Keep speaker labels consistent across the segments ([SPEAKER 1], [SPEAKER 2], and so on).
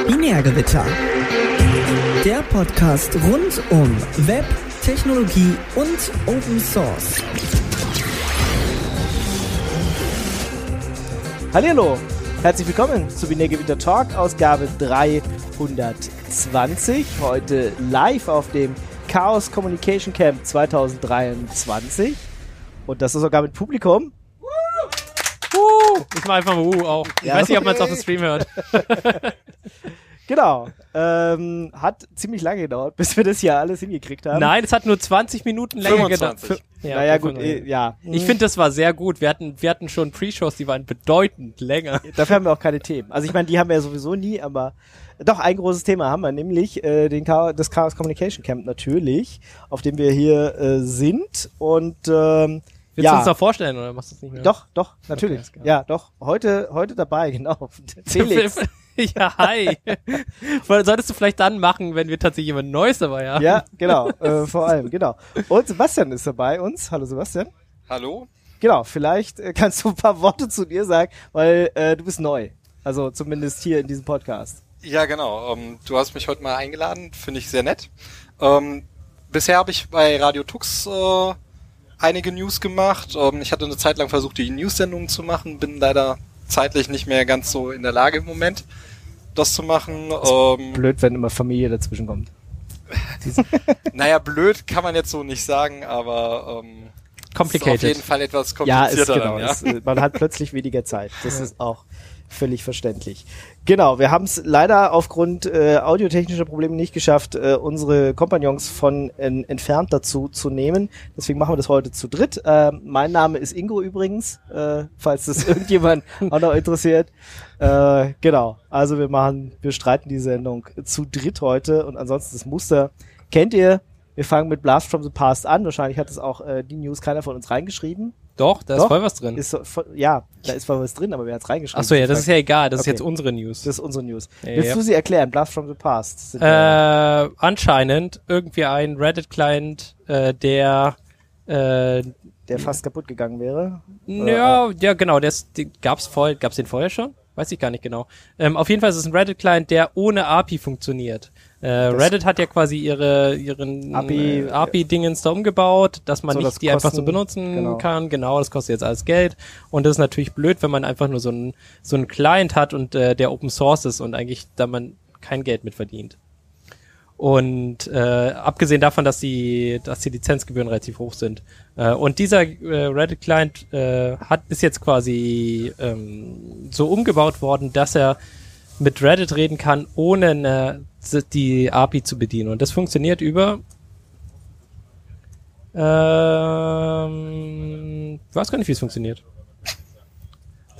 [SPEAKER 1] Sprechergewitter. Der Podcast rund um Web, Technologie und Open Source.
[SPEAKER 2] Hallo, herzlich willkommen zu Binärgewitter Talk, Ausgabe 320. Heute live auf dem Chaos Communication Camp 2023. Und das ist sogar mit Publikum.
[SPEAKER 3] Uh, ich mache einfach mal Uh auch. Ich weiß nicht, ob man es auf dem Stream hört.
[SPEAKER 2] Genau. Ähm, hat ziemlich lange gedauert, bis wir das hier alles hingekriegt haben.
[SPEAKER 3] Nein, es hat nur 20 Minuten länger gedauert. Fü-
[SPEAKER 4] 25.
[SPEAKER 3] ja,
[SPEAKER 2] naja, gut,
[SPEAKER 3] 25.
[SPEAKER 2] eh, ja.
[SPEAKER 3] Ich finde, das war sehr gut. Wir hatten, wir hatten schon Pre-Shows, die waren bedeutend länger.
[SPEAKER 2] Dafür haben wir auch keine Themen. Also ich meine, die haben wir ja sowieso nie, aber doch ein großes Thema haben wir, nämlich äh, den Chao- das Chaos Communication Camp natürlich, auf dem wir hier äh, sind. Und ähm,
[SPEAKER 3] Willst du
[SPEAKER 2] ja,
[SPEAKER 3] uns noch vorstellen oder machst du es nicht mehr?
[SPEAKER 2] doch, doch, natürlich.
[SPEAKER 3] alles klar.
[SPEAKER 2] ja, doch. Heute, heute dabei, genau. Felix.
[SPEAKER 3] ja, hi. Weil Solltest du vielleicht dann machen, wenn wir tatsächlich jemand Neues dabei haben.
[SPEAKER 2] ja, genau. Äh, vor allem, genau. Und Sebastian ist dabei uns. Hallo Sebastian.
[SPEAKER 4] Hallo?
[SPEAKER 2] Genau, vielleicht äh, kannst du ein paar Worte zu dir sagen, weil äh, du bist neu. Also zumindest hier in diesem Podcast.
[SPEAKER 4] Ja, genau. Ähm, du hast mich heute mal eingeladen, finde ich sehr nett. Ähm, bisher habe ich bei Radio Tux äh, einige News gemacht. Ähm, ich hatte eine Zeit lang versucht, die News-Sendungen zu machen, bin leider zeitlich nicht mehr ganz so in der Lage im Moment, das zu machen. Ähm,
[SPEAKER 2] Blöd, wenn immer Familie dazwischen kommt.
[SPEAKER 4] naja, blöd kann man jetzt so nicht sagen, aber ähm, es ist auf
[SPEAKER 3] Complicated.
[SPEAKER 4] jeden Fall etwas
[SPEAKER 2] Ja, ist
[SPEAKER 4] komplizierter.
[SPEAKER 2] genau.
[SPEAKER 4] dann, ja.
[SPEAKER 2] Ist, äh, man hat plötzlich weniger Zeit. Das ist auch völlig verständlich. Genau, wir haben es leider aufgrund äh, audiotechnischer Probleme nicht geschafft, äh, unsere Kompagnons von en- entfernt dazu zu nehmen. Deswegen machen wir das heute zu dritt. Äh, mein Name ist Ingo übrigens, äh, falls das irgendjemand auch noch interessiert. Äh, genau, also wir machen, wir streiten die Sendung zu dritt heute und ansonsten das Muster kennt ihr. Wir fangen mit Blast from the Past an. Wahrscheinlich hat es auch äh, die News keiner von uns reingeschrieben.
[SPEAKER 3] Doch, da
[SPEAKER 2] Doch.
[SPEAKER 3] ist voll was drin.
[SPEAKER 2] Ist so, voll- ja, da ist zwar was drin, aber wer hat's reingeschrieben?
[SPEAKER 3] Achso, ja, das ist ja egal. Das
[SPEAKER 2] Okay.
[SPEAKER 3] ist jetzt unsere News.
[SPEAKER 2] Das ist unsere News.
[SPEAKER 3] Ja,
[SPEAKER 2] Willst
[SPEAKER 3] ja.
[SPEAKER 2] du sie erklären? Blast from the Past. Sind wir-
[SPEAKER 3] Äh, anscheinend irgendwie ein Reddit-Client, äh, der äh,
[SPEAKER 2] der fast kaputt gegangen wäre.
[SPEAKER 3] Ja, ja, genau. Der ist, den gab's vorher, gab's den vorher schon? Weiß ich gar nicht genau. Ähm, auf jeden Fall ist es ein Reddit Client, der ohne API funktioniert. Äh, Reddit hat ja quasi ihre ihren
[SPEAKER 2] API
[SPEAKER 3] äh, API Dingens da umgebaut, dass man
[SPEAKER 2] So,
[SPEAKER 3] nicht
[SPEAKER 2] das
[SPEAKER 3] die einfach so
[SPEAKER 2] Kosten-
[SPEAKER 3] benutzen
[SPEAKER 2] genau.
[SPEAKER 3] kann. Genau, das kostet jetzt alles Geld und das ist natürlich blöd, wenn man einfach nur so einen so einen Client hat und äh, der Open Source ist und eigentlich da man kein Geld mit verdient. Und äh, abgesehen davon, dass die, dass die Lizenzgebühren relativ hoch sind. Äh, und dieser äh, Reddit-Client äh, hat ist jetzt quasi ähm, so umgebaut worden, dass er mit Reddit reden kann, ohne eine, die API zu bedienen. Und das funktioniert über. Ähm, ich weiß gar nicht, wie es funktioniert.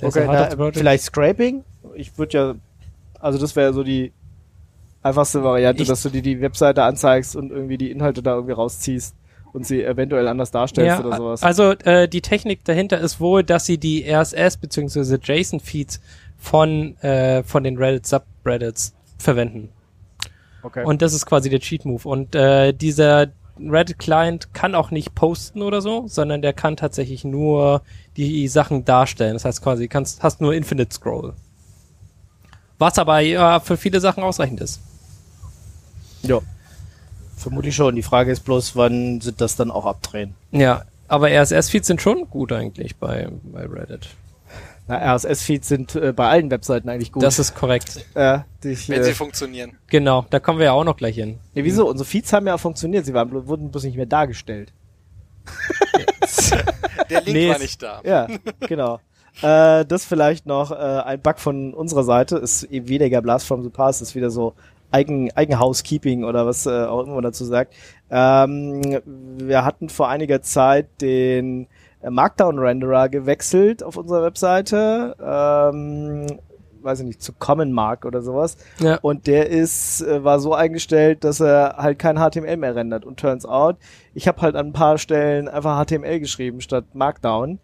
[SPEAKER 2] Okay,
[SPEAKER 3] Hat
[SPEAKER 2] na,
[SPEAKER 3] das bedeutet-
[SPEAKER 2] vielleicht Scraping. Ich würde ja, also das wäre so die einfachste Variante,
[SPEAKER 3] Ich-
[SPEAKER 2] dass du dir die Webseite anzeigst und irgendwie die Inhalte da irgendwie rausziehst und sie eventuell anders darstellst oder sowas.
[SPEAKER 3] Also äh, die Technik dahinter ist wohl, dass sie die RSS bzw. JSON-Feeds von, äh, von den Reddit-Subreddits verwenden.
[SPEAKER 2] Okay.
[SPEAKER 3] Und das ist quasi der Cheat-Move. Und äh, dieser Reddit-Client kann auch nicht posten oder so, sondern der kann tatsächlich nur die Sachen darstellen. Das heißt quasi, kannst, hast nur Infinite Scroll. Was aber ja, für viele Sachen ausreichend ist.
[SPEAKER 5] Ja. Vermutlich schon. Die Frage ist bloß, wann sie das dann auch abdrehen.
[SPEAKER 3] Ja, aber RSS-Feeds sind schon gut eigentlich bei, bei Reddit.
[SPEAKER 2] Na, RSS-Feeds sind äh, bei allen Webseiten eigentlich gut.
[SPEAKER 3] Das ist korrekt.
[SPEAKER 2] äh, dich,
[SPEAKER 4] Wenn
[SPEAKER 2] äh,
[SPEAKER 4] sie funktionieren.
[SPEAKER 3] Genau, da kommen wir ja auch noch gleich hin.
[SPEAKER 2] nee, wieso? Unsere Feeds haben ja auch funktioniert. Sie waren, blo- wurden bloß nicht mehr dargestellt.
[SPEAKER 4] Der Link
[SPEAKER 3] Nee,
[SPEAKER 4] war
[SPEAKER 3] es-
[SPEAKER 4] nicht da.
[SPEAKER 2] Ja, genau. Äh, das vielleicht noch äh, ein Bug von unserer Seite ist eben weniger Blast from the Past, ist wieder so Eigen, Eigenhousekeeping oder was äh, auch immer man dazu sagt. Ähm, wir hatten vor einiger Zeit den äh, Markdown-Renderer gewechselt auf unserer Webseite. Ähm, weiß ich nicht, zu Common Mark oder sowas.
[SPEAKER 3] Ja.
[SPEAKER 2] Und der ist, äh, war so eingestellt, dass er halt kein HTML mehr rendert. Und turns out, ich habe halt an ein paar Stellen einfach HTML geschrieben statt Markdown.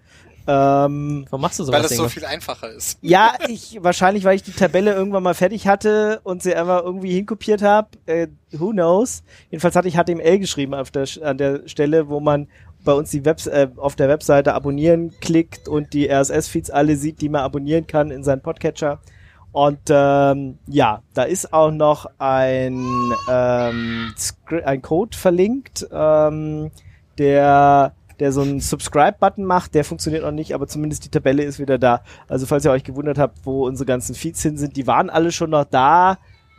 [SPEAKER 2] Ähm,
[SPEAKER 3] Warum machst du sowas?
[SPEAKER 4] Weil es so
[SPEAKER 3] Ingo?
[SPEAKER 4] viel einfacher ist.
[SPEAKER 2] ja, ich wahrscheinlich, weil ich die Tabelle irgendwann mal fertig hatte und sie einfach irgendwie hinkopiert habe. Äh, who knows? Jedenfalls hatte ich HTML geschrieben auf der, an der Stelle, wo man bei uns die Webs äh, auf der Webseite abonnieren klickt und die RSS-Feeds alle sieht, die man abonnieren kann in seinen Podcatcher. Und ähm, ja, da ist auch noch ein, ähm, Scri- ein Code verlinkt, ähm, der, der so einen Subscribe-Button macht. Der funktioniert noch nicht, aber zumindest die Tabelle ist wieder da. Also falls ihr euch gewundert habt, wo unsere ganzen Feeds hin sind, die waren alle schon noch da.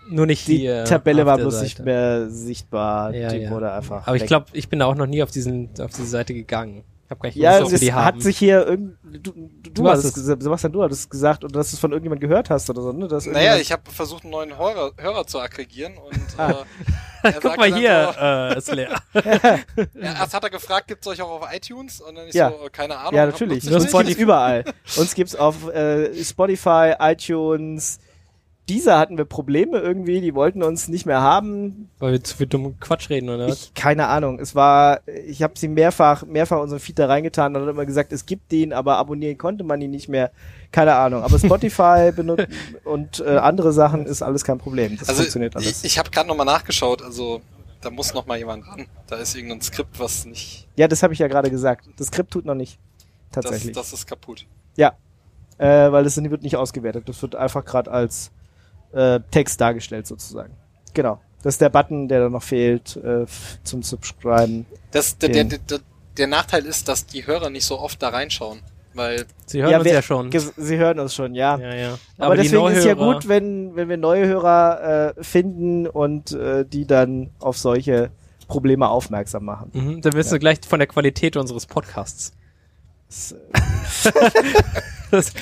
[SPEAKER 3] Nur nicht
[SPEAKER 2] Die
[SPEAKER 3] hier.
[SPEAKER 2] Tabelle
[SPEAKER 3] auf
[SPEAKER 2] war
[SPEAKER 3] der
[SPEAKER 2] bloß nicht
[SPEAKER 3] Seite.
[SPEAKER 2] mehr sichtbar.
[SPEAKER 3] Ja,
[SPEAKER 2] die
[SPEAKER 3] ja.
[SPEAKER 2] wurde einfach.
[SPEAKER 3] Aber ich
[SPEAKER 2] weg.
[SPEAKER 3] glaube, ich bin da auch noch nie auf diesen auf diese Seite gegangen. Ich habe gar nicht
[SPEAKER 2] ja,
[SPEAKER 3] gewusst, ob wir
[SPEAKER 2] es
[SPEAKER 3] die haben.
[SPEAKER 2] hat sich hier irgend du, du, du
[SPEAKER 3] hast
[SPEAKER 2] hast es
[SPEAKER 3] es-
[SPEAKER 2] gesagt, Sebastian, du hattest es gesagt und dass du es von irgendjemand gehört hast oder so, ne? Dass
[SPEAKER 4] Naja,
[SPEAKER 2] irgendjemand-
[SPEAKER 4] ich habe versucht, einen neuen Hörer, Hörer zu aggregieren und
[SPEAKER 2] Ah.
[SPEAKER 4] äh, er
[SPEAKER 3] Guck
[SPEAKER 4] sagte
[SPEAKER 3] mal
[SPEAKER 4] dann
[SPEAKER 3] hier,
[SPEAKER 4] so-
[SPEAKER 3] äh, ist leer.
[SPEAKER 4] Ja, erst hat er gefragt, gibt's euch auch auf iTunes? Und dann ich
[SPEAKER 2] Ja.
[SPEAKER 4] so, äh, keine Ahnung.
[SPEAKER 2] Ja,
[SPEAKER 4] hab
[SPEAKER 2] natürlich.
[SPEAKER 4] plötzlich
[SPEAKER 2] Uns
[SPEAKER 3] Spotify-
[SPEAKER 2] gibt's überall. Uns gibt's auf äh, Spotify, iTunes. Dieser hatten wir Probleme irgendwie, die wollten uns nicht mehr haben.
[SPEAKER 3] Weil wir zu viel dummen Quatsch reden, oder? was?
[SPEAKER 2] Ich, keine Ahnung. Es war, ich habe sie mehrfach, mehrfach unseren Feed da reingetan und hat immer gesagt, es gibt den, aber abonnieren konnte man ihn nicht mehr. Keine Ahnung. Aber Spotify benutzt und äh, andere Sachen ist alles kein Problem. Das
[SPEAKER 4] also,
[SPEAKER 2] funktioniert alles.
[SPEAKER 4] Ich, ich habe gerade nochmal nachgeschaut, also da muss noch mal jemand ran. Da ist irgendein Skript, was nicht.
[SPEAKER 2] Ja, das habe ich ja gerade gesagt. Das Skript tut noch nicht.
[SPEAKER 4] Das,
[SPEAKER 2] Tatsächlich.
[SPEAKER 4] das ist kaputt.
[SPEAKER 2] äh, weil das wird nicht ausgewertet. Das wird einfach gerade als äh, Text dargestellt sozusagen. Genau. Das ist der Button, der da noch fehlt äh, f- zum Subscriben.
[SPEAKER 4] Das, der, der,
[SPEAKER 2] Den-
[SPEAKER 4] der, der Nachteil ist, dass die Hörer nicht so oft da reinschauen. Weil
[SPEAKER 3] Sie hören uns
[SPEAKER 2] wir-
[SPEAKER 3] ja schon.
[SPEAKER 2] ges- Sie hören uns schon, ja.
[SPEAKER 3] Ja, ja.
[SPEAKER 2] Aber,
[SPEAKER 3] die
[SPEAKER 2] deswegen ist es ja
[SPEAKER 3] Neuhörer-
[SPEAKER 2] gut, wenn, wenn wir neue Hörer äh, finden und äh, die dann auf solche Probleme aufmerksam machen.
[SPEAKER 3] Mhm, dann wissen wir gleich von der Qualität unseres Podcasts.
[SPEAKER 2] Das, äh,
[SPEAKER 3] Das,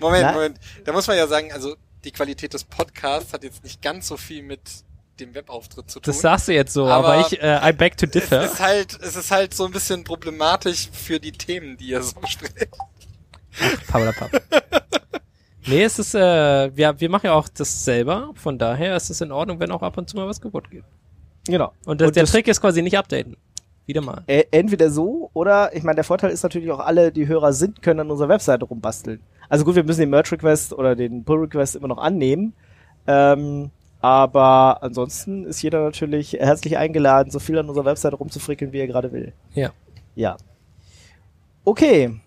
[SPEAKER 4] Moment,
[SPEAKER 2] Na?
[SPEAKER 4] Moment. Da muss man ja sagen, also die Qualität des Podcasts hat jetzt nicht ganz so viel mit dem Webauftritt zu tun.
[SPEAKER 3] das sagst du jetzt so, aber,
[SPEAKER 4] Aber-
[SPEAKER 3] ich, äh, I beg to
[SPEAKER 4] es
[SPEAKER 3] differ.
[SPEAKER 4] ist halt, es ist halt so ein bisschen problematisch für die Themen, die ihr so sprecht.
[SPEAKER 3] Pappalapapp. Nee, es ist, äh, wir, wir machen ja auch das selber, von daher ist es in Ordnung, wenn auch ab und zu mal was kaputt geht.
[SPEAKER 2] genau.
[SPEAKER 3] Und, das,
[SPEAKER 2] Und
[SPEAKER 3] der
[SPEAKER 2] das-
[SPEAKER 3] Trick ist quasi nicht updaten. Wieder mal.
[SPEAKER 2] Äh, entweder so oder, ich meine, der Vorteil ist natürlich auch, alle, die Hörer sind, können an unserer Webseite rumbasteln. Also gut, wir müssen den Merge Request oder den Pull Request immer noch annehmen. Ähm, aber ansonsten ist jeder natürlich herzlich eingeladen, so viel an unserer Webseite rumzufrickeln, wie er gerade will.
[SPEAKER 3] Ja.
[SPEAKER 2] Ja. Okay.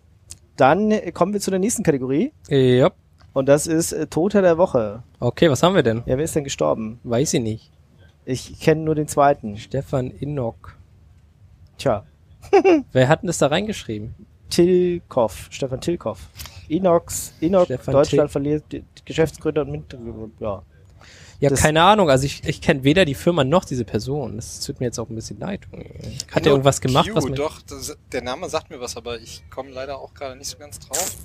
[SPEAKER 2] Dann kommen wir zu der nächsten Kategorie.
[SPEAKER 3] Äh, Ja.
[SPEAKER 2] Und das ist äh, Toter der Woche.
[SPEAKER 3] Okay, was haben wir denn?
[SPEAKER 2] Ja, wer ist denn gestorben?
[SPEAKER 3] Weiß ich nicht.
[SPEAKER 2] Ich kenne nur den zweiten.
[SPEAKER 3] Stefan Innock.
[SPEAKER 2] Tja.
[SPEAKER 3] Wer hat denn das da reingeschrieben?
[SPEAKER 2] Tilkoff, Stefan Tilkoff. Inox, Inox,
[SPEAKER 3] Stefan
[SPEAKER 2] Deutschland
[SPEAKER 3] Til-
[SPEAKER 2] verliert die- die Geschäftsgründer und Mint- ja.
[SPEAKER 3] Ja,
[SPEAKER 2] Das-
[SPEAKER 3] keine Ahnung. Also ich, ich kenne weder die Firma noch diese Person. Das tut mir jetzt auch ein bisschen leid. Hat er irgendwas gemacht,
[SPEAKER 4] Q,
[SPEAKER 3] was man...
[SPEAKER 4] doch, das, der Name sagt mir was, aber ich komme leider auch gerade nicht so ganz drauf.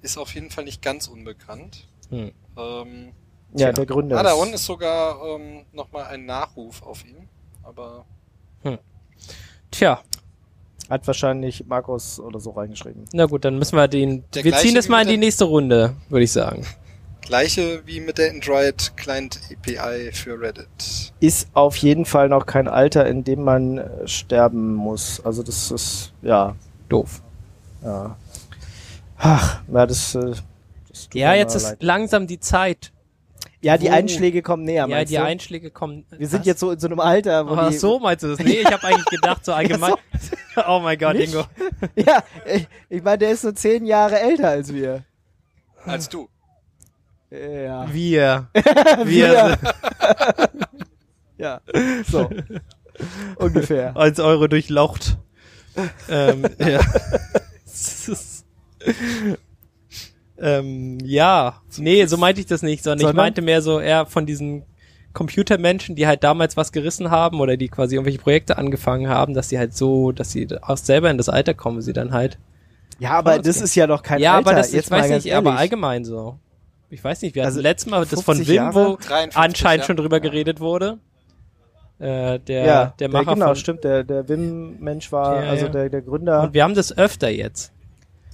[SPEAKER 4] Ist auf jeden Fall nicht ganz unbekannt.
[SPEAKER 3] Hm.
[SPEAKER 4] Ähm,
[SPEAKER 2] Ja, der Gründer.
[SPEAKER 4] ah, da
[SPEAKER 2] ist-
[SPEAKER 4] unten ist sogar ähm, nochmal ein Nachruf auf ihn. Aber
[SPEAKER 3] Tja,
[SPEAKER 2] Hat wahrscheinlich Markus oder so reingeschrieben.
[SPEAKER 3] na gut, dann müssen wir den...
[SPEAKER 4] Der
[SPEAKER 3] wir
[SPEAKER 4] gleiche
[SPEAKER 3] ziehen das
[SPEAKER 4] wie
[SPEAKER 3] mal
[SPEAKER 4] mit
[SPEAKER 3] in die
[SPEAKER 4] der-
[SPEAKER 3] nächste Runde, würde ich sagen.
[SPEAKER 4] gleiche wie mit der Android Client API für Reddit.
[SPEAKER 2] Ist auf jeden Fall noch kein Alter, in dem man äh, sterben muss. Also das ist, ja,
[SPEAKER 3] Doof.
[SPEAKER 2] ja. Ach, na, das, äh, das tut
[SPEAKER 3] Ja,
[SPEAKER 2] mir
[SPEAKER 3] jetzt
[SPEAKER 2] mal
[SPEAKER 3] ist
[SPEAKER 2] leid.
[SPEAKER 3] langsam die Zeit.
[SPEAKER 2] Ja, die
[SPEAKER 3] Oh.
[SPEAKER 2] Einschläge kommen näher,
[SPEAKER 3] Ja,
[SPEAKER 2] meinst
[SPEAKER 3] die
[SPEAKER 2] du?
[SPEAKER 3] Einschläge kommen...
[SPEAKER 2] Wir sind
[SPEAKER 3] Was?
[SPEAKER 2] jetzt so in so einem Alter, wo
[SPEAKER 3] Ach
[SPEAKER 2] die...
[SPEAKER 3] so, meinst du das? Nee, ich habe eigentlich gedacht, so allgemein... oh mein Gott,
[SPEAKER 2] Nicht?
[SPEAKER 3] Ingo.
[SPEAKER 2] Ja, ich, ich meine, der ist so zehn Jahre älter als wir.
[SPEAKER 3] Ah.
[SPEAKER 4] Als du.
[SPEAKER 2] Ja.
[SPEAKER 3] Wir. Wir.
[SPEAKER 2] Ja, so. Ungefähr.
[SPEAKER 3] als Euro durchlaucht. ähm, ja. Das ist- ähm, ja, nee, so meinte ich das nicht, sondern,
[SPEAKER 2] Sondern?
[SPEAKER 3] ich meinte mehr so eher von diesen Computermenschen, die halt damals was gerissen haben oder die quasi irgendwelche Projekte angefangen haben, dass sie halt so, dass sie auch selber in das Alter kommen, sie dann halt.
[SPEAKER 2] Ja, aber das ist ja noch kein
[SPEAKER 3] ja,
[SPEAKER 2] Alter.
[SPEAKER 3] aber das
[SPEAKER 2] jetzt
[SPEAKER 3] ich weiß
[SPEAKER 2] mal ganz
[SPEAKER 3] nicht, aber
[SPEAKER 2] ehrlich.
[SPEAKER 3] allgemein so. Ich weiß nicht, wir hatten
[SPEAKER 2] Also,
[SPEAKER 3] letztes Mal das von
[SPEAKER 2] 50
[SPEAKER 3] Wim,
[SPEAKER 2] Jahre?
[SPEAKER 3] wo
[SPEAKER 4] 53,
[SPEAKER 3] anscheinend
[SPEAKER 4] ja.
[SPEAKER 3] schon drüber geredet wurde. Äh, der,
[SPEAKER 2] ja,
[SPEAKER 3] der Macher
[SPEAKER 2] genau,
[SPEAKER 3] von
[SPEAKER 2] stimmt. Der, der Wim-Mensch war,
[SPEAKER 3] Ja,
[SPEAKER 2] also
[SPEAKER 3] ja.
[SPEAKER 2] Der, der Gründer.
[SPEAKER 3] Und wir haben das öfter jetzt.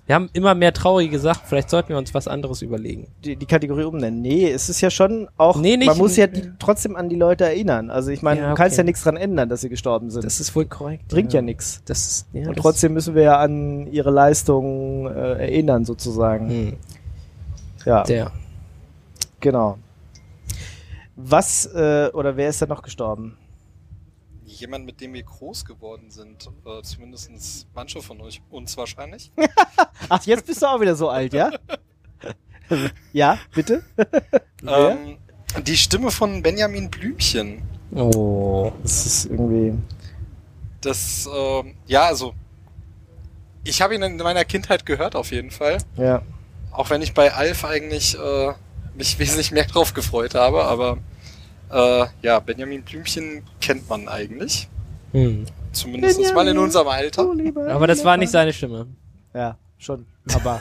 [SPEAKER 3] Wir haben immer mehr traurige Sachen. Vielleicht sollten wir uns was anderes überlegen.
[SPEAKER 2] Die, die Kategorie umbenennen. Nee, es ist ja schon auch.
[SPEAKER 3] Nee, nicht-
[SPEAKER 2] man muss ja die, trotzdem an die Leute erinnern. Also ich meine,
[SPEAKER 3] Ja,
[SPEAKER 2] du kannst
[SPEAKER 3] okay.
[SPEAKER 2] ja nichts dran ändern, dass sie gestorben sind.
[SPEAKER 3] Das ist wohl korrekt.
[SPEAKER 2] bringt ja, nichts.
[SPEAKER 3] Das ist, ja,
[SPEAKER 2] Und
[SPEAKER 3] das-
[SPEAKER 2] trotzdem müssen wir ja an ihre Leistungen äh, erinnern, sozusagen.
[SPEAKER 3] Hm,
[SPEAKER 2] Ja,
[SPEAKER 3] der.
[SPEAKER 2] genau. Was äh, oder wer ist denn noch gestorben?
[SPEAKER 4] Jemand, mit dem wir groß geworden sind. Äh, zumindest manche von euch. Uns wahrscheinlich.
[SPEAKER 2] Ach, jetzt bist du auch wieder so alt, ja? Ja, bitte?
[SPEAKER 4] Ähm, die Stimme von Benjamin Blümchen.
[SPEAKER 2] Oh, das ist irgendwie.
[SPEAKER 4] Das, ähm, ja, also. Ich habe ihn in meiner Kindheit gehört, auf jeden Fall.
[SPEAKER 2] Ja.
[SPEAKER 4] Auch wenn ich bei Alf eigentlich äh, mich wesentlich mehr drauf gefreut habe, aber äh, ja, Benjamin Blümchen kennt man eigentlich.
[SPEAKER 3] Hm.
[SPEAKER 4] Zumindest mal in unserem Alter.
[SPEAKER 3] Aber das war nicht seine Stimme.
[SPEAKER 2] Ja, schon. Aber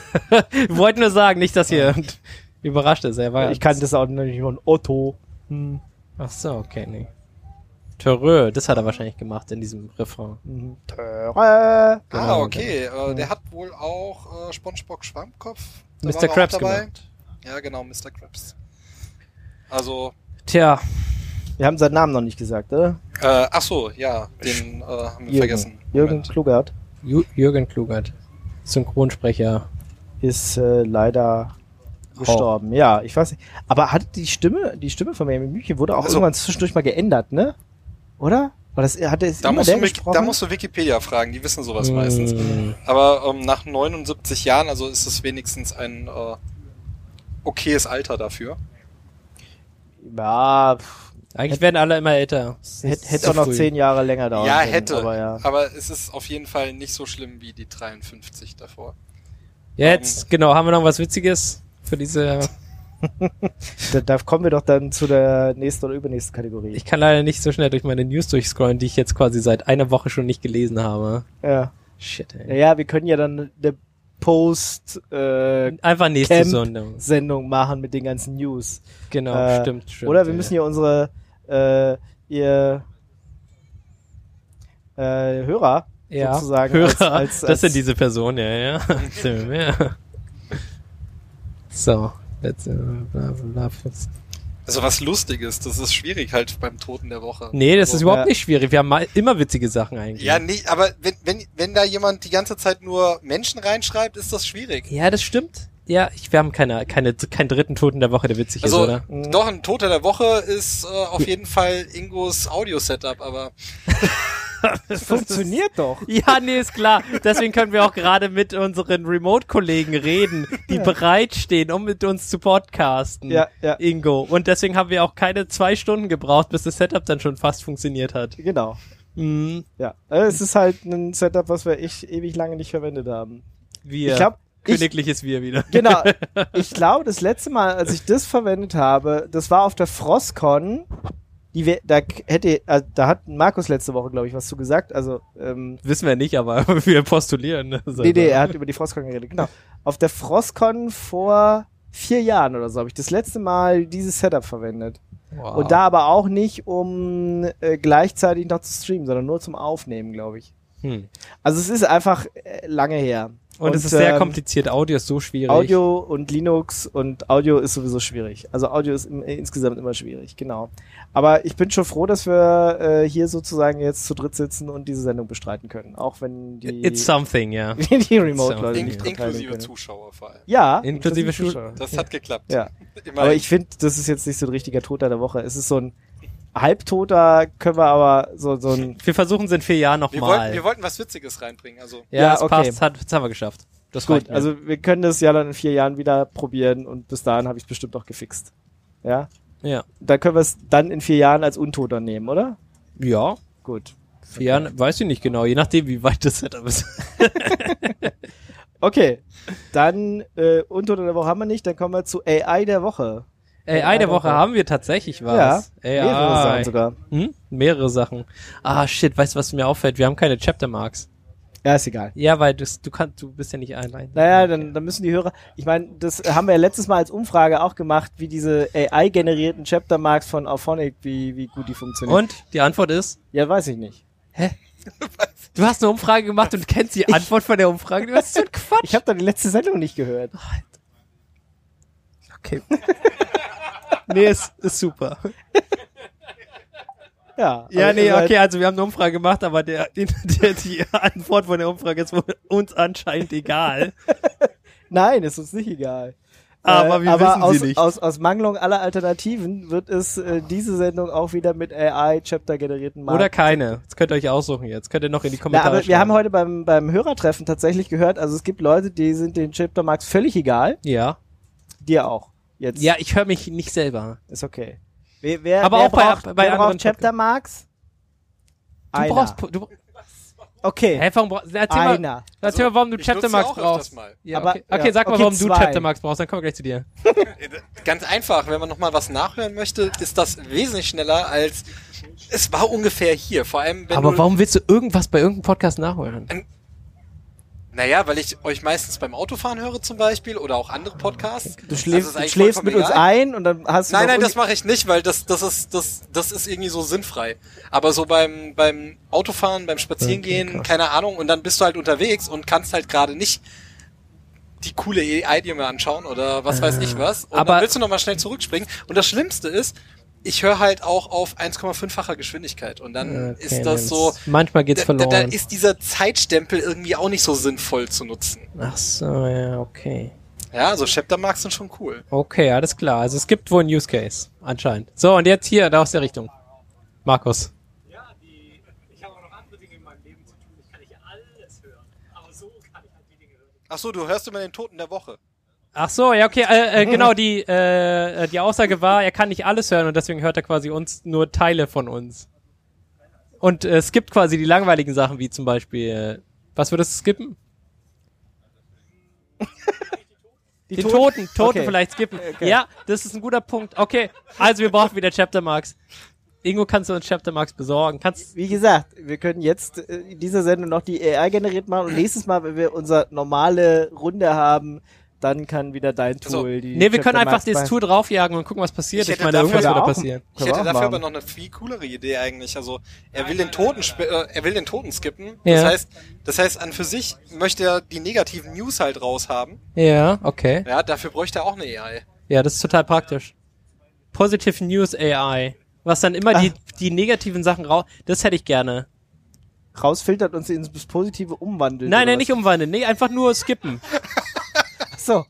[SPEAKER 3] Wir wollten nur sagen, nicht, dass ihr überrascht ist. Er war
[SPEAKER 2] ich kann das auch nicht von Otto. Hm.
[SPEAKER 3] Ach so, okay, nee. Törö, das hat er wahrscheinlich gemacht in diesem Refrain.
[SPEAKER 2] hm, Töre.
[SPEAKER 3] Genau,
[SPEAKER 4] ah, okay. Äh, der hat wohl auch äh, SpongeBob Schwammkopf. Da
[SPEAKER 3] Mr.
[SPEAKER 4] waren wir auch
[SPEAKER 3] Krabs gemacht.
[SPEAKER 4] Ja, genau, Mr. Krabs. Also,
[SPEAKER 3] Tja,
[SPEAKER 2] Wir haben seinen Namen noch nicht gesagt, oder?
[SPEAKER 4] äh, ach so, ja, den äh, haben wir vergessen.
[SPEAKER 2] Jürgen
[SPEAKER 4] Moment.
[SPEAKER 2] Klugert
[SPEAKER 3] Ju- Jürgen Klugert, Synchronsprecher.
[SPEAKER 2] ist äh, leider gestorben. Ja, ich weiß nicht. Aber hat die Stimme, die Stimme von Benjamin Blümchen wurde auch
[SPEAKER 4] Also-
[SPEAKER 2] irgendwann zwischendurch mal geändert, ne? Oder? War das, hat es
[SPEAKER 4] Da
[SPEAKER 2] immer
[SPEAKER 4] musst,
[SPEAKER 2] der
[SPEAKER 4] du, Wiki-
[SPEAKER 2] gesprochen?
[SPEAKER 4] da musst du Wikipedia fragen, die wissen sowas meistens.
[SPEAKER 3] Hm.
[SPEAKER 4] Aber ähm, nach 79 Jahren, also ist es wenigstens ein äh, okayes Alter dafür.
[SPEAKER 2] ja, pff,
[SPEAKER 3] Eigentlich werden alle immer älter. Es ist
[SPEAKER 2] hätte hätte
[SPEAKER 3] zu
[SPEAKER 2] auch noch
[SPEAKER 3] früh.
[SPEAKER 2] zehn Jahre länger dauern
[SPEAKER 4] ja,
[SPEAKER 2] können,
[SPEAKER 4] hätte,
[SPEAKER 2] Aber ja.
[SPEAKER 4] es ist auf jeden Fall nicht so schlimm wie die 53 davor.
[SPEAKER 3] Jetzt, genau, haben wir noch was Witziges für diese.
[SPEAKER 2] Da, da kommen wir doch dann zu der nächsten oder übernächsten Kategorie.
[SPEAKER 3] Ich kann leider nicht so schnell durch meine News durchscrollen, die ich jetzt quasi seit einer Woche schon nicht gelesen habe.
[SPEAKER 2] ja.
[SPEAKER 3] Shit, ey.
[SPEAKER 2] Naja, wir können ja dann eine Post-Sendung
[SPEAKER 3] Einfach nächste
[SPEAKER 2] Camp.
[SPEAKER 3] Sendung.
[SPEAKER 2] machen mit den ganzen News.
[SPEAKER 3] Genau,
[SPEAKER 2] Äh,
[SPEAKER 3] stimmt, stimmt.
[SPEAKER 2] Oder wir
[SPEAKER 3] ja.
[SPEAKER 2] müssen ja unsere äh, ihr äh, Hörer
[SPEAKER 3] ja.
[SPEAKER 2] sozusagen
[SPEAKER 3] Hörer,
[SPEAKER 2] als- als- als-
[SPEAKER 3] das sind diese Personen, ja, ja. Stimmt, ja. So, let's, äh, bla, bla, bla.
[SPEAKER 4] Also was Lustiges, das ist schwierig halt beim Toten der Woche.
[SPEAKER 3] Nee, das
[SPEAKER 4] Also,
[SPEAKER 3] ist überhaupt
[SPEAKER 2] ja.
[SPEAKER 3] nicht schwierig. Wir haben mal immer witzige Sachen eigentlich.
[SPEAKER 4] Ja, nee, aber wenn, wenn, wenn da jemand die ganze Zeit nur Menschen reinschreibt, ist das schwierig.
[SPEAKER 3] ja das stimmt. Ja, ich, wir haben keine, keine, keinen dritten Toten der Woche, der witzig ist,
[SPEAKER 4] Also
[SPEAKER 3] oder?
[SPEAKER 4] doch, ein Toter der Woche ist äh, auf jeden Fall Ingos Audio-Setup, aber
[SPEAKER 2] Das funktioniert doch.
[SPEAKER 3] Ja, nee, ist klar. Deswegen können wir auch gerade mit unseren Remote-Kollegen reden, die bereitstehen, um mit uns zu podcasten.
[SPEAKER 2] Ja, ja.
[SPEAKER 3] Ingo. Und deswegen haben wir auch keine zwei Stunden gebraucht, bis das Setup dann schon fast funktioniert hat.
[SPEAKER 2] Genau.
[SPEAKER 3] Mhm.
[SPEAKER 2] Ja. Also es ist halt ein Setup, was wir echt ewig lange nicht verwendet haben.
[SPEAKER 3] Wir.
[SPEAKER 2] Ich glaube, ich,
[SPEAKER 3] Königliches Wir wieder.
[SPEAKER 2] genau. Ich glaube, das letzte Mal, als ich das verwendet habe, das war auf der Frostcon. Die wir, da k- hätte, äh, da hat Markus letzte Woche, glaube ich, was zu gesagt. Also, ähm,
[SPEAKER 3] Wissen wir nicht, aber wir postulieren. Also,
[SPEAKER 2] nee, nee, er hat über die Frostcon geredet. Genau. Auf der Frostcon vor vier Jahren oder so habe ich das letzte Mal dieses Setup verwendet.
[SPEAKER 3] Wow.
[SPEAKER 2] Und da aber auch nicht, um äh, gleichzeitig noch zu streamen, sondern nur zum Aufnehmen, glaube ich.
[SPEAKER 3] Hm.
[SPEAKER 2] Also es ist einfach äh, lange her.
[SPEAKER 3] Und, es ist sehr
[SPEAKER 2] ähm,
[SPEAKER 3] kompliziert. Audio ist so schwierig.
[SPEAKER 2] Audio und Linux und Audio ist sowieso schwierig. Also Audio ist im, äh, insgesamt immer schwierig, genau. Aber ich bin schon froh, dass wir äh, hier sozusagen jetzt zu dritt sitzen und diese Sendung bestreiten können. Auch wenn die,
[SPEAKER 3] It's something, ja.
[SPEAKER 2] die Remote-Leute
[SPEAKER 4] in,
[SPEAKER 2] nicht dran teilnehmen
[SPEAKER 4] inklusive
[SPEAKER 2] können.
[SPEAKER 4] Zuschauer vor allem.
[SPEAKER 2] Ja,
[SPEAKER 3] Inklusive Schul-
[SPEAKER 4] Das hat geklappt.
[SPEAKER 2] Ja.
[SPEAKER 4] Immerhin.
[SPEAKER 2] Aber ich finde, das ist jetzt nicht so ein richtiger Toter der Woche. Es ist so ein halbtoter, können wir aber so, so ein
[SPEAKER 3] Wir versuchen es in vier Jahren
[SPEAKER 4] wir, wollten,
[SPEAKER 3] nochmal.
[SPEAKER 4] wir wollten was Witziges reinbringen. Also
[SPEAKER 3] Ja,
[SPEAKER 2] Ja,
[SPEAKER 3] das
[SPEAKER 2] okay.
[SPEAKER 3] passt. Hat, das haben wir geschafft. Das
[SPEAKER 2] Gut,
[SPEAKER 3] reicht mir.
[SPEAKER 2] also wir können das ja dann in vier Jahren wieder probieren und bis dahin habe ich es bestimmt noch gefixt. Ja?
[SPEAKER 3] Ja.
[SPEAKER 2] Da können wir es dann in vier Jahren als Untoter nehmen, oder?
[SPEAKER 3] Ja.
[SPEAKER 2] Gut.
[SPEAKER 3] Vier Jahren, weiß ich nicht genau, je nachdem, wie weit das Setup ist.
[SPEAKER 2] Okay, dann äh, Untoter der Woche haben wir nicht, dann kommen wir zu AI der Woche.
[SPEAKER 3] AI der Woche haben wir tatsächlich was.
[SPEAKER 2] Ja, mehrere Sachen sogar.
[SPEAKER 3] Hm? Mehrere Sachen. Ah, shit, weißt du, was mir auffällt? Wir haben keine Chaptermarks.
[SPEAKER 2] Ja, ist egal.
[SPEAKER 3] Ja, weil das, du kannst, du bist ja nicht allein.
[SPEAKER 2] Naja, dann, dann müssen die Hörer. Ich meine, das haben wir ja letztes Mal als Umfrage auch gemacht, wie diese AI-generierten Chaptermarks von Auphonic, wie, wie gut die funktionieren.
[SPEAKER 3] Und die Antwort ist,
[SPEAKER 2] Ja, weiß ich nicht.
[SPEAKER 3] du hast eine Umfrage gemacht und kennst die Antwort von der Umfrage. Du hast so ein Quatsch.
[SPEAKER 2] Ich habe da die letzte Sendung nicht gehört.
[SPEAKER 3] okay. nee, ist, ist super.
[SPEAKER 2] Ja,
[SPEAKER 3] Ja,
[SPEAKER 2] aber
[SPEAKER 3] nee,
[SPEAKER 2] ihr seid-
[SPEAKER 3] okay, also wir haben eine Umfrage gemacht, aber der, der, die Antwort von der Umfrage ist wohl uns anscheinend egal.
[SPEAKER 2] Nein, ist uns nicht egal. Äh,
[SPEAKER 3] Aber wir
[SPEAKER 2] aber
[SPEAKER 3] wissen sie
[SPEAKER 2] aus,
[SPEAKER 3] nicht.
[SPEAKER 2] Aus, aus Mangelung aller Alternativen wird es äh, diese Sendung auch wieder mit AI-Chapter-generierten
[SPEAKER 3] Oder keine. Das könnt ihr euch aussuchen jetzt. Könnt ihr noch in die
[SPEAKER 2] Na,
[SPEAKER 3] Kommentare
[SPEAKER 2] aber wir
[SPEAKER 3] schreiben.
[SPEAKER 2] haben heute beim, beim Hörertreffen tatsächlich gehört, also es gibt Leute, die sind den Chapter-Marks völlig egal.
[SPEAKER 3] Ja.
[SPEAKER 2] Dir auch. Jetzt.
[SPEAKER 3] Ja, ich höre mich nicht selber.
[SPEAKER 2] Ist okay. Wer, wer,
[SPEAKER 3] Aber
[SPEAKER 2] wer
[SPEAKER 3] auch bei-
[SPEAKER 2] braucht,
[SPEAKER 3] bei
[SPEAKER 2] wer
[SPEAKER 3] anderen
[SPEAKER 2] braucht Chapter Marks?
[SPEAKER 3] Du
[SPEAKER 2] Einer.
[SPEAKER 3] brauchst. pu- Du,
[SPEAKER 2] okay.
[SPEAKER 3] hä, warum brauchst erzähl mal,
[SPEAKER 2] Einer.
[SPEAKER 3] erzähl mal, warum du
[SPEAKER 4] ich
[SPEAKER 3] Chapter
[SPEAKER 4] nutze
[SPEAKER 3] Marks
[SPEAKER 4] auch öfters
[SPEAKER 3] brauchst.
[SPEAKER 4] mal.
[SPEAKER 3] Ja,
[SPEAKER 2] Aber-
[SPEAKER 3] okay. okay,
[SPEAKER 2] ja.
[SPEAKER 3] sag mal,
[SPEAKER 2] Okay,
[SPEAKER 3] warum du
[SPEAKER 2] zwei.
[SPEAKER 3] Chapter Marks brauchst, dann kommen wir gleich zu dir.
[SPEAKER 4] Ganz einfach, wenn man nochmal was nachhören möchte, ist das wesentlich schneller als es war ungefähr hier. Vor allem, wenn
[SPEAKER 3] Aber
[SPEAKER 4] du,
[SPEAKER 3] warum willst du irgendwas bei irgendeinem Podcast nachholen?
[SPEAKER 4] Naja, weil ich euch meistens beim Autofahren höre zum Beispiel oder auch andere Podcasts.
[SPEAKER 2] Du
[SPEAKER 4] Also ist
[SPEAKER 2] schläfst, du
[SPEAKER 4] eigentlich
[SPEAKER 2] schläfst mit uns
[SPEAKER 4] vollkommen egal.
[SPEAKER 2] ein und dann hast du.
[SPEAKER 4] Nein,
[SPEAKER 2] noch
[SPEAKER 4] nein, das
[SPEAKER 2] unge-
[SPEAKER 4] mache ich nicht, weil das, das ist, das, das ist irgendwie so sinnfrei. Aber so beim, beim Autofahren, beim Spazierengehen, keine Ahnung, und dann bist du halt unterwegs und kannst halt gerade nicht die coole AI dir mal anschauen oder was weiß ich was. Und
[SPEAKER 3] Äh, aber-
[SPEAKER 4] dann willst du nochmal schnell zurückspringen. Und das Schlimmste ist, ich höre halt auch auf 1,5-facher Geschwindigkeit. Und dann
[SPEAKER 3] Okay,
[SPEAKER 4] ist
[SPEAKER 3] dann
[SPEAKER 4] das so,
[SPEAKER 3] Manchmal geht's
[SPEAKER 4] da, da,
[SPEAKER 3] verloren.
[SPEAKER 4] da ist dieser Zeitstempel irgendwie auch nicht so sinnvoll zu nutzen.
[SPEAKER 3] Ach so, ja, okay.
[SPEAKER 4] Ja, also Chaptermarks sind schon cool.
[SPEAKER 3] Okay, alles klar. Also es gibt wohl einen Use Case, anscheinend. So, und jetzt hier, da aus der Richtung. Markus.
[SPEAKER 6] Ja, die, ich habe auch noch andere Dinge in meinem Leben zu tun. Ich kann nicht alles hören. Aber so kann ich halt die Dinge hören.
[SPEAKER 4] Ach so, du hörst immer den Toten der Woche.
[SPEAKER 3] Ach so, ja, okay, äh, äh, genau, die, äh, äh, die Aussage war, er kann nicht alles hören und deswegen hört er quasi uns nur Teile von uns. Und äh, skippt quasi die langweiligen Sachen, wie zum Beispiel, äh, was würdest du skippen? Die Den Toten, Toten
[SPEAKER 2] Okay.
[SPEAKER 3] vielleicht skippen. Ja, das ist ein guter Punkt. Okay, also wir brauchen wieder Chapter Marks. Ingo, kannst du uns Chapter Marks besorgen? Kannst,
[SPEAKER 2] Wie gesagt, wir können jetzt äh, in dieser Sendung noch die AI generiert machen und nächstes Mal, wenn wir unsere normale Runde haben, dann kann wieder dein Tool.
[SPEAKER 4] Also,
[SPEAKER 2] die
[SPEAKER 3] nee, wir können
[SPEAKER 2] Chapter
[SPEAKER 3] einfach
[SPEAKER 2] Marks
[SPEAKER 3] das
[SPEAKER 2] machen.
[SPEAKER 3] Tool draufjagen und gucken, was passiert.
[SPEAKER 4] Ich
[SPEAKER 3] Ich,
[SPEAKER 4] hätte
[SPEAKER 3] meine,
[SPEAKER 4] dafür
[SPEAKER 3] irgendwas
[SPEAKER 2] ja
[SPEAKER 3] würde
[SPEAKER 2] auch-
[SPEAKER 3] passieren.
[SPEAKER 4] Ich
[SPEAKER 2] Können wir
[SPEAKER 4] hätte
[SPEAKER 2] auch
[SPEAKER 4] dafür
[SPEAKER 2] machen.
[SPEAKER 4] aber noch eine viel coolere Idee eigentlich. Also er will den Toten, sp- äh, er will den Toten skippen.
[SPEAKER 3] Ja.
[SPEAKER 4] Das heißt, das heißt an für sich möchte er die negativen News halt raushaben.
[SPEAKER 3] Ja, okay.
[SPEAKER 4] Ja, dafür bräuchte er auch eine AI.
[SPEAKER 3] Ja, das ist total praktisch. Positive News AI. Was dann immer die, die negativen Sachen raus. Das hätte ich gerne.
[SPEAKER 2] Rausfiltert und sie ins Positive umwandelt.
[SPEAKER 3] Nein, nein,
[SPEAKER 2] oder
[SPEAKER 3] nicht umwandeln. Nee, einfach nur skippen.
[SPEAKER 2] was? So.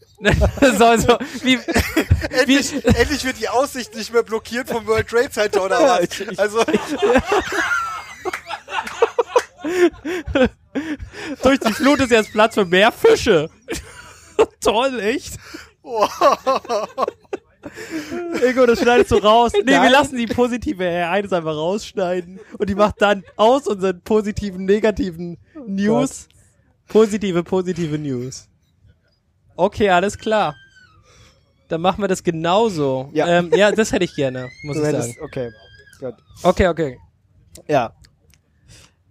[SPEAKER 3] so, so, wie, wie,
[SPEAKER 4] Endlich wird die Aussicht nicht mehr blockiert vom World Trade Center oder was? Also
[SPEAKER 3] durch die Flut ist jetzt Platz für mehr Fische. Toll, echt? Ingo, das schneidest du raus. Nee, wir
[SPEAKER 2] Nein.
[SPEAKER 3] lassen die positive AI das einfach rausschneiden. Und die macht dann aus unseren positiven, negativen
[SPEAKER 2] Oh
[SPEAKER 3] News positive, positive News. Okay, alles klar. Dann machen wir das genauso.
[SPEAKER 2] Ja.
[SPEAKER 3] ähm, ja das hätte ich gerne, muss
[SPEAKER 2] Du
[SPEAKER 3] ich
[SPEAKER 2] hättest,
[SPEAKER 3] sagen.
[SPEAKER 2] okay. Gut.
[SPEAKER 3] Okay, okay.
[SPEAKER 2] Ja.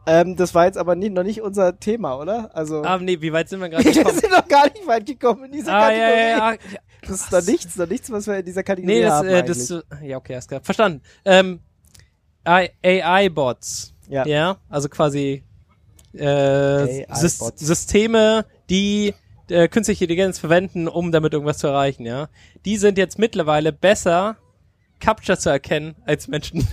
[SPEAKER 2] Ähm, das war jetzt aber nie, noch nicht unser Thema, oder? Also.
[SPEAKER 3] Ah, nee, wie weit sind wir gerade
[SPEAKER 2] wir
[SPEAKER 3] gekommen?
[SPEAKER 2] sind noch gar nicht weit gekommen in dieser
[SPEAKER 3] ah, ja,
[SPEAKER 2] Kategorie.
[SPEAKER 3] ja, ja.
[SPEAKER 2] Das ist doch nichts, doch nichts, was wir in dieser Kategorie
[SPEAKER 3] Nee, das,
[SPEAKER 2] haben.
[SPEAKER 3] äh, das,
[SPEAKER 2] eigentlich.
[SPEAKER 3] ja, okay, alles klar. Verstanden. Ähm, AI-Bots.
[SPEAKER 2] Ja.
[SPEAKER 3] ja. Also quasi, äh,
[SPEAKER 2] AI-Bots.
[SPEAKER 3] Sys Systeme, die äh, künstliche Intelligenz verwenden, um damit irgendwas zu erreichen, ja. Die sind jetzt mittlerweile besser, Capture zu erkennen, als Menschen.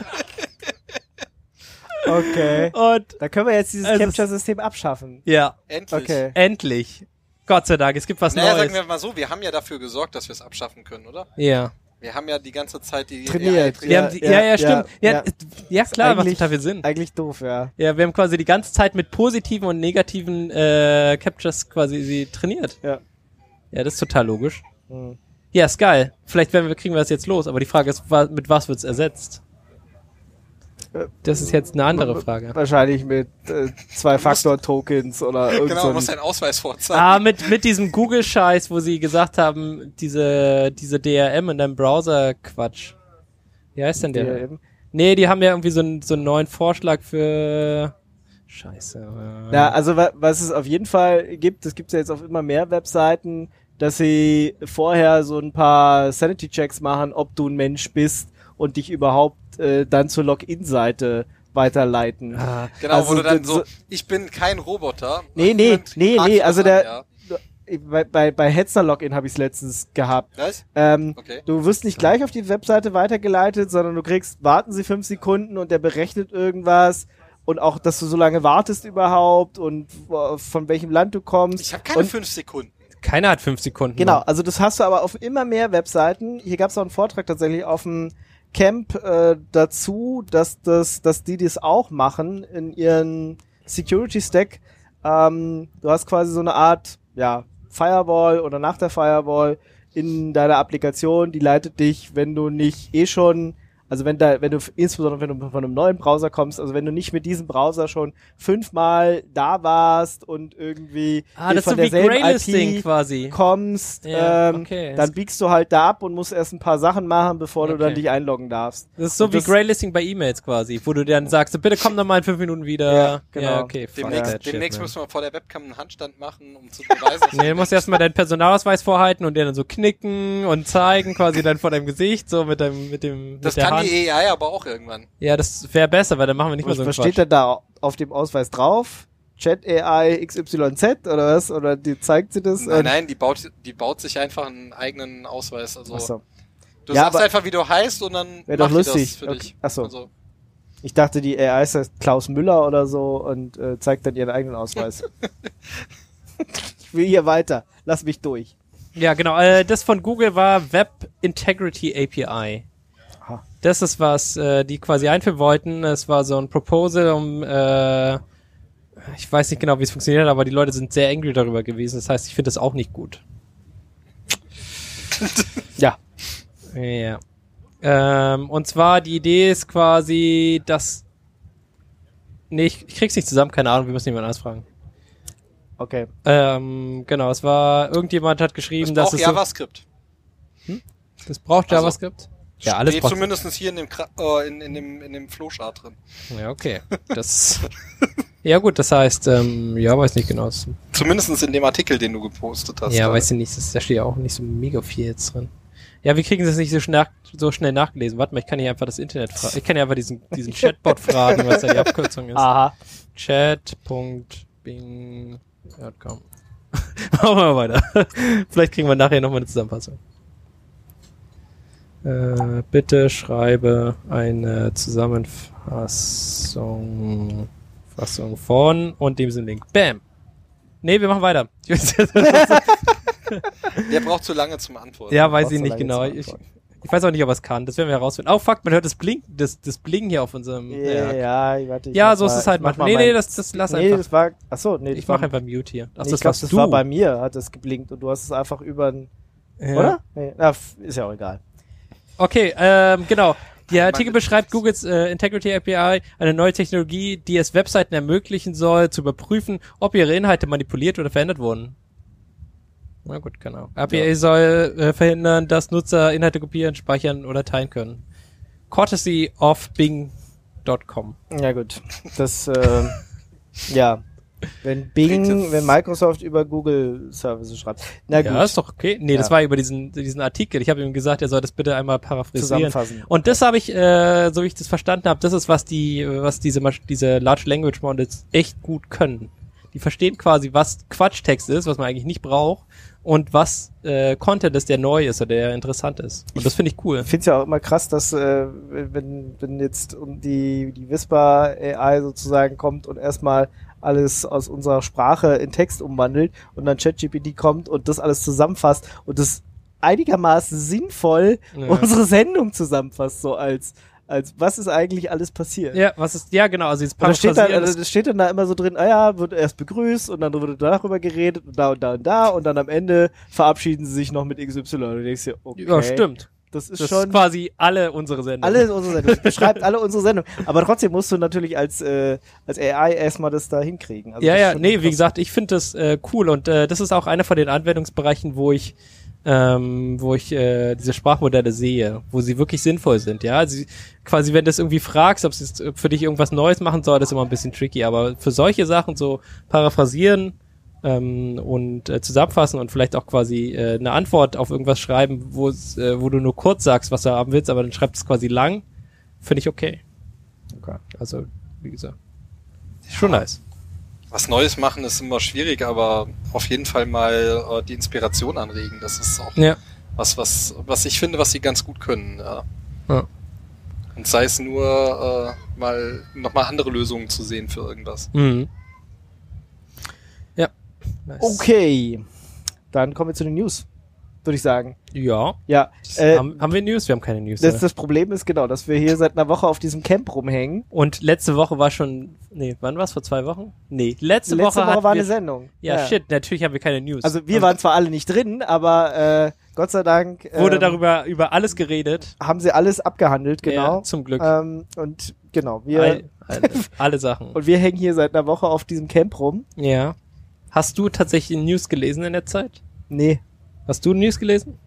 [SPEAKER 2] okay.
[SPEAKER 3] Und,
[SPEAKER 2] Da können wir jetzt dieses
[SPEAKER 3] Also Es ist-
[SPEAKER 2] Capture-System abschaffen.
[SPEAKER 3] ja,
[SPEAKER 4] endlich.
[SPEAKER 2] Okay.
[SPEAKER 3] endlich. Gott sei Dank, es gibt was
[SPEAKER 4] Naja,
[SPEAKER 3] Neues.
[SPEAKER 4] sagen wir mal so, wir haben ja dafür gesorgt, dass wir es abschaffen können, oder?
[SPEAKER 3] ja.
[SPEAKER 4] Wir haben ja die ganze Zeit die
[SPEAKER 2] Trainiert,
[SPEAKER 4] AI
[SPEAKER 3] Wir
[SPEAKER 2] Ja,
[SPEAKER 3] haben die, ja,
[SPEAKER 2] ja,
[SPEAKER 3] ja,
[SPEAKER 2] ja,
[SPEAKER 3] stimmt. Ja,
[SPEAKER 2] ja.
[SPEAKER 3] ja, klar, macht
[SPEAKER 2] Eigentlich-
[SPEAKER 3] total viel Sinn.
[SPEAKER 2] Eigentlich doof, ja.
[SPEAKER 3] Ja, wir haben quasi die ganze Zeit mit positiven und negativen äh, Captures quasi sie trainiert.
[SPEAKER 2] Ja.
[SPEAKER 3] Ja, das ist total logisch.
[SPEAKER 2] Mhm.
[SPEAKER 3] Ja, ist geil. Vielleicht werden wir, kriegen wir das jetzt los, aber die Frage ist, wa- mit was wird's ersetzt?
[SPEAKER 2] Äh,
[SPEAKER 3] Das ist jetzt eine andere Frage.
[SPEAKER 2] Wahrscheinlich mit äh, Zwei-Faktor-Tokens oder irgend
[SPEAKER 4] Genau,
[SPEAKER 2] so
[SPEAKER 4] man
[SPEAKER 2] ein-
[SPEAKER 4] muss einen Ausweis vorzeigen.
[SPEAKER 3] Ah, mit, mit diesem Google-Scheiß, wo sie gesagt haben, diese, diese DRM in deinem Browser-Quatsch. Wie heißt denn der?
[SPEAKER 2] DRM?
[SPEAKER 3] Nee, die haben ja irgendwie so einen, so einen neuen Vorschlag für... Scheiße. äh,
[SPEAKER 2] Na, also wa was es auf jeden Fall gibt, das gibt es ja jetzt auf immer mehr Webseiten, dass sie vorher so ein paar Sanity-Checks machen, ob du ein Mensch bist und dich überhaupt äh, dann zur Login-Seite weiterleiten.
[SPEAKER 3] Ah,
[SPEAKER 4] Genau,
[SPEAKER 2] Also,
[SPEAKER 4] wo du dann
[SPEAKER 2] das-
[SPEAKER 4] so, ich bin kein Roboter.
[SPEAKER 2] Nee, nee,
[SPEAKER 4] Und
[SPEAKER 2] nee,
[SPEAKER 4] fragst
[SPEAKER 2] nee,
[SPEAKER 4] was
[SPEAKER 2] also
[SPEAKER 4] an,
[SPEAKER 2] der-
[SPEAKER 4] ja.
[SPEAKER 2] Bei, bei, bei Hetzner-Login habe ich es letztens gehabt.
[SPEAKER 4] Was?
[SPEAKER 2] Ähm,
[SPEAKER 4] Okay.
[SPEAKER 2] Du wirst nicht gleich auf die Webseite weitergeleitet, sondern du kriegst, warten Sie fünf Sekunden und der berechnet irgendwas und auch, dass du so lange wartest überhaupt und wo- von welchem Land du kommst.
[SPEAKER 4] Ich habe keine
[SPEAKER 2] und,
[SPEAKER 4] fünf Sekunden.
[SPEAKER 3] Keiner hat fünf Sekunden.
[SPEAKER 2] Genau, also das hast du aber auf immer mehr Webseiten. Hier gab es auch einen Vortrag tatsächlich auf dem Camp äh, dazu, dass, das, dass die das auch machen in ihren Security Stack. Ähm, du hast quasi so eine Art, ja, Firewall oder nach der Firewall in deiner Applikation, die leitet dich, wenn du nicht eh schon, also wenn da, wenn du, insbesondere wenn du von einem neuen Browser kommst, also wenn du nicht mit diesem Browser schon fünfmal da warst und irgendwie
[SPEAKER 3] Ah,
[SPEAKER 2] eh
[SPEAKER 3] das ist so wie Greylisting quasi.
[SPEAKER 2] kommst,
[SPEAKER 3] Ja,
[SPEAKER 2] ähm,
[SPEAKER 3] okay.
[SPEAKER 2] dann biegst du halt da ab und musst erst ein paar Sachen machen, bevor du
[SPEAKER 3] Okay.
[SPEAKER 2] dann dich einloggen darfst.
[SPEAKER 3] Das ist so
[SPEAKER 2] Und
[SPEAKER 3] wie
[SPEAKER 2] das-
[SPEAKER 3] Greylisting bei E-Mails quasi, wo du dann sagst, bitte komm dann mal in fünf Minuten wieder.
[SPEAKER 2] Ja, genau.
[SPEAKER 3] okay, fuck
[SPEAKER 4] Demnächst,
[SPEAKER 3] that shit,
[SPEAKER 4] demnächst
[SPEAKER 3] man.
[SPEAKER 4] müssen wir vor der Webcam einen Handstand machen, um zu beweisen, dass
[SPEAKER 3] Nee, du musst erstmal deinen Personalausweis vorhalten und dir dann so knicken und zeigen, quasi dann vor deinem Gesicht, so mit deinem, mit dem,
[SPEAKER 4] Das
[SPEAKER 3] mit der
[SPEAKER 4] kann
[SPEAKER 3] Hand.
[SPEAKER 4] die E- AI aber auch irgendwann.
[SPEAKER 3] Ja, das wäre besser, weil dann machen wir nicht mehr so einen
[SPEAKER 2] was
[SPEAKER 3] Quatsch.
[SPEAKER 2] steht denn da auf dem Ausweis drauf? Chat AI XYZ oder was? Oder die zeigt sie das? Ähm,
[SPEAKER 4] Nein,
[SPEAKER 2] Und-
[SPEAKER 4] nein, die baut, die baut sich einfach einen eigenen Ausweis. Also
[SPEAKER 2] Ach so.
[SPEAKER 4] du
[SPEAKER 2] Ja,
[SPEAKER 4] sagst
[SPEAKER 2] aber-
[SPEAKER 4] einfach, wie du heißt und dann
[SPEAKER 2] Wär
[SPEAKER 4] macht
[SPEAKER 2] doch
[SPEAKER 4] die
[SPEAKER 2] lustig.
[SPEAKER 4] das für
[SPEAKER 2] Okay.
[SPEAKER 4] dich.
[SPEAKER 2] Ach so.
[SPEAKER 4] Also,
[SPEAKER 2] Ich dachte, die AI ist das halt Klaus Müller oder so und äh, zeigt dann ihren eigenen Ausweis. ich will hier weiter. Lass mich durch.
[SPEAKER 3] Ja, genau. Äh, das von Google war Web Integrity API.
[SPEAKER 2] Aha.
[SPEAKER 3] Das ist was, äh, die quasi einführen wollten. Es war so ein Proposal, um äh, ich weiß nicht genau, wie es funktioniert, aber die Leute sind sehr angry darüber gewesen. Das heißt, ich finde das auch nicht gut.
[SPEAKER 2] Ja.
[SPEAKER 3] Ja. Ähm, und zwar die Idee ist quasi, dass nee, ich, ich krieg's nicht zusammen, keine Ahnung, wir müssen jemanden anders fragen.
[SPEAKER 2] Okay.
[SPEAKER 3] Ähm, genau, es war irgendjemand hat
[SPEAKER 4] das
[SPEAKER 3] geschrieben, dass
[SPEAKER 4] braucht
[SPEAKER 3] es so,
[SPEAKER 4] JavaScript.
[SPEAKER 3] das braucht
[SPEAKER 4] Also-
[SPEAKER 3] JavaScript. ja, alles
[SPEAKER 4] Steht
[SPEAKER 3] braucht
[SPEAKER 4] zumindest hier in dem, Kra- äh, in, in dem, in dem Flowchart drin.
[SPEAKER 3] Ja, okay. Das. ja, gut, das heißt, ähm, ja, weiß nicht genau. Das,
[SPEAKER 4] Zumindest in dem Artikel, den du gepostet hast.
[SPEAKER 3] ja,
[SPEAKER 4] Da.
[SPEAKER 3] weiß ich nicht, das, da steht ja auch nicht so mega viel jetzt drin. Ja, wir kriegen das nicht so, schnell- so schnell nachgelesen. Warte mal, ich kann hier einfach das Internet fragen. Ich kann hier einfach diesen, diesen Chatbot fragen, was da die Abkürzung ist.
[SPEAKER 2] Aha.
[SPEAKER 3] Chat.bing.com. Machen wir mal weiter. Vielleicht kriegen wir nachher nochmal eine Zusammenfassung. Äh, bitte schreibe eine Zusammenfassung Fassung von und dem sind Link. Bam! Nee, wir machen weiter. Ich weiß-
[SPEAKER 4] Der braucht zu lange zum Antworten.
[SPEAKER 3] ja, weiß
[SPEAKER 2] braucht
[SPEAKER 3] ich
[SPEAKER 2] so
[SPEAKER 3] nicht
[SPEAKER 2] lange
[SPEAKER 3] genau.
[SPEAKER 2] zum
[SPEAKER 3] Ich, ich weiß auch nicht, ob er es kann. Das werden wir herausfinden. Oh fuck, man hört das Blinken, das, das Blinken hier auf unserem.
[SPEAKER 2] Ja,
[SPEAKER 3] Ja, okay.
[SPEAKER 2] ja, ich warte. Ich
[SPEAKER 3] ja
[SPEAKER 2] mach
[SPEAKER 3] so ist
[SPEAKER 2] mal-
[SPEAKER 3] es halt
[SPEAKER 2] ich mach
[SPEAKER 3] manchmal.
[SPEAKER 2] mal
[SPEAKER 3] Nee, nee,
[SPEAKER 2] mein-
[SPEAKER 3] das, das lass
[SPEAKER 2] nee,
[SPEAKER 3] einfach.
[SPEAKER 2] das war. Achso, nee,
[SPEAKER 3] ich
[SPEAKER 2] war-
[SPEAKER 3] mach einfach Mute hier. Ach,
[SPEAKER 2] nee,
[SPEAKER 3] das
[SPEAKER 2] ich glaub,
[SPEAKER 3] warst
[SPEAKER 2] das
[SPEAKER 3] du.
[SPEAKER 2] war bei mir, hat das geblinkt und du hast es einfach über ein.
[SPEAKER 3] ja.
[SPEAKER 2] Oder? Nee, na, f- ist ja auch egal.
[SPEAKER 3] Okay, ähm, genau. Der Artikel beschreibt Googles äh, Integrity API, eine neue Technologie, die es Webseiten ermöglichen soll, zu überprüfen, ob ihre Inhalte manipuliert oder verändert wurden. Na gut, genau. API soll äh, verhindern, dass Nutzer Inhalte kopieren, speichern oder teilen können. Courtesy of Bing.com.
[SPEAKER 2] Ja, gut. Das, äh, ja. Wenn Bing,
[SPEAKER 4] Drittes.
[SPEAKER 2] wenn Microsoft über Google Services schreibt. Na gut.
[SPEAKER 3] Ja, ist doch okay. Nee, das
[SPEAKER 2] Ja.
[SPEAKER 3] war über diesen, diesen Artikel. Ich habe ihm gesagt, er soll das bitte einmal paraphrasieren.
[SPEAKER 2] Zusammenfassen.
[SPEAKER 3] Und das habe ich, äh, so wie ich das verstanden habe, das ist, was die, was diese, Masch- diese Large Language Models echt gut können. Die verstehen quasi, was Quatschtext ist, was man eigentlich nicht braucht, und was äh, Content ist, der neu ist oder der interessant ist. Und das finde ich cool.
[SPEAKER 2] Ich finde es ja auch immer krass, dass äh, wenn, wenn jetzt um die, die Whisper AI sozusagen kommt und erstmal alles aus unserer Sprache in Text umwandelt und dann ChatGPT kommt und das alles zusammenfasst und das einigermaßen sinnvoll
[SPEAKER 3] Ja.
[SPEAKER 2] unsere Sendung zusammenfasst, so als, als was ist eigentlich alles passiert.
[SPEAKER 3] Ja, was ist, ja genau, also jetzt
[SPEAKER 2] Und das steht, dann,
[SPEAKER 3] paraphrasieren.
[SPEAKER 2] also das steht dann da immer so drin, ah ja, wird erst begrüßt und dann wird darüber geredet und da und da und da und dann am Ende verabschieden sie sich noch mit XY. Und du denkst dir, okay,
[SPEAKER 3] das- ja, stimmt.
[SPEAKER 2] das ist
[SPEAKER 3] Das
[SPEAKER 2] schon
[SPEAKER 3] ist quasi alle unsere Sendungen.
[SPEAKER 2] alle unsere Sendung. Das beschreibt alle unsere Sendung. Aber trotzdem musst du natürlich als, äh, als AI erstmal das da hinkriegen. Also
[SPEAKER 3] ja,
[SPEAKER 2] das ist
[SPEAKER 3] ja,
[SPEAKER 2] schon
[SPEAKER 3] nee,
[SPEAKER 2] krass.
[SPEAKER 3] wie gesagt, ich finde das äh, cool und äh, das ist auch einer von den Anwendungsbereichen, wo ich ähm, wo ich äh, diese Sprachmodelle sehe, wo sie wirklich sinnvoll sind, ja. Sie, quasi, wenn du es irgendwie fragst, ob sie jetzt, äh, für dich irgendwas Neues machen soll, das ist immer ein bisschen tricky, aber für solche Sachen so paraphrasieren ähm, und äh, zusammenfassen und vielleicht auch quasi äh, eine Antwort auf irgendwas schreiben, wo es, äh, wo du nur kurz sagst, was du haben willst, aber dann schreibst du es quasi lang, finde ich okay. Okay. Also, wie gesagt. ist
[SPEAKER 2] Ah.
[SPEAKER 3] Schon nice.
[SPEAKER 4] Was Neues machen ist immer schwierig, aber auf jeden Fall mal äh, die Inspiration anregen. Das ist auch
[SPEAKER 3] Ja.
[SPEAKER 4] was, was, was ich finde, was sie ganz gut können. Ja.
[SPEAKER 3] Ja.
[SPEAKER 4] Und sei es nur äh, mal nochmal andere Lösungen zu sehen für irgendwas.
[SPEAKER 3] Mhm. Ja. Nice.
[SPEAKER 2] Okay. Dann kommen wir zu den News. würde ich sagen.
[SPEAKER 3] Ja.
[SPEAKER 2] Ja, äh,
[SPEAKER 3] haben, haben wir News? Wir haben keine News.
[SPEAKER 2] das,
[SPEAKER 3] oder?
[SPEAKER 2] das Problem ist genau, dass wir hier seit einer Woche auf diesem Camp rumhängen.
[SPEAKER 3] Und letzte Woche war schon. Nee, wann war's? Vor zwei Wochen? Nee, letzte,
[SPEAKER 2] Letzte Woche,
[SPEAKER 3] hatten
[SPEAKER 2] war
[SPEAKER 3] wir,
[SPEAKER 2] eine Sendung.
[SPEAKER 3] Ja, shit, natürlich haben wir keine News.
[SPEAKER 2] Also wir
[SPEAKER 3] Und
[SPEAKER 2] waren zwar alle nicht drin, aber äh, Gott sei Dank ähm,
[SPEAKER 3] Wurde darüber über alles geredet.
[SPEAKER 2] haben sie alles abgehandelt, genau.
[SPEAKER 3] Ja, zum Glück.
[SPEAKER 2] Ähm, und genau, wir
[SPEAKER 3] All, alle, alle Sachen.
[SPEAKER 2] und wir hängen hier seit einer Woche auf diesem Camp rum.
[SPEAKER 3] Ja. Hast du tatsächlich News gelesen in der Zeit?
[SPEAKER 2] Nee,
[SPEAKER 3] Hast du News gelesen?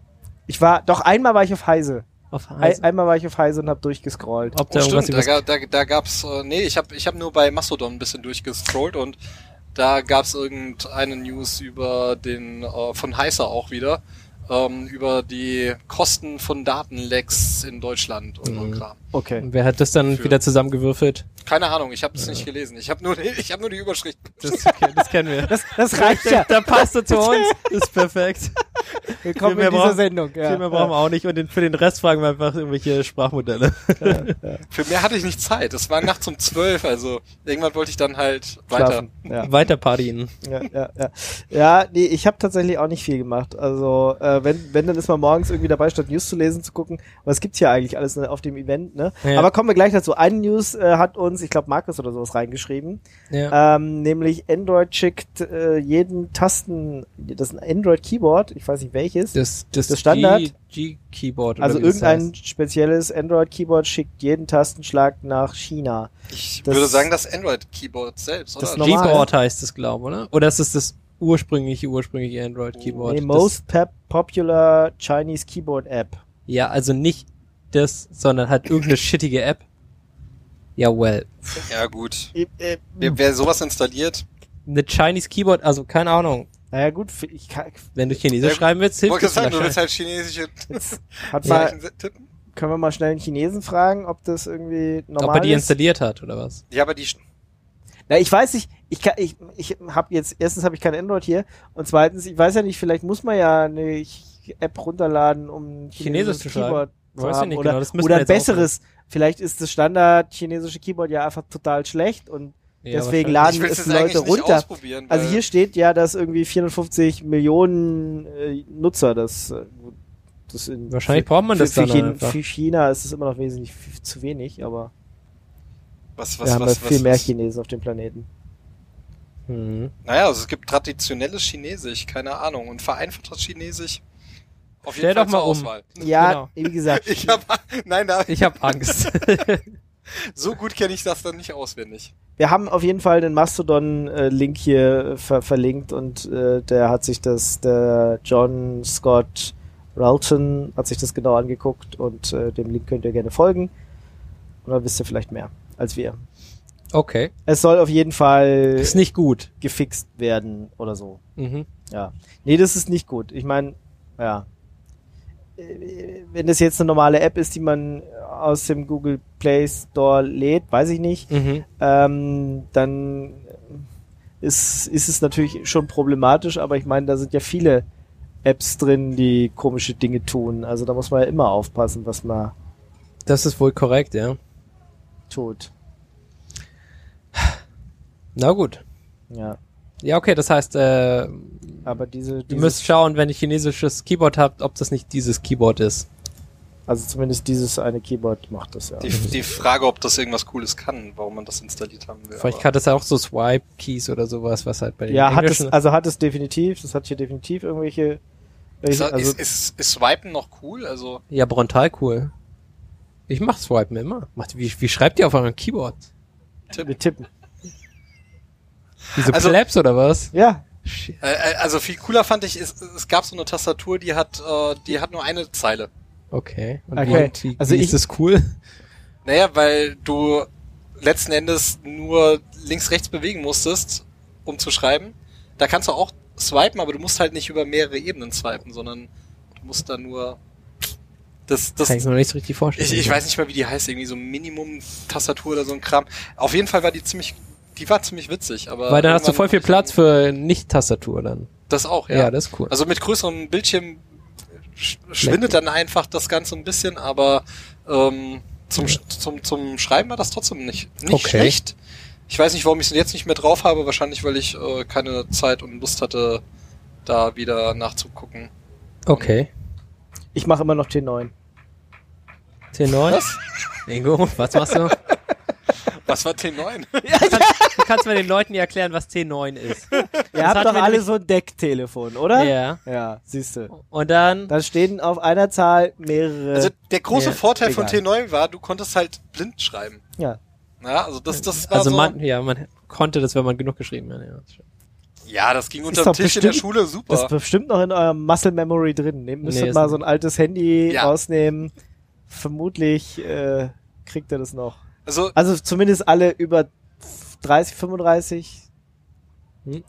[SPEAKER 2] ich war doch einmal war ich auf Heise.
[SPEAKER 3] Auf
[SPEAKER 2] Ei-
[SPEAKER 3] Heise?
[SPEAKER 2] einmal war ich auf Heise und habe durchgescrollt.
[SPEAKER 3] Ob da
[SPEAKER 4] Oh,
[SPEAKER 3] irgendwas
[SPEAKER 4] stimmt, da,
[SPEAKER 3] über
[SPEAKER 4] ga- da, da gab's, äh, nee, ich habe ich hab nur bei Mastodon ein bisschen durchgescrollt und da gab's irgendeine News über den, äh, von Heiser auch wieder, ähm, über die Kosten von Datenlecks in Deutschland und so ein Kram.
[SPEAKER 2] Okay.
[SPEAKER 3] Und wer hat das dann
[SPEAKER 4] Für-
[SPEAKER 3] wieder zusammengewürfelt?
[SPEAKER 4] Keine Ahnung, ich habe das nicht gelesen. Ich habe nur, die- ich habe nur die Überschrift.
[SPEAKER 3] Das, das kennen wir. Das,
[SPEAKER 2] Das reicht ja.
[SPEAKER 3] da passt er zu uns. Ist perfekt.
[SPEAKER 2] Willkommen
[SPEAKER 3] viel mehr
[SPEAKER 2] in dieser
[SPEAKER 3] brauchen-
[SPEAKER 2] Sendung. Ja.
[SPEAKER 3] Viel mehr brauchen wir auch nicht. Und den, für den Rest fragen wir einfach irgendwelche Sprachmodelle.
[SPEAKER 4] Für mehr hatte ich nicht Zeit. Es war nachts um zwölf, also irgendwann wollte ich dann halt
[SPEAKER 2] Ja.
[SPEAKER 4] weiter.
[SPEAKER 2] Schlafen. Ja.
[SPEAKER 3] Weiter partyen.
[SPEAKER 2] ja, ja, ja. ja, nee, ich habe tatsächlich auch nicht viel gemacht. Also, äh, wenn, wenn, dann ist man morgens irgendwie dabei, statt News zu lesen, zu gucken, was gibt's hier eigentlich alles ne, auf dem Event, ne?
[SPEAKER 3] Ja.
[SPEAKER 2] Aber kommen wir gleich dazu. Eine News äh, hat uns, ich glaube, Markus oder sowas reingeschrieben,
[SPEAKER 3] Ja.
[SPEAKER 2] ähm, nämlich Android schickt äh, jeden Tasten, das ist ein Android-Keyboard, ich weiß nicht welches,
[SPEAKER 3] Das, das,
[SPEAKER 2] das Standard-
[SPEAKER 3] G-Keyboard.
[SPEAKER 2] also irgendein spezielles Android-Keyboard schickt jeden Tastenschlag nach China.
[SPEAKER 4] Ich
[SPEAKER 2] Das-
[SPEAKER 4] würde sagen, das Android-Keyboard selbst,
[SPEAKER 2] Das
[SPEAKER 4] oder?
[SPEAKER 2] normal-
[SPEAKER 3] G-Board heißt es, glaube ich, oder? Oder ist es das ursprüngliche, ursprüngliche Android-Keyboard?
[SPEAKER 2] Nee,
[SPEAKER 3] Das-
[SPEAKER 2] most pep- popular Chinese Keyboard App.
[SPEAKER 3] Ja, also nicht das, sondern halt irgendeine shittige App. Ja, well.
[SPEAKER 4] ja gut.
[SPEAKER 2] Äh, äh,
[SPEAKER 4] Wer, wer sowas installiert,
[SPEAKER 3] Eine Chinese Keyboard, also keine Ahnung.
[SPEAKER 2] Naja gut, f- ich kann,
[SPEAKER 3] Wenn du Chinesisch
[SPEAKER 4] Ja,
[SPEAKER 3] schreiben willst, hilft
[SPEAKER 4] wollte
[SPEAKER 3] das
[SPEAKER 4] sagen, du willst
[SPEAKER 3] wahrscheinlich.
[SPEAKER 4] halt chinesische
[SPEAKER 2] hat mal,
[SPEAKER 4] Zeichen tippen.
[SPEAKER 2] Können wir mal schnell einen Chinesen fragen, ob das irgendwie normal
[SPEAKER 3] Ob er die
[SPEAKER 2] ist?
[SPEAKER 3] installiert hat, oder was?
[SPEAKER 4] Ja, aber die
[SPEAKER 2] Na, ich weiß nicht. Ich kann, ich, ich habe jetzt erstens habe ich kein Android hier und zweitens ich weiß ja nicht. Vielleicht muss man ja eine Ch- App runterladen, um ein
[SPEAKER 3] Chinesisch
[SPEAKER 2] chinesisches
[SPEAKER 3] zu schreiben.
[SPEAKER 2] Keyboard zu
[SPEAKER 3] Weiß ich
[SPEAKER 2] haben
[SPEAKER 3] nicht
[SPEAKER 2] oder
[SPEAKER 3] genau, das müssen
[SPEAKER 2] oder
[SPEAKER 3] wir
[SPEAKER 2] ein
[SPEAKER 3] jetzt auch-
[SPEAKER 2] besseres. Vielleicht ist das Standard chinesische Keyboard ja einfach total schlecht und
[SPEAKER 3] Ja,
[SPEAKER 2] deswegen
[SPEAKER 3] wahrscheinlich.
[SPEAKER 2] laden
[SPEAKER 4] ich will
[SPEAKER 2] es
[SPEAKER 4] das eigentlich
[SPEAKER 2] Leute
[SPEAKER 4] nicht
[SPEAKER 2] runter.
[SPEAKER 4] ausprobieren.
[SPEAKER 2] Also
[SPEAKER 4] weil-
[SPEAKER 2] hier steht ja, dass irgendwie 450 Millionen äh, Nutzer das. äh, das in,
[SPEAKER 3] Wahrscheinlich braucht man
[SPEAKER 2] für,
[SPEAKER 3] das
[SPEAKER 2] für,
[SPEAKER 3] dann
[SPEAKER 2] Chin,
[SPEAKER 3] einfach.
[SPEAKER 2] für China ist es immer noch wesentlich f- zu wenig, aber
[SPEAKER 4] was,
[SPEAKER 2] wir
[SPEAKER 4] was,
[SPEAKER 2] haben
[SPEAKER 4] was,
[SPEAKER 2] ja
[SPEAKER 4] was,
[SPEAKER 2] viel mehr
[SPEAKER 4] was-
[SPEAKER 2] Chinesen auf dem Planeten.
[SPEAKER 3] Hm.
[SPEAKER 4] Naja, also es gibt traditionelles Chinesisch, keine Ahnung. Und vereinfachtes Chinesisch auf
[SPEAKER 3] Stell
[SPEAKER 4] jeden
[SPEAKER 3] doch
[SPEAKER 4] Fall
[SPEAKER 3] mal
[SPEAKER 4] zur
[SPEAKER 3] um.
[SPEAKER 4] Auswahl.
[SPEAKER 2] Ja, wie gesagt.
[SPEAKER 4] genau. Ich hab, nein, da,
[SPEAKER 3] Ich habe Angst.
[SPEAKER 4] so gut kenne ich das dann nicht auswendig.
[SPEAKER 2] wir haben auf jeden Fall den Mastodon-Link hier äh, ver verlinkt und äh, der hat sich das, der John Scott Ralton hat sich das genau angeguckt und äh, dem Link könnt ihr gerne folgen. Und dann wisst ihr vielleicht mehr als wir.
[SPEAKER 3] okay.
[SPEAKER 2] Es soll auf jeden Fall
[SPEAKER 3] Ist nicht gut.
[SPEAKER 2] gefixt werden oder so.
[SPEAKER 3] Mhm.
[SPEAKER 2] Ja. Nee, das ist nicht gut. Ich meine, ja. Äh, Wenn das jetzt eine normale App ist, die man aus dem Google Play Store lädt, weiß ich nicht.
[SPEAKER 3] Mhm.
[SPEAKER 2] ähm, dann ist, ist es natürlich schon problematisch, aber ich meine, da sind ja viele Apps drin, die komische Dinge tun. Also da muss man ja immer aufpassen, was man
[SPEAKER 3] Das ist wohl korrekt, ja.
[SPEAKER 2] tut.
[SPEAKER 3] Na gut.
[SPEAKER 2] Ja.
[SPEAKER 3] Ja, okay, das heißt, äh, ihr
[SPEAKER 2] Aber diese,
[SPEAKER 3] müsst
[SPEAKER 2] dieses,
[SPEAKER 3] schauen, wenn ihr chinesisches Keyboard habt, ob das nicht dieses Keyboard ist.
[SPEAKER 2] also zumindest dieses eine Keyboard macht das ja.
[SPEAKER 4] Die, die Frage, ob das irgendwas Cooles kann, warum man das installiert haben will.
[SPEAKER 3] Vielleicht
[SPEAKER 4] aber-
[SPEAKER 3] hat das ja auch so Swipe-Keys oder sowas, was halt bei den
[SPEAKER 2] Ja, hat es,
[SPEAKER 3] Englischen...
[SPEAKER 2] also hat es definitiv, das hat hier definitiv irgendwelche,
[SPEAKER 4] ist,
[SPEAKER 2] welche, also
[SPEAKER 4] ist, ist, ist Swipen noch cool? Also,
[SPEAKER 3] Ja, Brontal cool. Ich mach Swipen immer. Macht, wie, wie schreibt ihr auf eurem Keyboard?
[SPEAKER 2] mit Tippen.
[SPEAKER 3] Diese
[SPEAKER 4] Also-
[SPEAKER 3] Plebs oder was?
[SPEAKER 2] Ja,
[SPEAKER 4] äh, äh, also viel cooler fand ich, es, es gab so eine Tastatur, die hat, äh, die hat nur eine Zeile.
[SPEAKER 3] Okay. Und
[SPEAKER 2] Okay.
[SPEAKER 3] Wie, wie,
[SPEAKER 2] Also
[SPEAKER 3] also
[SPEAKER 2] ich-
[SPEAKER 3] ist das cool?
[SPEAKER 4] Naja, weil du letzten Endes nur links-rechts bewegen musstest, um zu schreiben. Da kannst du auch swipen, aber du musst halt nicht über mehrere Ebenen swipen, sondern du musst da nur das, das,
[SPEAKER 3] Kann ich
[SPEAKER 4] ich,
[SPEAKER 3] mir noch nicht so richtig vorstellen.
[SPEAKER 4] ich, weiß nicht mal, wie die heißt, irgendwie so Minimum-Tastatur oder so ein Kram. Auf jeden Fall war die ziemlich, die war ziemlich witzig, aber.
[SPEAKER 3] Weil dann hast du
[SPEAKER 4] irgendwann
[SPEAKER 3] voll viel
[SPEAKER 4] hab ich dann-
[SPEAKER 3] Platz für Nicht-Tastatur dann.
[SPEAKER 4] Das auch,
[SPEAKER 3] Ja,
[SPEAKER 4] ja.
[SPEAKER 3] das ist cool.
[SPEAKER 4] also mit größerem Bildschirm sch- schwindet dann einfach das Ganze ein bisschen, aber ähm, zum, Sch- zum, zum Schreiben war das trotzdem nicht, nicht
[SPEAKER 3] Okay.
[SPEAKER 4] schlecht. Ich weiß nicht, warum ich es jetzt nicht mehr drauf habe. Wahrscheinlich, weil ich äh, keine Zeit und Lust hatte, da wieder nachzugucken.
[SPEAKER 3] Okay.
[SPEAKER 2] Ich mache immer noch T9.
[SPEAKER 3] T9? Ingo, was machst du?
[SPEAKER 4] Was war T9?
[SPEAKER 2] Äh,
[SPEAKER 3] Du kannst mir den Leuten ja erklären, was T9 ist.
[SPEAKER 2] Ihr
[SPEAKER 3] hat
[SPEAKER 2] habt doch
[SPEAKER 3] mir
[SPEAKER 2] alle
[SPEAKER 3] nämlich-
[SPEAKER 2] so ein Decktelefon, oder?
[SPEAKER 3] Ja.
[SPEAKER 2] Ja, siehst du.
[SPEAKER 3] Und dann,
[SPEAKER 2] Da stehen auf einer Zahl mehrere.
[SPEAKER 4] Also der große
[SPEAKER 3] nee,
[SPEAKER 4] Vorteil von
[SPEAKER 2] egal.
[SPEAKER 4] T9 war, du konntest halt blind schreiben.
[SPEAKER 2] ja.
[SPEAKER 4] Ja, also das,
[SPEAKER 2] Äh,
[SPEAKER 4] das war
[SPEAKER 3] also
[SPEAKER 4] so,
[SPEAKER 3] man, ja, man konnte das, wenn man genug geschrieben hat. Ja.
[SPEAKER 4] ja, das ging
[SPEAKER 2] Ist
[SPEAKER 4] unterm
[SPEAKER 2] doch
[SPEAKER 4] Tisch in der
[SPEAKER 2] bestimmt-
[SPEAKER 4] Schule
[SPEAKER 2] Das ist
[SPEAKER 4] super.
[SPEAKER 2] bestimmt noch in eurem Muscle Memory drin. Ihr müsstet
[SPEAKER 3] Nee, ist
[SPEAKER 2] mal
[SPEAKER 3] nicht.
[SPEAKER 2] so ein altes Handy
[SPEAKER 4] Ja.
[SPEAKER 2] rausnehmen. Vermutlich äh, kriegt ihr das noch.
[SPEAKER 4] Also,
[SPEAKER 2] Also zumindest alle über 30, 35.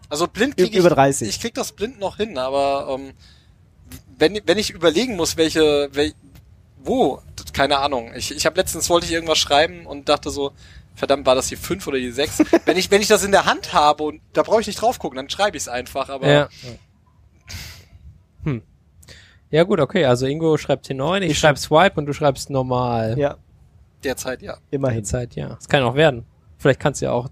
[SPEAKER 4] also blind krieg
[SPEAKER 2] Über
[SPEAKER 4] ich,
[SPEAKER 2] 30.
[SPEAKER 4] ich krieg das blind noch hin, aber ähm, wenn, wenn ich überlegen muss, welche, wel, wo, das- keine Ahnung. Ich, ich habe letztens wollte ich irgendwas schreiben und dachte so, verdammt, war das die 5 oder die 6? wenn ich wenn ich das in der Hand habe und da brauche ich nicht drauf gucken, dann schreibe ich es einfach, aber
[SPEAKER 3] Ja. Hm. Ja gut, okay. Also Ingo schreibt T9, ich, schreibe Swipe und du schreibst normal.
[SPEAKER 2] Ja,
[SPEAKER 4] derzeit ja.
[SPEAKER 2] immerhin.
[SPEAKER 3] Zeit, ja. Das kann auch werden. Vielleicht kannst du ja auch.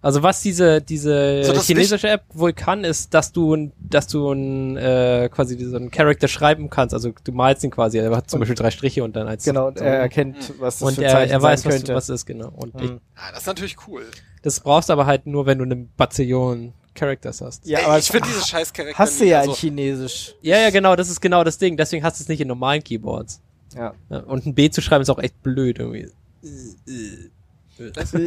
[SPEAKER 3] Also was diese diese
[SPEAKER 4] So, das
[SPEAKER 3] chinesische App wohl kann, ist, dass du ein- dass du ein, äh, quasi so einen Charakter schreiben kannst. Also du malst ihn quasi. Er hat zum Beispiel drei Striche und dann eins.
[SPEAKER 2] Genau, und
[SPEAKER 3] so.
[SPEAKER 2] er erkennt, was das
[SPEAKER 3] und
[SPEAKER 2] für ein
[SPEAKER 3] er,
[SPEAKER 2] Zeichen
[SPEAKER 3] er weiß,
[SPEAKER 2] sein
[SPEAKER 3] was,
[SPEAKER 2] könnte.
[SPEAKER 3] was ist, genau. Und ich,
[SPEAKER 2] Hm.
[SPEAKER 4] Ah, das ist natürlich cool.
[SPEAKER 3] das brauchst du aber halt nur, wenn du eine Bazillion Characters hast.
[SPEAKER 2] ja,
[SPEAKER 4] Ey,
[SPEAKER 2] aber
[SPEAKER 4] ich finde diese scheiß Charakter
[SPEAKER 2] hast du
[SPEAKER 4] nie,
[SPEAKER 2] ja
[SPEAKER 4] also-
[SPEAKER 2] in Chinesisch.
[SPEAKER 3] Ja, ja, genau, das ist genau das Ding. Deswegen hast du es nicht in normalen Keyboards.
[SPEAKER 2] Ja.
[SPEAKER 3] Ja, Und ein B zu schreiben ist auch echt blöd irgendwie.
[SPEAKER 4] also,
[SPEAKER 3] Äh,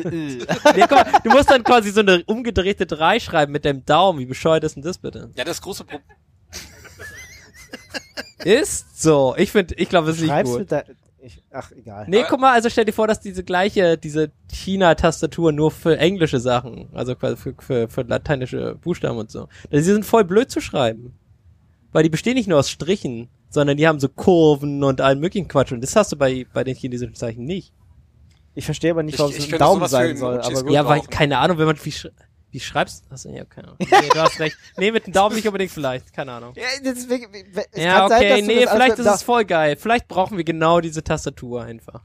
[SPEAKER 3] nee, komm, du musst dann quasi so eine umgedrehte 3 schreiben mit deinem Daumen. Wie bescheuert ist denn das bitte?
[SPEAKER 4] Ja, das große Problem.
[SPEAKER 3] Ist so. Ich finde, ich glaube, es ist nicht
[SPEAKER 2] Schreibst
[SPEAKER 3] gut.
[SPEAKER 2] du da. Ich, ach, egal.
[SPEAKER 3] Nee, guck mal, also stell dir vor, dass diese gleiche, diese China-Tastatur nur für englische Sachen, also quasi für, für, für lateinische Buchstaben und so. Die sind voll blöd zu schreiben. Weil die bestehen nicht nur aus Strichen, sondern die haben so Kurven und allen möglichen Quatsch. Und das hast du bei, bei den chinesischen Zeichen nicht.
[SPEAKER 2] Ich verstehe aber nicht, warum
[SPEAKER 4] Ich-
[SPEAKER 2] es
[SPEAKER 4] ich
[SPEAKER 2] ein
[SPEAKER 4] könnte
[SPEAKER 2] Daumen
[SPEAKER 4] sowas für
[SPEAKER 2] sein soll.
[SPEAKER 4] Emojis
[SPEAKER 2] Aber
[SPEAKER 4] gut.
[SPEAKER 2] gut.
[SPEAKER 3] Ja, weil,
[SPEAKER 4] auch.
[SPEAKER 3] keine Ahnung, wenn man, wie, sch wie schreibst du das? Ja, keine Ahnung. Nee, du hast recht. Nee, mit dem Daumen nicht unbedingt vielleicht, keine Ahnung.
[SPEAKER 2] Ja, deswegen, es
[SPEAKER 3] ja,
[SPEAKER 2] kann sein,
[SPEAKER 3] okay,
[SPEAKER 2] dass du
[SPEAKER 3] nee,
[SPEAKER 2] das also alles
[SPEAKER 3] vielleicht
[SPEAKER 2] mit
[SPEAKER 3] ist es voll geil. Vielleicht brauchen wir genau diese Tastatur einfach.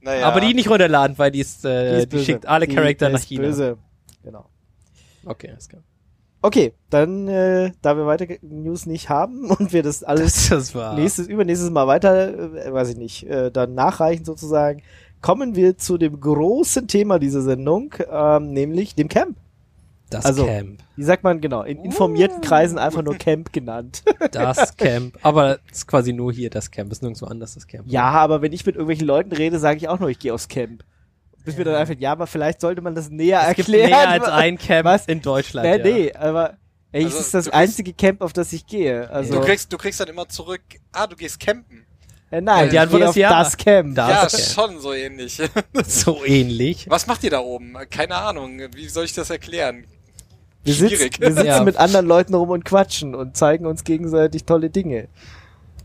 [SPEAKER 4] Naja.
[SPEAKER 3] Aber die nicht runterladen, weil die ist, äh, die,
[SPEAKER 2] ist böse.
[SPEAKER 3] schickt alle
[SPEAKER 2] Die-
[SPEAKER 3] Charakter
[SPEAKER 2] die
[SPEAKER 3] nach
[SPEAKER 2] ist
[SPEAKER 3] China.
[SPEAKER 2] Böse. Genau.
[SPEAKER 3] Okay, alles klar.
[SPEAKER 2] Okay, dann, äh, da wir weiter News nicht haben und wir das alles
[SPEAKER 3] Das war.
[SPEAKER 2] nächstes, übernächstes Mal weiter, äh, weiß ich nicht, äh, dann nachreichen sozusagen, kommen wir zu dem großen Thema dieser Sendung, ähm, nämlich dem Camp.
[SPEAKER 3] Das
[SPEAKER 2] also-
[SPEAKER 3] Camp.
[SPEAKER 2] Wie sagt man genau? In informierten
[SPEAKER 3] Uh.
[SPEAKER 2] Kreisen einfach nur Camp genannt.
[SPEAKER 3] Das Camp. Aber es ist quasi nur hier das Camp. Ist nirgendwo anders das Camp.
[SPEAKER 2] ja, aber wenn ich mit irgendwelchen Leuten rede, sage ich auch nur, ich gehe aufs Camp. Bis mir dann einfach, ja, aber vielleicht sollte man das näher
[SPEAKER 3] es gibt
[SPEAKER 2] erklären.
[SPEAKER 3] mehr als ein Camp
[SPEAKER 2] Was?
[SPEAKER 3] in Deutschland.
[SPEAKER 2] Nee,
[SPEAKER 3] ja.
[SPEAKER 2] nee, aber ey,
[SPEAKER 4] Also,
[SPEAKER 2] es ist das
[SPEAKER 4] du kriegst-
[SPEAKER 2] einzige Camp, auf das ich gehe. Also,
[SPEAKER 4] du, kriegst, du kriegst dann immer zurück, ah, du gehst campen.
[SPEAKER 2] äh, nein,
[SPEAKER 3] die
[SPEAKER 2] ich
[SPEAKER 3] Antwort
[SPEAKER 2] gehe
[SPEAKER 3] ist
[SPEAKER 2] auf
[SPEAKER 3] ja.
[SPEAKER 2] das Camp.
[SPEAKER 3] Das-
[SPEAKER 4] ja,
[SPEAKER 3] okay.
[SPEAKER 4] schon so ähnlich.
[SPEAKER 3] So ähnlich.
[SPEAKER 4] Was macht ihr da oben? Keine Ahnung. Wie soll ich das erklären?
[SPEAKER 2] Wir, sitzen,
[SPEAKER 4] Schwierig.
[SPEAKER 2] wir sitzen
[SPEAKER 3] Ja.
[SPEAKER 2] mit anderen Leuten rum und quatschen und zeigen uns gegenseitig tolle Dinge.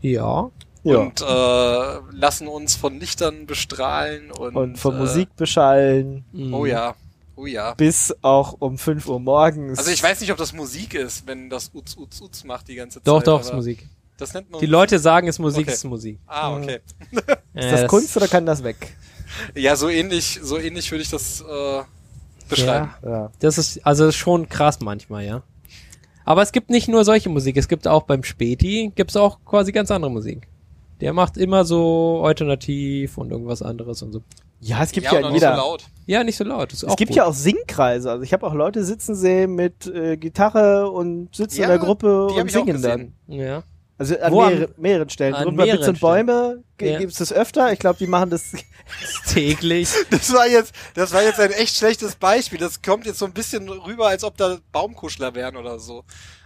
[SPEAKER 3] Ja.
[SPEAKER 2] Ja. Und,
[SPEAKER 4] Und äh, lassen uns von Lichtern bestrahlen und,
[SPEAKER 2] von
[SPEAKER 4] äh,
[SPEAKER 2] Musik beschallen
[SPEAKER 3] Mhm.
[SPEAKER 4] Oh ja, oh ja.
[SPEAKER 2] bis auch um 5 Uhr morgens.
[SPEAKER 4] Also ich weiß nicht, ob das Musik ist, wenn das Uts Uts Uts macht die ganze Zeit.
[SPEAKER 3] Doch, doch, ist
[SPEAKER 4] aber
[SPEAKER 3] Musik.
[SPEAKER 4] Das nennt man
[SPEAKER 3] Die Leute sagen, es ist Musik,
[SPEAKER 4] Okay.
[SPEAKER 3] es ist Musik.
[SPEAKER 4] Ah, okay.
[SPEAKER 2] Ist das, Kunst oder kann das weg?
[SPEAKER 4] Ja, so ähnlich, so ähnlich würde ich das äh, beschreiben.
[SPEAKER 3] Ja,
[SPEAKER 2] Ja.
[SPEAKER 3] das ist also das ist schon krass manchmal, ja. Aber es gibt nicht nur solche Musik, es gibt auch beim Späti gibt's auch quasi ganz andere Musik. Der macht immer so alternativ und irgendwas anderes und so.
[SPEAKER 2] ja, es gibt
[SPEAKER 4] und
[SPEAKER 2] ja,
[SPEAKER 4] auch
[SPEAKER 2] in
[SPEAKER 4] nicht
[SPEAKER 2] jeder.
[SPEAKER 4] So laut.
[SPEAKER 3] Ja, nicht so laut. Ist auch
[SPEAKER 2] es gibt
[SPEAKER 3] gut.
[SPEAKER 2] ja auch Singkreise. Also ich habe auch Leute sitzen sehen mit äh, Gitarre und sitzen
[SPEAKER 4] Ja,
[SPEAKER 2] in der Gruppe
[SPEAKER 4] die hab
[SPEAKER 2] und
[SPEAKER 4] ich auch
[SPEAKER 2] singen dann.
[SPEAKER 4] gesehen.
[SPEAKER 3] Ja.
[SPEAKER 2] Also an
[SPEAKER 3] Wo am-
[SPEAKER 2] mehrere, mehreren Stellen.
[SPEAKER 3] an
[SPEAKER 2] Und bei Bits
[SPEAKER 3] mehreren
[SPEAKER 2] und Bäume ge-
[SPEAKER 3] Ja.
[SPEAKER 2] gibt's das öfter. Ich glaube, die machen das.
[SPEAKER 3] Täglich.
[SPEAKER 4] Das war jetzt, das war jetzt ein echt schlechtes Beispiel. Das kommt jetzt so ein bisschen rüber, als ob da Baumkuschler wären oder so.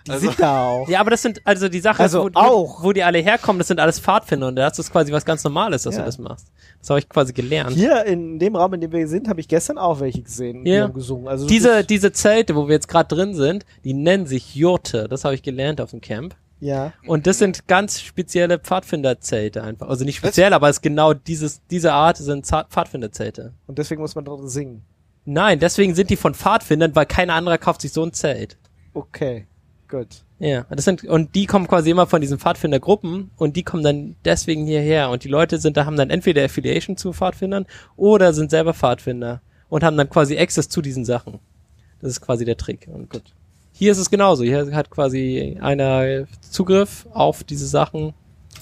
[SPEAKER 2] Die
[SPEAKER 4] Also-
[SPEAKER 2] sind da auch.
[SPEAKER 3] Ja, aber das sind, also die Sache,
[SPEAKER 2] Also
[SPEAKER 3] ist, wo,
[SPEAKER 2] auch.
[SPEAKER 3] Wo, wo die alle herkommen, das sind alles Pfadfinder und da ist das quasi was ganz Normales, dass
[SPEAKER 2] Ja.
[SPEAKER 3] du das machst. Das habe ich quasi gelernt.
[SPEAKER 2] Hier in dem Raum, in dem wir sind, habe ich gestern auch welche gesehen. und die
[SPEAKER 3] Ja.
[SPEAKER 2] haben gesungen. Also das
[SPEAKER 3] Diese,
[SPEAKER 2] ist-
[SPEAKER 3] diese Zelte, wo wir jetzt gerade drin sind, die nennen sich Jurte. Das habe ich gelernt auf dem Camp.
[SPEAKER 2] ja.
[SPEAKER 3] Und das sind ganz spezielle Pfadfinderzelte einfach. Also nicht speziell, aber es ist genau dieses, diese Art sind Za- Pfadfinderzelte.
[SPEAKER 2] Und deswegen muss man dort singen.
[SPEAKER 3] Nein, deswegen sind die von Pfadfindern, weil kein anderer kauft sich so ein Zelt.
[SPEAKER 2] Okay, gut.
[SPEAKER 3] Ja, das sind, und die kommen quasi immer von diesen Pfadfindergruppen und die kommen dann deswegen hierher. Und die Leute sind da, haben dann entweder Affiliation zu Pfadfindern oder sind selber Pfadfinder und haben dann quasi Access zu diesen Sachen. Das ist quasi der Trick. Und gut. Hier ist es genauso. Hier hat quasi einer Zugriff auf diese Sachen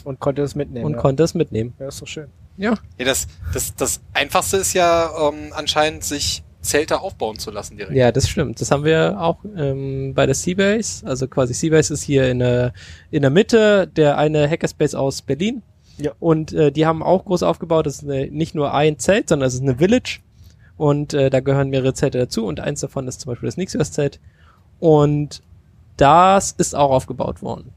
[SPEAKER 2] Und konnte es mitnehmen.
[SPEAKER 3] und
[SPEAKER 2] ja. genau.
[SPEAKER 3] konnte es mitnehmen.
[SPEAKER 2] ja, ist doch schön.
[SPEAKER 3] Ja.
[SPEAKER 4] Ja, das, das, das Einfachste ist ja ähm, anscheinend, sich Zelte aufbauen zu lassen direkt.
[SPEAKER 3] Ja, das stimmt. Das haben wir auch ähm, bei der Seabase. Also quasi Seabase ist hier in der, in der Mitte der eine Hackerspace aus Berlin.
[SPEAKER 2] Ja.
[SPEAKER 3] Und äh, die haben auch groß aufgebaut. Das ist eine, nicht nur ein Zelt, sondern es ist eine Village. Und äh, da gehören mehrere Zelte dazu. Und eins davon ist zum Beispiel das Nixios-Zelt. Und das ist auch aufgebaut worden.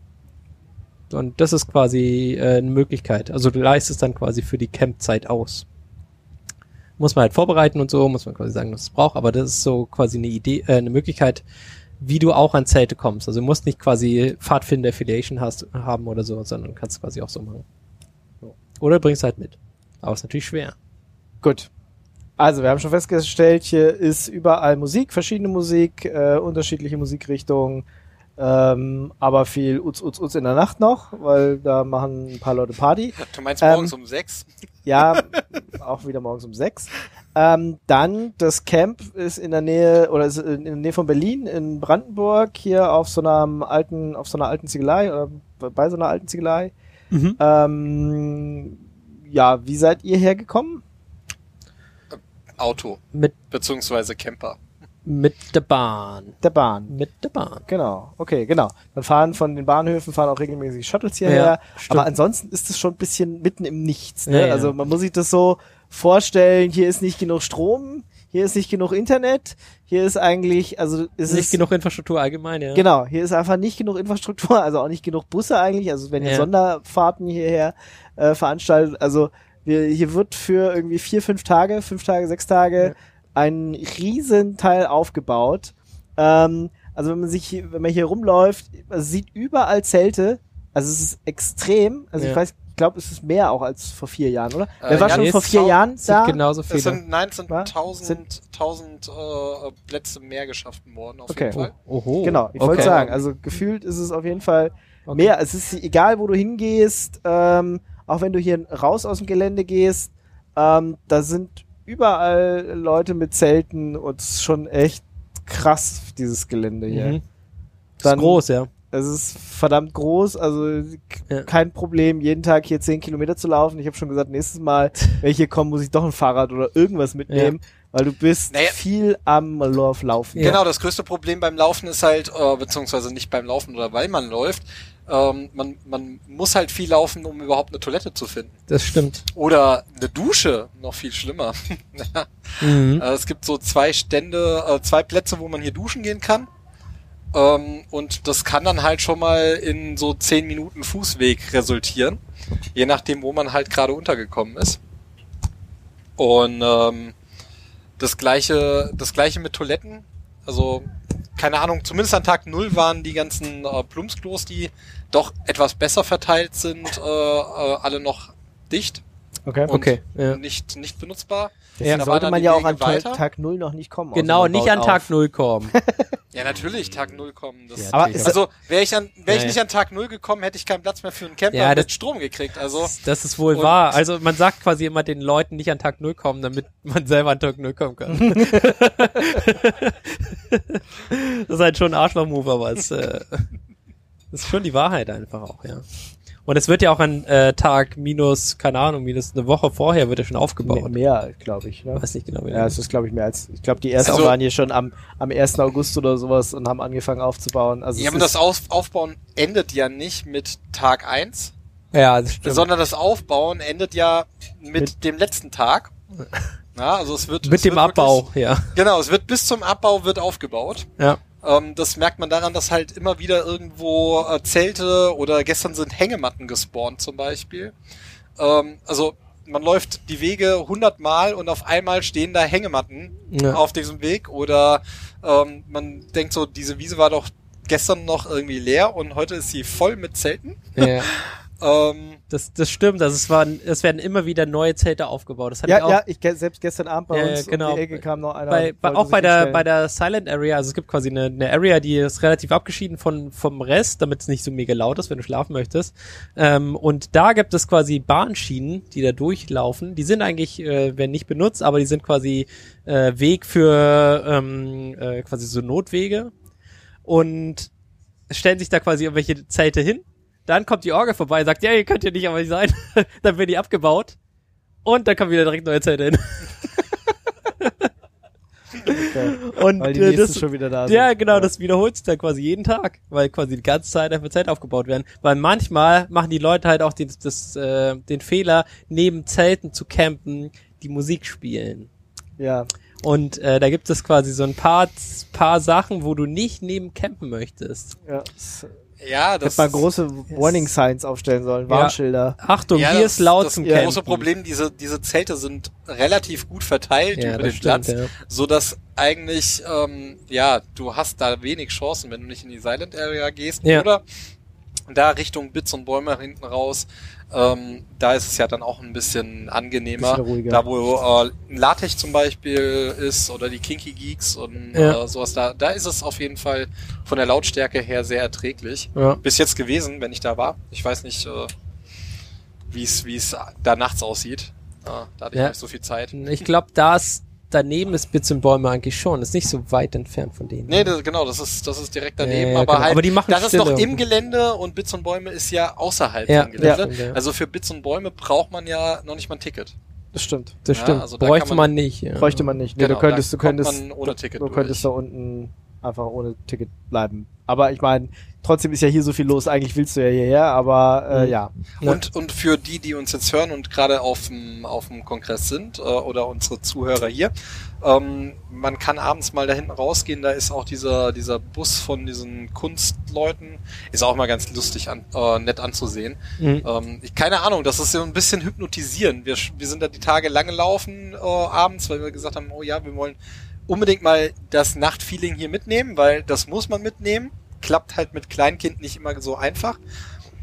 [SPEAKER 3] Und das ist quasi äh, eine Möglichkeit. Also du leistest dann quasi für die Camp-Zeit aus muss man halt vorbereiten und so, muss man quasi sagen, was es braucht, aber das ist so quasi eine Idee, äh, eine Möglichkeit, wie du auch an Zelte kommst. Also du musst nicht quasi Pfadfinder Affiliation hast, haben oder so, sondern kannst quasi auch so machen. So. Oder bringst halt mit. Aber ist natürlich schwer.
[SPEAKER 2] Gut. Also, wir haben schon festgestellt, hier ist überall Musik, verschiedene Musik, äh, unterschiedliche Musikrichtungen, ähm, aber viel Uz, Uz, Uz in der Nacht noch, weil da machen ein paar Leute Party.
[SPEAKER 4] Du meinst
[SPEAKER 2] Ähm,
[SPEAKER 4] morgens um sechs?
[SPEAKER 2] Ja, auch wieder morgens um sechs. Ähm, dann das Camp ist in der Nähe oder ist in der Nähe von Berlin in Brandenburg hier auf so einer ähm, alten auf so einer alten Ziegelei oder bei so einer alten Ziegelei.
[SPEAKER 3] Mhm.
[SPEAKER 2] Ähm, ja, wie seid ihr hergekommen?
[SPEAKER 4] Auto,
[SPEAKER 3] Mit,
[SPEAKER 4] beziehungsweise Camper.
[SPEAKER 3] mit der Bahn.
[SPEAKER 2] Der Bahn.
[SPEAKER 3] Mit der Bahn.
[SPEAKER 2] Genau, okay, genau. Dann fahren von den Bahnhöfen fahren auch regelmäßig Shuttles hierher.
[SPEAKER 3] Ja,
[SPEAKER 2] aber
[SPEAKER 3] stimmt.
[SPEAKER 2] ansonsten ist es schon ein bisschen mitten im Nichts. Ne?
[SPEAKER 3] Ja, ja.
[SPEAKER 2] Also man muss sich das so vorstellen, hier ist nicht genug Strom, hier ist nicht genug Internet, hier ist eigentlich, also es
[SPEAKER 3] Nicht
[SPEAKER 2] ist
[SPEAKER 3] genug Infrastruktur allgemein, ja.
[SPEAKER 2] Genau, hier ist einfach nicht genug Infrastruktur, also auch nicht genug Busse eigentlich. Also wenn ihr
[SPEAKER 3] Ja.
[SPEAKER 2] Sonderfahrten hierher äh, veranstaltet, also wir, hier wird für irgendwie vier, fünf Tage, fünf Tage, sechs Tage ein Riesenteil aufgebaut. Ähm, also wenn man sich, hier- wenn man hier rumläuft, man sieht überall Zelte. Also es ist extrem. Also ich
[SPEAKER 3] Ja.
[SPEAKER 2] weiß, ich glaube, es ist mehr auch als vor vier Jahren, oder?
[SPEAKER 4] Äh,
[SPEAKER 2] Wer war
[SPEAKER 4] ja,
[SPEAKER 2] schon
[SPEAKER 4] nee,
[SPEAKER 2] vor
[SPEAKER 4] es
[SPEAKER 2] vier
[SPEAKER 4] ist
[SPEAKER 2] Jahren
[SPEAKER 3] Es
[SPEAKER 2] da?
[SPEAKER 3] sind genau genauso viele.
[SPEAKER 4] Es sind, nein, es sind
[SPEAKER 2] Was?
[SPEAKER 4] tausend, tausend äh, Plätze mehr geschaffen worden, auf
[SPEAKER 2] Okay.
[SPEAKER 4] jeden Fall.
[SPEAKER 3] Oh, Oho.
[SPEAKER 2] Genau, ich wollte sagen, also gefühlt ist es auf jeden Fall
[SPEAKER 3] Okay.
[SPEAKER 2] mehr. Es ist egal, wo du hingehst, ähm, auch wenn du hier raus aus dem Gelände gehst, ähm, da sind überall Leute mit Zelten und es ist schon echt krass, dieses Gelände hier.
[SPEAKER 3] Mhm. Das
[SPEAKER 2] Dann-
[SPEAKER 3] ist groß, ja.
[SPEAKER 2] Es ist verdammt groß, also k-
[SPEAKER 3] Ja.
[SPEAKER 2] kein Problem, jeden Tag hier 10 Kilometer zu laufen. Ich habe schon gesagt, nächstes Mal, wenn ich hier komme, muss ich doch ein Fahrrad oder irgendwas mitnehmen, weil du bist
[SPEAKER 4] Naja.
[SPEAKER 2] viel am Lauf- Laufen.
[SPEAKER 3] Ja.
[SPEAKER 4] Genau, das größte Problem beim Laufen ist halt, äh, beziehungsweise nicht beim Laufen oder weil man läuft, ähm, man, man muss halt viel laufen, um überhaupt eine Toilette zu finden.
[SPEAKER 3] Das stimmt.
[SPEAKER 4] Oder eine Dusche, noch viel schlimmer.
[SPEAKER 3] Mhm.
[SPEAKER 4] Äh, es gibt so zwei Stände, äh, zwei Plätze, wo man hier duschen gehen kann. Ähm, und das kann dann halt schon mal in so zehn Minuten Fußweg resultieren. Je nachdem, wo man halt gerade untergekommen ist. Und ähm, das gleiche, das gleiche mit Toiletten. Also, keine Ahnung, zumindest an Tag null waren die ganzen äh, Plumpsklos, die doch etwas besser verteilt sind, äh, äh, alle noch dicht
[SPEAKER 2] Okay.
[SPEAKER 4] und
[SPEAKER 3] Okay. Ja.
[SPEAKER 4] nicht, nicht benutzbar.
[SPEAKER 2] Deswegen
[SPEAKER 4] da war
[SPEAKER 2] sollte
[SPEAKER 4] dann
[SPEAKER 2] man
[SPEAKER 4] die
[SPEAKER 2] ja auch
[SPEAKER 4] Wege
[SPEAKER 2] an Tag-
[SPEAKER 4] weiter.
[SPEAKER 2] Tag null noch nicht kommen. außer
[SPEAKER 3] Genau,
[SPEAKER 2] Also man
[SPEAKER 3] nicht
[SPEAKER 2] baut
[SPEAKER 3] an
[SPEAKER 2] auf.
[SPEAKER 3] Tag Null kommen.
[SPEAKER 4] Ja, natürlich, Tag Null kommen. Das
[SPEAKER 3] Ja,
[SPEAKER 2] Aber
[SPEAKER 3] natürlich.
[SPEAKER 2] ist,
[SPEAKER 4] also, wäre ich, an, wär ich
[SPEAKER 3] Ja,
[SPEAKER 4] nicht
[SPEAKER 3] ja.
[SPEAKER 4] an Tag Null gekommen, hätte ich keinen Platz mehr für einen Camper
[SPEAKER 3] Ja, das-
[SPEAKER 4] mit Strom gekriegt. Also,
[SPEAKER 3] Das ist wohl
[SPEAKER 4] Und-
[SPEAKER 3] wahr. Also man sagt quasi immer den Leuten nicht an Tag Null kommen, damit man selber an Tag Null kommen kann. das ist halt schon ein Arschloch-Move, aber es äh, ist schon die Wahrheit einfach auch, ja. Und es wird ja auch an äh, Tag minus, keine Ahnung, minus eine Woche vorher wird er schon
[SPEAKER 2] Nee,
[SPEAKER 3] aufgebaut.
[SPEAKER 2] mehr, glaube ich. Ne?
[SPEAKER 3] Ich weiß nicht genau, wie
[SPEAKER 2] Ja,
[SPEAKER 3] lange.
[SPEAKER 2] es ist, glaube ich, mehr als. Ich glaube, die ersten
[SPEAKER 4] Also-
[SPEAKER 2] waren hier schon am, am 1. August oder sowas und haben angefangen aufzubauen. Also
[SPEAKER 4] ja,
[SPEAKER 2] es
[SPEAKER 4] aber
[SPEAKER 2] ist,
[SPEAKER 4] das Auf Aufbauen endet ja nicht mit Tag eins,
[SPEAKER 3] ja, das stimmt.
[SPEAKER 4] sondern das Aufbauen endet ja mit, dem letzten Tag. Na, also es wird es
[SPEAKER 3] Mit dem
[SPEAKER 4] wird
[SPEAKER 3] Abbau, ja.
[SPEAKER 4] Wirklich, genau, es wird bis zum Abbau wird aufgebaut.
[SPEAKER 3] Ja.
[SPEAKER 4] Ähm, das merkt man daran, dass halt immer wieder irgendwo äh, Zelte oder gestern sind Hängematten gespawnt zum Beispiel. Ähm, also man läuft die Wege hundertmal und auf einmal stehen da Hängematten
[SPEAKER 3] Ja.
[SPEAKER 4] auf diesem Weg oder ähm, man denkt so, diese Wiese war doch gestern noch irgendwie leer und heute ist sie voll mit Zelten.
[SPEAKER 3] ja.
[SPEAKER 4] Ähm,
[SPEAKER 3] Das, das stimmt. Also es, waren, es werden immer wieder neue Zelte aufgebaut. Das hatte
[SPEAKER 2] ja,
[SPEAKER 3] ich auch
[SPEAKER 2] ja, ich kenn- selbst gestern Abend bei
[SPEAKER 3] Ja,
[SPEAKER 2] uns
[SPEAKER 3] ja, genau.
[SPEAKER 2] um die Ecke kam noch einer.
[SPEAKER 3] bei,
[SPEAKER 2] und
[SPEAKER 3] bei,
[SPEAKER 2] wollte
[SPEAKER 3] auch bei
[SPEAKER 2] sich
[SPEAKER 3] der,
[SPEAKER 2] hinstellen.
[SPEAKER 3] bei der Silent Area, also es gibt quasi eine, eine Area, die ist relativ abgeschieden von, vom Rest, damit es nicht so mega laut ist, wenn du schlafen möchtest. Ähm, und da gibt es quasi Bahnschienen, die da durchlaufen. Die sind eigentlich, äh, werden nicht benutzt, aber die sind quasi äh, Weg für ähm, äh, quasi so Notwege. und stellen sich da quasi irgendwelche Zelte hin. Dann kommt die Orgel vorbei, sagt, ja, ihr könnt hier nicht aber nicht sein. dann werden die abgebaut. Und dann kommen wieder direkt neue Zelte hin. Und
[SPEAKER 2] Weil die
[SPEAKER 3] äh,
[SPEAKER 2] nächsten
[SPEAKER 3] das,
[SPEAKER 2] schon wieder da sind.
[SPEAKER 3] ja, genau, das wiederholt sich dann quasi jeden Tag, weil quasi die ganze Zeit einfach Zelt aufgebaut werden. Weil manchmal machen die Leute halt auch den, das, äh, den Fehler, neben Zelten zu campen, die Musik spielen.
[SPEAKER 2] Ja.
[SPEAKER 3] Und äh, da gibt es quasi so ein paar, paar Sachen, wo du nicht neben campen möchtest.
[SPEAKER 2] ja.
[SPEAKER 4] Ja,
[SPEAKER 2] Hätte
[SPEAKER 4] das
[SPEAKER 2] man große Warning Signs aufstellen sollen, Warnschilder.
[SPEAKER 3] Achtung,
[SPEAKER 4] ja,
[SPEAKER 3] hier
[SPEAKER 4] das,
[SPEAKER 3] ist laut
[SPEAKER 4] das
[SPEAKER 3] zum
[SPEAKER 4] große
[SPEAKER 3] Campen.
[SPEAKER 4] Problem, diese, diese Zelte sind relativ gut verteilt
[SPEAKER 3] Ja,
[SPEAKER 4] über
[SPEAKER 3] das
[SPEAKER 4] den
[SPEAKER 3] stimmt,
[SPEAKER 4] Platz,
[SPEAKER 3] ja.
[SPEAKER 4] so dass eigentlich, ähm, ja, du hast da wenig Chancen, wenn du nicht in die Silent Area gehst
[SPEAKER 3] Ja.
[SPEAKER 4] oder da Richtung Bits und Bäume hinten raus. Ähm, da ist es ja dann auch ein bisschen angenehmer.
[SPEAKER 2] Bisschen ruhiger.
[SPEAKER 4] da wo äh, LaTeX zum Beispiel ist oder die Kinky Geeks und
[SPEAKER 3] Ja.
[SPEAKER 4] äh, sowas, da, da ist es auf jeden Fall von der Lautstärke her sehr erträglich
[SPEAKER 3] Ja.
[SPEAKER 4] bis jetzt gewesen, wenn ich da war. Ich weiß nicht, äh, wie es wie es da nachts aussieht. Ah, da hatte ich
[SPEAKER 3] Ja.
[SPEAKER 4] nicht so viel Zeit.
[SPEAKER 3] Ich glaube, das daneben ist Bits und Bäume eigentlich schon. Ist nicht so weit entfernt von denen.
[SPEAKER 4] Nee, das, genau, das ist das ist direkt
[SPEAKER 3] Ja,
[SPEAKER 4] daneben,
[SPEAKER 3] ja,
[SPEAKER 4] aber
[SPEAKER 3] genau.
[SPEAKER 4] halt,
[SPEAKER 3] Aber die machen
[SPEAKER 4] das ist
[SPEAKER 3] Stille
[SPEAKER 4] noch im
[SPEAKER 3] irgendwo.
[SPEAKER 4] Gelände und Bits und Bäume ist ja außerhalb
[SPEAKER 3] Ja,
[SPEAKER 4] vom Gelände.
[SPEAKER 3] ja, ja.
[SPEAKER 4] Also für Bits und Bäume braucht man ja noch nicht mal ein Ticket.
[SPEAKER 2] Das stimmt.
[SPEAKER 3] das
[SPEAKER 4] ja,
[SPEAKER 3] stimmt.
[SPEAKER 4] also da
[SPEAKER 3] Bräuchte
[SPEAKER 4] kann
[SPEAKER 3] man,
[SPEAKER 4] man-
[SPEAKER 3] nicht. Ja.
[SPEAKER 2] Bräuchte man nicht. Nee,
[SPEAKER 4] Genau,
[SPEAKER 2] du könntest,
[SPEAKER 4] da
[SPEAKER 2] du könntest,
[SPEAKER 4] kommt man ohne Ticket
[SPEAKER 2] du
[SPEAKER 4] durch.
[SPEAKER 2] könntest da unten einfach ohne Ticket bleiben. Aber ich meine, trotzdem ist ja hier so viel los. Eigentlich willst du ja hierher, aber äh,
[SPEAKER 3] Mhm.
[SPEAKER 2] ja.
[SPEAKER 3] Ja.
[SPEAKER 4] Und, und für die, die uns jetzt hören und gerade auf dem, auf dem Kongress sind äh, oder unsere Zuhörer hier, ähm, man kann abends mal da hinten rausgehen, da ist auch dieser, dieser Bus von diesen Kunstleuten, ist auch mal ganz lustig, an, äh, nett anzusehen.
[SPEAKER 3] Mhm.
[SPEAKER 4] Ähm, ich, keine Ahnung, das ist so ein bisschen hypnotisierend. Wir, sch- wir sind da die Tage lange laufen äh, abends, weil wir gesagt haben, oh ja, wir wollen unbedingt mal das Nachtfeeling hier mitnehmen, weil das muss man mitnehmen. Klappt halt mit Kleinkind nicht immer so einfach.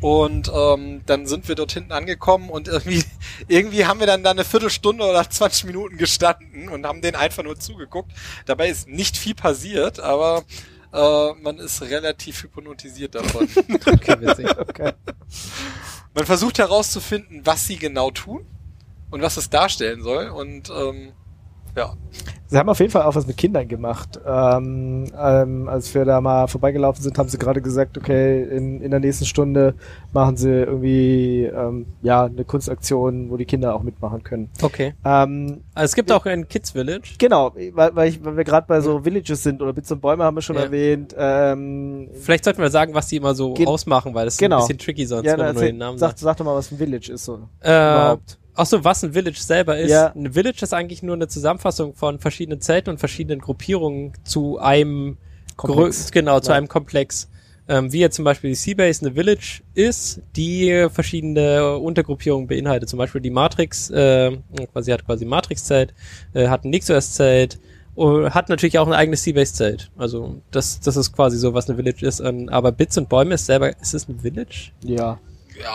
[SPEAKER 4] Und ähm, dann sind wir dort hinten angekommen und irgendwie, irgendwie haben wir dann da eine Viertelstunde oder 20 Minuten gestanden und haben denen einfach nur zugeguckt. Dabei ist nicht viel passiert, aber äh, man ist relativ hypnotisiert davon.
[SPEAKER 3] Okay, witzig.
[SPEAKER 2] Okay.
[SPEAKER 4] man versucht herauszufinden, was sie genau tun und was es darstellen soll. Und ähm, ja,
[SPEAKER 2] Sie haben auf jeden Fall auch was mit Kindern gemacht. Ähm, ähm, als wir da mal vorbeigelaufen sind, haben sie gerade gesagt, okay, in, in der nächsten Stunde machen sie irgendwie ähm, ja eine Kunstaktion, wo die Kinder auch mitmachen können.
[SPEAKER 3] Okay.
[SPEAKER 2] Ähm,
[SPEAKER 3] Also es gibt auch ein Kids Village.
[SPEAKER 2] genau, weil, weil, ich, weil wir gerade bei so Villages sind oder Bits und Bäume haben wir schon
[SPEAKER 3] Ja.
[SPEAKER 2] erwähnt. Ähm,
[SPEAKER 3] Vielleicht sollten wir sagen, was die immer so
[SPEAKER 2] Ge-
[SPEAKER 3] ausmachen, weil das ist
[SPEAKER 2] Genau.
[SPEAKER 3] ein bisschen tricky sonst,
[SPEAKER 2] ja,
[SPEAKER 3] wenn man nur
[SPEAKER 2] erzähl-
[SPEAKER 3] den Namen
[SPEAKER 2] sag,
[SPEAKER 3] sagt.
[SPEAKER 2] sag doch mal, was ein Village ist so.
[SPEAKER 3] Äh,
[SPEAKER 2] überhaupt.
[SPEAKER 3] ach so, was ein Village selber ist.
[SPEAKER 2] Ja.
[SPEAKER 3] Ein Village ist eigentlich nur eine Zusammenfassung von verschiedenen Zelten und verschiedenen Gruppierungen zu einem
[SPEAKER 2] Komplex.
[SPEAKER 3] Grö- genau, zu
[SPEAKER 2] Ja.
[SPEAKER 3] einem Komplex. Ähm, wie jetzt zum Beispiel die Seabase eine Village ist, die verschiedene Untergruppierungen beinhaltet. Zum Beispiel die Matrix, äh, quasi hat quasi ein Matrix-Zelt, äh, hat ein Nixos-Zelt, und hat natürlich auch ein eigenes Seabase-Zelt. Also das, das ist quasi so, was eine Village ist. Ähm, aber Bits und Bäume ist selber, ist es ein Village?
[SPEAKER 2] Ja.
[SPEAKER 4] ja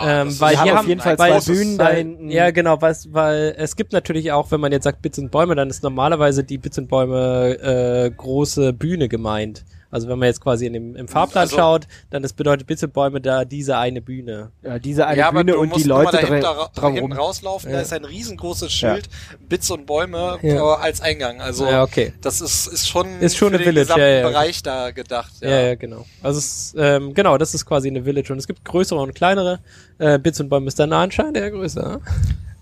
[SPEAKER 3] Ähm,
[SPEAKER 4] Ah, das
[SPEAKER 3] weil
[SPEAKER 4] ist-
[SPEAKER 3] hier
[SPEAKER 2] haben auf
[SPEAKER 3] haben-
[SPEAKER 2] jeden Fall
[SPEAKER 3] weil-
[SPEAKER 2] zwei Bühnen da
[SPEAKER 3] weil,
[SPEAKER 2] hinten.
[SPEAKER 3] Ja, genau, weil, weil es gibt natürlich auch, wenn man jetzt sagt Bits und Bäume, dann ist normalerweise die Bits und Bäume äh, große Bühne gemeint. Also wenn man jetzt quasi in dem, im Fahrplan
[SPEAKER 4] Also-
[SPEAKER 3] schaut, dann das bedeutet Bits und Bäume da diese eine Bühne.
[SPEAKER 2] Ja, diese eine
[SPEAKER 4] ja, aber
[SPEAKER 2] Bühne
[SPEAKER 4] du
[SPEAKER 2] und die
[SPEAKER 4] musst
[SPEAKER 2] Leute
[SPEAKER 4] nur mal dahinter,
[SPEAKER 2] dra
[SPEAKER 4] ra-
[SPEAKER 2] drum
[SPEAKER 4] hinten
[SPEAKER 2] rum.
[SPEAKER 4] rauslaufen, da ist ein riesengroßes Schild, Bits und Bäume
[SPEAKER 3] Ja.
[SPEAKER 4] äh, als Eingang. Also
[SPEAKER 3] ja, okay.
[SPEAKER 4] das ist, ist schon,
[SPEAKER 3] Ist schon
[SPEAKER 4] für
[SPEAKER 3] eine
[SPEAKER 4] den
[SPEAKER 3] Village,
[SPEAKER 4] gesamten
[SPEAKER 3] ja, ja.
[SPEAKER 4] Bereich da gedacht.
[SPEAKER 3] Ja, ja, genau. Also es, ähm, genau, das ist quasi eine Village und es gibt größere und kleinere. Äh, Bits und Bäume ist dann anscheinend eher größer.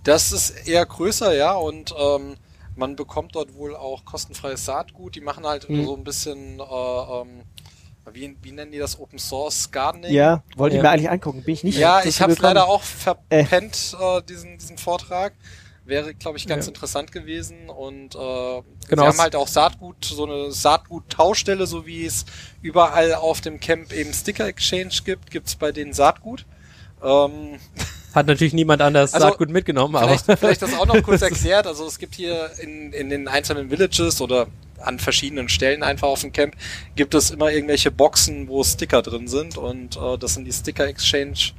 [SPEAKER 4] Das ist eher größer, ja, und ähm, man bekommt dort wohl auch kostenfreies Saatgut. Die machen halt
[SPEAKER 2] Mhm.
[SPEAKER 4] so ein bisschen, äh, ähm, wie, wie nennen die das, Open Source Gardening?
[SPEAKER 2] Ja, wollte ich
[SPEAKER 3] Ja.
[SPEAKER 2] mir eigentlich angucken. Bin ich nicht.
[SPEAKER 4] ja
[SPEAKER 2] dazu
[SPEAKER 4] ich habe es
[SPEAKER 2] gekommen.
[SPEAKER 4] leider auch verpennt, äh, diesen, diesen Vortrag. Wäre, glaube ich, ganz
[SPEAKER 3] Ja.
[SPEAKER 4] interessant gewesen. Und äh,
[SPEAKER 3] Genau,
[SPEAKER 4] sie
[SPEAKER 3] es-
[SPEAKER 4] haben halt auch Saatgut, so eine Saatgut-Tauschstelle, so wie es überall auf dem Camp eben Sticker-Exchange gibt, gibt's bei denen Saatgut. Ähm,
[SPEAKER 3] Hat natürlich niemand anders
[SPEAKER 4] Also,
[SPEAKER 3] Saatgut mitgenommen, aber
[SPEAKER 4] Vielleicht, vielleicht das auch noch kurz erklärt. Also es gibt hier in, in den einzelnen Villages oder an verschiedenen Stellen einfach auf dem Camp gibt es immer irgendwelche Boxen, wo Sticker drin sind und äh, das sind die Sticker Exchange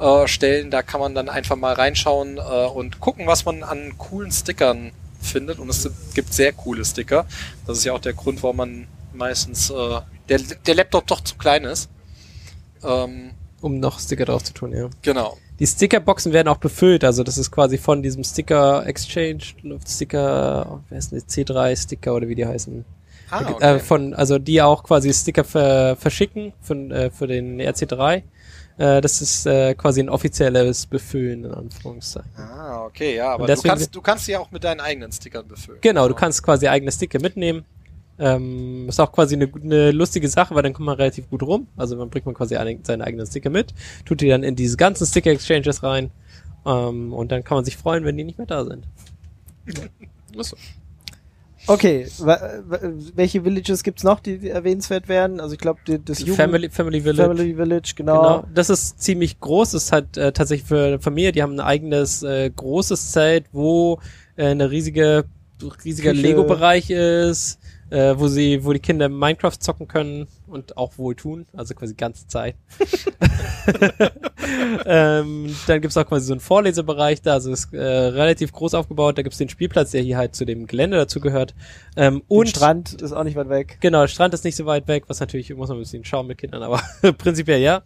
[SPEAKER 4] äh, Stellen. Da kann man dann einfach mal reinschauen äh, und gucken, was man an coolen Stickern findet. Und es gibt sehr coole Sticker. Das ist ja auch der Grund, warum man meistens äh, der, der Laptop doch zu klein ist. Ähm,
[SPEAKER 3] um noch Sticker drauf zu tun, ja.
[SPEAKER 4] genau.
[SPEAKER 3] Die Stickerboxen werden auch befüllt, also das ist quasi von diesem Sticker Exchange, Sticker, wer ist denn die C3 Sticker oder wie die heißen.
[SPEAKER 4] Ah,
[SPEAKER 3] äh,
[SPEAKER 4] okay.
[SPEAKER 3] von, also die auch quasi Sticker ver verschicken von, äh, für den RC3. Äh, das ist äh, quasi ein offizielles Befüllen, in Anführungszeichen.
[SPEAKER 4] Ah, okay, ja, aber
[SPEAKER 3] Und
[SPEAKER 4] du
[SPEAKER 3] deswegen-
[SPEAKER 4] kannst, du kannst sie ja auch mit deinen eigenen Stickern befüllen.
[SPEAKER 3] Genau, du kannst quasi eigene Sticker mitnehmen. Ähm, ist auch quasi eine, eine lustige Sache, weil dann kommt man relativ gut rum. Also man bringt man quasi eine, seine eigenen Sticker mit, tut die dann in diese ganzen Sticker-Exchanges rein ähm, und dann kann man sich freuen, wenn die nicht mehr da sind.
[SPEAKER 2] Okay, wa- wa- welche Villages gibt's noch, die erwähnenswert werden? Also ich glaube, das
[SPEAKER 3] Die
[SPEAKER 2] Jugend
[SPEAKER 3] Family, Family Village.
[SPEAKER 2] Family Village, genau.
[SPEAKER 3] Genau, das ist ziemlich groß. Das ist halt äh, tatsächlich für eine Familie. Die haben ein eigenes äh, großes Zelt, wo äh, eine riesige, riesiger
[SPEAKER 2] Küche.
[SPEAKER 3] Lego-Bereich ist, äh, wo sie, wo die Kinder Minecraft zocken können und auch wohl tun, also quasi die ganze Zeit. ähm, dann gibt's auch quasi so einen Vorlesebereich da, also ist äh, relativ groß aufgebaut. Da gibt's den Spielplatz, der hier halt zu dem Gelände dazu gehört. Ähm,
[SPEAKER 2] Und
[SPEAKER 3] und
[SPEAKER 2] Strand ist auch nicht weit weg.
[SPEAKER 3] Genau, Strand ist nicht so weit weg, was natürlich muss man ein bisschen schauen mit Kindern, aber prinzipiell ja.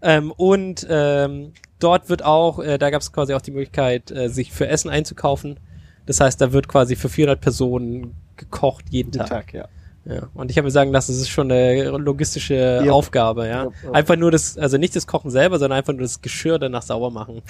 [SPEAKER 3] Ähm, und ähm, dort wird auch, äh, da gab es quasi auch die Möglichkeit, äh, sich für Essen einzukaufen. Das heißt, da wird quasi für 400 Personen gekocht jeden Tag.
[SPEAKER 2] ja.
[SPEAKER 3] Ja. Und ich habe mir sagen lassen, es ist schon eine logistische
[SPEAKER 2] Ja.
[SPEAKER 3] Aufgabe, ja.
[SPEAKER 2] Ja, ja.
[SPEAKER 3] Einfach nur das, also nicht das Kochen selber, sondern einfach nur das Geschirr danach sauber machen.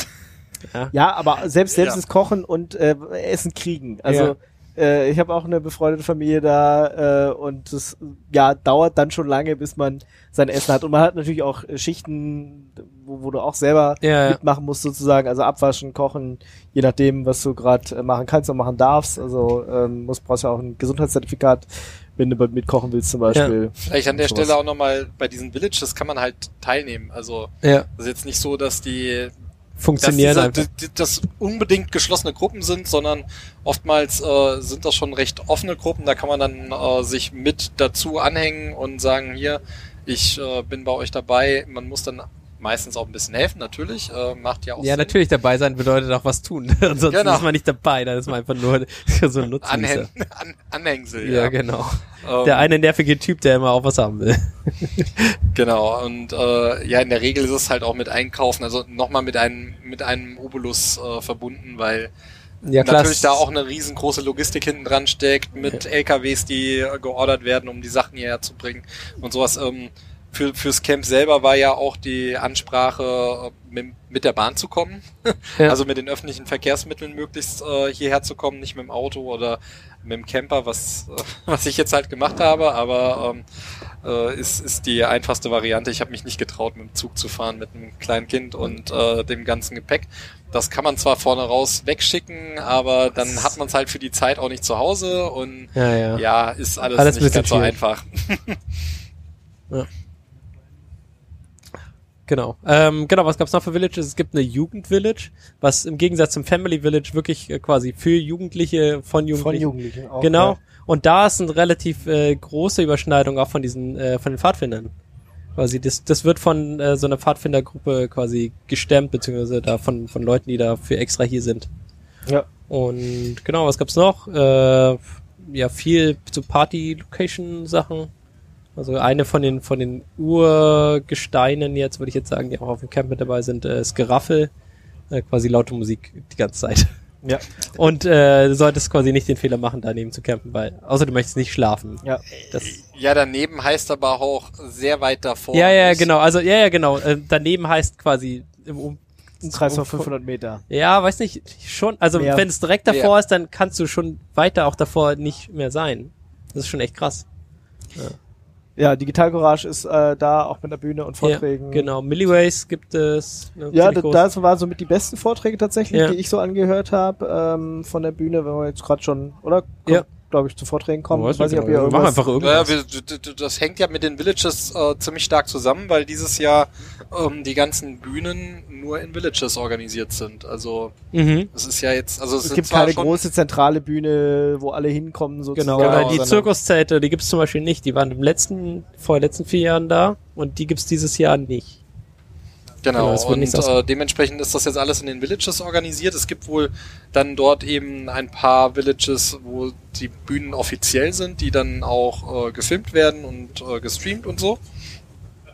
[SPEAKER 2] Ja, aber selbst
[SPEAKER 4] Ja.
[SPEAKER 2] selbst das Kochen und äh, Essen kriegen. Also äh, ich habe auch eine befreundete Familie da äh, und das ja dauert dann schon lange, bis man sein Essen hat. Und man hat natürlich auch äh, Schichten, wo, wo du auch selber
[SPEAKER 3] Ja, ja.
[SPEAKER 2] mitmachen musst sozusagen. Also abwaschen, kochen, je nachdem, was du gerade äh, machen kannst und machen darfst. Also ähm, musst brauchst ja auch ein Gesundheitszertifikat, wenn du bei- mit kochen willst zum Beispiel.
[SPEAKER 4] Vielleicht an der
[SPEAKER 2] Sowas.
[SPEAKER 4] Stelle auch nochmal bei diesen Villages kann man halt teilnehmen. Also
[SPEAKER 3] Ja.
[SPEAKER 4] es ist jetzt nicht so, dass die dass
[SPEAKER 3] Funktioniert
[SPEAKER 4] diese,
[SPEAKER 3] einfach.
[SPEAKER 4] die, die, das unbedingt geschlossene Gruppen sind, sondern oftmals äh, sind das schon recht offene Gruppen. Da kann man dann äh, sich mit dazu anhängen und sagen, hier, ich äh, bin bei euch dabei. Man muss dann meistens auch ein bisschen helfen, natürlich. Äh, macht ja auch
[SPEAKER 3] Ja,
[SPEAKER 4] Sinn.
[SPEAKER 3] natürlich dabei sein bedeutet auch was tun. Ansonsten
[SPEAKER 4] Genau.
[SPEAKER 3] ist man nicht dabei, dann ist man einfach nur so ein Nutznießer.
[SPEAKER 4] Anhäng An Anhängsel.
[SPEAKER 3] Ja, genau.
[SPEAKER 4] Ähm,
[SPEAKER 3] Der eine nervige Typ, der immer auch was haben will.
[SPEAKER 4] Genau, und äh, ja, in der Regel ist es halt auch mit Einkaufen, also nochmal mit einem, mit einem Obolus äh, verbunden, weil
[SPEAKER 3] Ja,
[SPEAKER 4] natürlich da auch eine riesengroße Logistik hinten dran steckt, mit LKWs, die äh, geordert werden, um die Sachen hierher zu bringen und sowas. Ähm, für, fürs Camp selber war ja auch die Ansprache, äh, mit, mit der Bahn zu kommen.
[SPEAKER 3] Ja.
[SPEAKER 4] Also mit den öffentlichen Verkehrsmitteln möglichst äh, hierher zu kommen, nicht mit dem Auto oder mit dem Camper, was, äh, was ich jetzt halt gemacht habe, aber ähm, äh, ist, ist die einfachste Variante. Ich habe mich nicht getraut, mit dem Zug zu fahren, mit einem kleinen Kind und äh, dem ganzen Gepäck. Das kann man zwar vorne raus wegschicken, aber dann hat man es halt für die Zeit auch nicht zu Hause und
[SPEAKER 3] Ja, ja.
[SPEAKER 4] ja, ist alles,
[SPEAKER 3] Alles ein
[SPEAKER 4] nicht
[SPEAKER 3] bisschen
[SPEAKER 4] ganz so
[SPEAKER 3] schwierig.
[SPEAKER 4] einfach.
[SPEAKER 3] Genau. Ähm, genau, was gab's noch für Villages? Es gibt eine Jugendvillage, was im Gegensatz zum Family Village wirklich äh, quasi für Jugendliche von
[SPEAKER 2] Von
[SPEAKER 3] Jugendlichen.
[SPEAKER 2] Jugendlichen auch.
[SPEAKER 3] genau.
[SPEAKER 2] ja.
[SPEAKER 3] Und da ist eine relativ äh, große Überschneidung auch von diesen, äh, von den Pfadfindern. Quasi, das, das wird von äh, so einer Pfadfindergruppe quasi gestemmt, beziehungsweise da von, von Leuten, die dafür extra hier sind.
[SPEAKER 2] Ja.
[SPEAKER 3] Und genau, was gab's noch? Äh, ja, viel zu Party-Location-Sachen. Also eine von den von den Urgesteinen jetzt, würde ich jetzt sagen, die auch auf dem Camp mit dabei sind, äh, ist Geraffel. Äh, quasi laute Musik die ganze Zeit.
[SPEAKER 2] Ja.
[SPEAKER 3] Und äh, du solltest quasi nicht den Fehler machen, daneben zu campen, weil außer du möchtest nicht schlafen.
[SPEAKER 2] Ja.
[SPEAKER 3] Das,
[SPEAKER 4] Ja, daneben heißt aber auch sehr weit davor.
[SPEAKER 3] ja, ja,
[SPEAKER 4] Ich-
[SPEAKER 3] genau. Also ja, ja, genau. Äh, daneben heißt quasi im um
[SPEAKER 2] Ein Kreis von 500 Meter.
[SPEAKER 3] ja, weiß nicht, schon, also
[SPEAKER 2] Mehr.
[SPEAKER 3] wenn es direkt davor
[SPEAKER 4] Mehr.
[SPEAKER 3] ist, dann kannst du schon weiter auch davor nicht mehr sein. Das ist schon echt krass.
[SPEAKER 2] Ja, Digital Courage ist äh, da auch mit einer Bühne und Vorträgen.
[SPEAKER 3] Ja, genau, Milliways gibt es. ne,
[SPEAKER 2] Ja,
[SPEAKER 3] ziemlich
[SPEAKER 2] da-
[SPEAKER 3] groß.
[SPEAKER 2] das waren somit die besten Vorträge tatsächlich,
[SPEAKER 3] Ja.
[SPEAKER 2] die ich so angehört habe ähm, von der Bühne, wenn wir jetzt gerade schon, oder?
[SPEAKER 3] Ja.
[SPEAKER 2] Glaube ich, zu Vorträgen kommen.
[SPEAKER 3] Oh,
[SPEAKER 2] Ich weiß nicht, ob ihr
[SPEAKER 3] genau. Mach
[SPEAKER 2] irgendwas...
[SPEAKER 3] einfach irgendwas.
[SPEAKER 4] Ja, wir, d- d- das hängt ja mit den Villages äh, ziemlich stark zusammen, weil dieses Jahr ähm, die ganzen Bühnen nur in Villages organisiert sind. Also
[SPEAKER 3] mhm.
[SPEAKER 4] es ist ja jetzt, also es,
[SPEAKER 2] Es
[SPEAKER 4] sind
[SPEAKER 2] gibt
[SPEAKER 4] zwar
[SPEAKER 2] keine
[SPEAKER 4] schon,
[SPEAKER 2] große zentrale Bühne, wo alle hinkommen sozusagen.
[SPEAKER 3] Genau, oder die
[SPEAKER 2] sondern-
[SPEAKER 3] Zirkuszelte, die gibt's zum Beispiel nicht. Die waren im letzten, vor den letzten vier Jahren da und die gibt's dieses Jahr nicht.
[SPEAKER 4] Genau,
[SPEAKER 3] Genau, es wurde
[SPEAKER 4] und
[SPEAKER 3] nichts
[SPEAKER 4] äh,
[SPEAKER 3] ausge-
[SPEAKER 4] dementsprechend ist das jetzt alles in den Villages organisiert. Es gibt wohl dann dort eben ein paar Villages, wo die Bühnen offiziell sind, die dann auch äh, gefilmt werden und äh, gestreamt und so.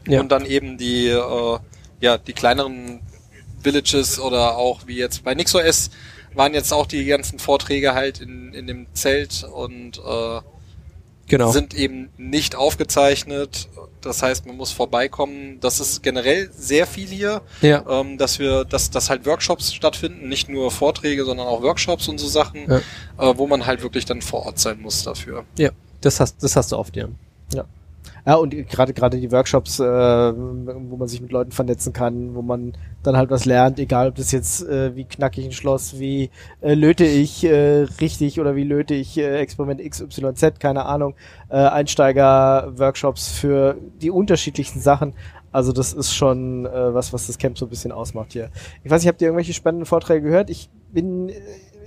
[SPEAKER 3] Ja.
[SPEAKER 4] Und dann eben die, äh, ja, die kleineren Villages oder auch wie jetzt bei NixOS waren jetzt auch die ganzen Vorträge halt in, in dem Zelt und äh,
[SPEAKER 3] Genau.
[SPEAKER 4] sind eben nicht aufgezeichnet. Das heißt, man muss vorbeikommen. Das ist generell sehr viel hier,
[SPEAKER 3] ja.
[SPEAKER 4] ähm, dass wir, dass, dass halt Workshops stattfinden, nicht nur Vorträge, sondern auch Workshops und so Sachen,
[SPEAKER 3] Ja.
[SPEAKER 4] äh, wo man halt wirklich dann vor Ort sein muss dafür. Also
[SPEAKER 3] ja. Das hast, das hast du oft, ja.
[SPEAKER 2] Ja, und gerade gerade die Workshops, äh, wo man sich mit Leuten vernetzen kann, wo man dann halt was lernt, egal ob das jetzt äh, wie knacke ich ein Schloss, wie äh, löte ich äh, richtig oder wie löte ich äh, Experiment XYZ, keine Ahnung, äh, Einsteiger-Workshops für die unterschiedlichsten Sachen. Also das ist schon äh, was, was das Camp so ein bisschen ausmacht hier. Ich weiß nicht, habt ihr irgendwelche spannenden Vorträge gehört? Ich bin, äh,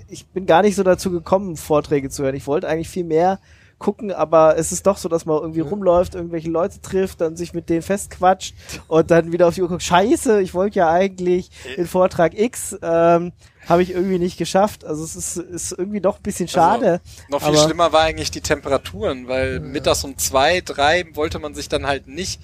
[SPEAKER 2] ich bin gar nicht so dazu gekommen, Vorträge zu hören. Ich wollte eigentlich viel mehr gucken, aber es ist doch so, dass man irgendwie rumläuft, irgendwelche Leute trifft, dann sich mit denen festquatscht und dann wieder auf die Uhr guckt, scheiße, ich wollte ja eigentlich den Vortrag X, ähm, habe ich irgendwie nicht geschafft. Also es ist, ist irgendwie doch ein bisschen schade.
[SPEAKER 4] Also Noch viel
[SPEAKER 2] aber-
[SPEAKER 4] schlimmer war eigentlich die Temperaturen, weil mittags um zwei, drei wollte man sich dann halt nicht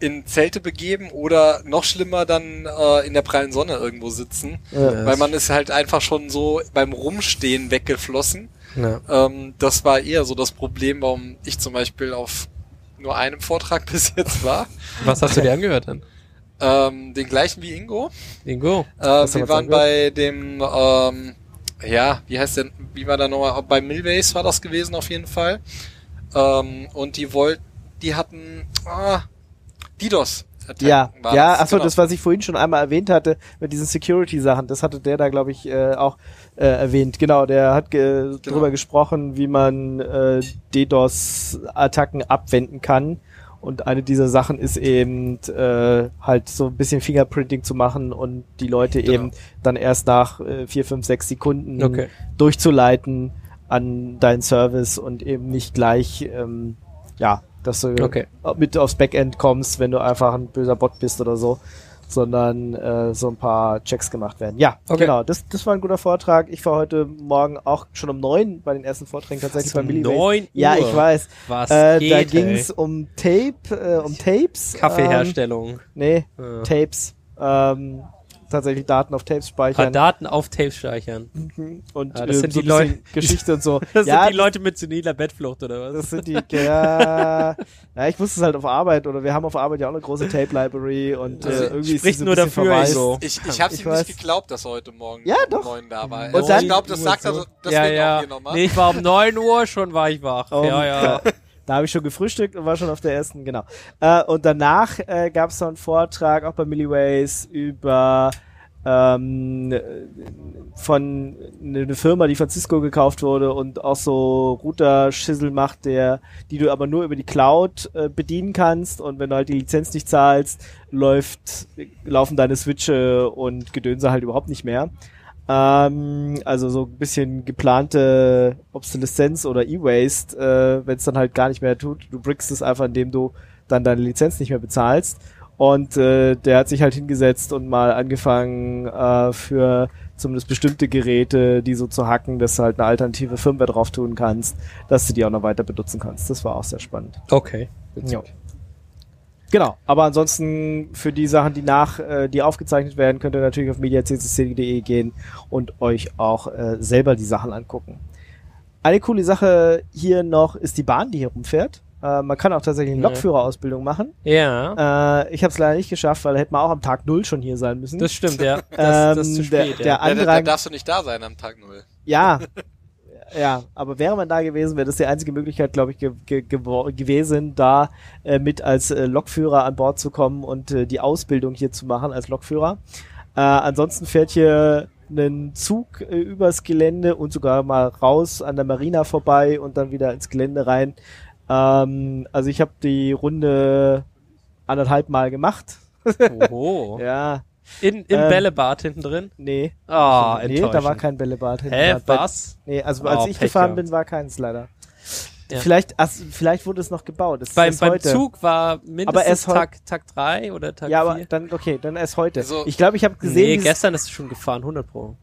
[SPEAKER 4] in Zelte begeben oder noch schlimmer dann äh, in der prallen Sonne irgendwo sitzen,
[SPEAKER 2] Ja.
[SPEAKER 4] weil man ist halt einfach schon so beim Rumstehen weggeflossen.
[SPEAKER 3] Ja.
[SPEAKER 4] Ähm, das war eher so das Problem, warum ich zum Beispiel auf nur einem Vortrag bis jetzt war.
[SPEAKER 3] Was hast du dir angehört dann?
[SPEAKER 4] ähm, den gleichen wie Ingo.
[SPEAKER 3] Ingo.
[SPEAKER 4] Äh, wir waren bei dem, ähm, ja, wie heißt denn, wie war da nochmal, bei Milways war das gewesen auf jeden Fall. Ähm, und die wollten, die hatten, ah, DDoS.
[SPEAKER 2] Ja, ja, achso,
[SPEAKER 4] genau.
[SPEAKER 2] das, was ich vorhin schon einmal erwähnt hatte, mit diesen Security-Sachen, das hatte der da, glaube ich, äh, auch äh, erwähnt. Genau, der hat ge
[SPEAKER 4] Genau.
[SPEAKER 2] drüber gesprochen, wie man äh, DDoS-Attacken abwenden kann. Und eine dieser Sachen ist eben äh, halt so ein bisschen Fingerprinting zu machen und die Leute
[SPEAKER 4] Genau.
[SPEAKER 2] eben dann erst nach äh, vier, fünf, sechs Sekunden
[SPEAKER 3] Okay.
[SPEAKER 2] durchzuleiten an deinen Service und eben nicht gleich, ähm, ja, dass du
[SPEAKER 3] Okay.
[SPEAKER 2] mit aufs Backend kommst, wenn du einfach ein böser Bot bist oder so, sondern äh, so ein paar Checks gemacht werden. Ja,
[SPEAKER 3] Okay.
[SPEAKER 2] genau, das, das war ein guter Vortrag. Ich war heute Morgen auch schon um neun bei den ersten Vorträgen tatsächlich bei Milli. Ways.
[SPEAKER 3] Neun Uhr.
[SPEAKER 2] Ja, ich weiß.
[SPEAKER 3] Was
[SPEAKER 2] Äh,
[SPEAKER 3] geht,
[SPEAKER 2] da ging's um Tape, äh, um Tapes.
[SPEAKER 3] ey? Kaffeeherstellung.
[SPEAKER 2] Ähm, nee,
[SPEAKER 3] Äh.
[SPEAKER 2] Tapes. Ähm, tatsächlich Daten auf Tapes speichern.
[SPEAKER 3] Daten auf Tapes speichern.
[SPEAKER 2] und
[SPEAKER 3] Ah, das
[SPEAKER 2] äh,
[SPEAKER 3] sind
[SPEAKER 2] so
[SPEAKER 3] die
[SPEAKER 2] ein bisschen
[SPEAKER 3] Leute-
[SPEAKER 2] Geschichte und so.
[SPEAKER 3] Das
[SPEAKER 2] ja,
[SPEAKER 3] sind die Leute mit seniler Bettflucht oder was?
[SPEAKER 2] Das sind die, ja, ja, ich wusste es halt auf Arbeit oder wir haben auf Arbeit ja auch eine große Tape-Library und
[SPEAKER 3] Also,
[SPEAKER 2] äh, irgendwie ist
[SPEAKER 3] spricht
[SPEAKER 2] es ein
[SPEAKER 3] nur
[SPEAKER 2] bisschen
[SPEAKER 3] dafür,
[SPEAKER 2] verwaist.
[SPEAKER 3] Ingo.
[SPEAKER 4] ich, ich hab's
[SPEAKER 2] Ich
[SPEAKER 4] ihm
[SPEAKER 2] weiß.
[SPEAKER 4] nicht geglaubt, dass er heute Morgen
[SPEAKER 2] Ja,
[SPEAKER 4] um
[SPEAKER 2] doch.
[SPEAKER 4] neun da war.
[SPEAKER 2] Und dann-
[SPEAKER 4] ich glaube, das sagt er so- deswegen
[SPEAKER 3] ja,
[SPEAKER 4] auch
[SPEAKER 3] ja.
[SPEAKER 4] hier nochmal.
[SPEAKER 3] Nee, ich war um 9 Uhr schon war ich wach.
[SPEAKER 2] Um,
[SPEAKER 3] ja, ja.
[SPEAKER 2] Da habe ich schon gefrühstückt und war schon auf der ersten, genau. Äh, und danach äh, gab es noch einen Vortrag, auch bei Milliways, über ähm, von eine Firma, die von Cisco gekauft wurde und auch so Router-Schissel macht, der, die du aber nur über die Cloud äh, bedienen kannst und wenn du halt die Lizenz nicht zahlst, läuft, laufen deine Switche und Gedönse halt überhaupt nicht mehr. Ähm, also so ein bisschen geplante Obsoleszenz oder E-Waste, äh, wenn es dann halt gar nicht mehr tut. Du brickst es einfach, indem du dann deine Lizenz nicht mehr bezahlst. Und äh, der hat sich halt hingesetzt und mal angefangen, äh, für zumindest bestimmte Geräte, die so zu hacken, dass du halt eine alternative Firmware drauf tun kannst, dass du die auch noch weiter benutzen kannst. Das war auch sehr spannend.
[SPEAKER 3] Okay.
[SPEAKER 2] Ja. Genau, aber ansonsten für die Sachen, die nach, äh, die aufgezeichnet werden, könnt ihr natürlich auf mediaccc.de gehen und euch auch äh, selber die Sachen angucken. Eine coole Sache hier noch ist die Bahn, die hier rumfährt. Äh, man kann auch tatsächlich eine
[SPEAKER 3] Ja.
[SPEAKER 2] Lokführerausbildung machen.
[SPEAKER 3] Ja.
[SPEAKER 2] Äh, ich habe es leider nicht geschafft, weil da hätte man auch am Tag null schon hier sein müssen.
[SPEAKER 3] Das stimmt, ja. Das, das ist zu
[SPEAKER 2] Ähm, der,
[SPEAKER 3] spät.
[SPEAKER 2] der
[SPEAKER 3] ja.
[SPEAKER 4] Ja, da, da
[SPEAKER 2] Andrang,
[SPEAKER 4] darfst du nicht da sein am Tag null.
[SPEAKER 2] ja. Ja, aber wäre man da gewesen, wäre das die einzige Möglichkeit, glaube ich, ge ge gewor- gewesen, da äh, mit als äh, Lokführer an Bord zu kommen und äh, die Ausbildung hier zu machen als Lokführer. Äh, ansonsten fährt hier ein Zug äh, übers Gelände und sogar mal raus an der Marina vorbei und dann wieder ins Gelände rein. Ähm, also ich habe die Runde anderthalb Mal gemacht.
[SPEAKER 3] Oho.
[SPEAKER 2] Ja,
[SPEAKER 3] In, Im
[SPEAKER 2] Ähm,
[SPEAKER 3] Bällebad hinten drin.
[SPEAKER 2] nee.
[SPEAKER 3] Ah,
[SPEAKER 2] nee, da war
[SPEAKER 3] enttäuschend.
[SPEAKER 2] kein Bällebad. hinten
[SPEAKER 3] Hä,
[SPEAKER 2] dran. Bei-
[SPEAKER 3] was?
[SPEAKER 2] Nee, also
[SPEAKER 3] Oh,
[SPEAKER 2] als ich
[SPEAKER 3] Pech
[SPEAKER 2] gefahren
[SPEAKER 3] gehabt.
[SPEAKER 2] bin, war keins leider.
[SPEAKER 3] Ja.
[SPEAKER 2] Vielleicht, ach, vielleicht wurde es noch gebaut. Das ist
[SPEAKER 3] Beim,
[SPEAKER 2] erst
[SPEAKER 3] beim
[SPEAKER 2] heute.
[SPEAKER 3] Zug war
[SPEAKER 2] Aber erst
[SPEAKER 3] mindestens
[SPEAKER 2] heu-
[SPEAKER 3] Tag, Tag drei oder Tag
[SPEAKER 2] Ja, aber
[SPEAKER 3] vier.
[SPEAKER 2] dann, okay, dann erst heute.
[SPEAKER 4] Also-
[SPEAKER 2] ich glaube, ich habe gesehen.
[SPEAKER 3] nee,
[SPEAKER 2] dieses-
[SPEAKER 3] gestern ist es schon gefahren, 100 Pro.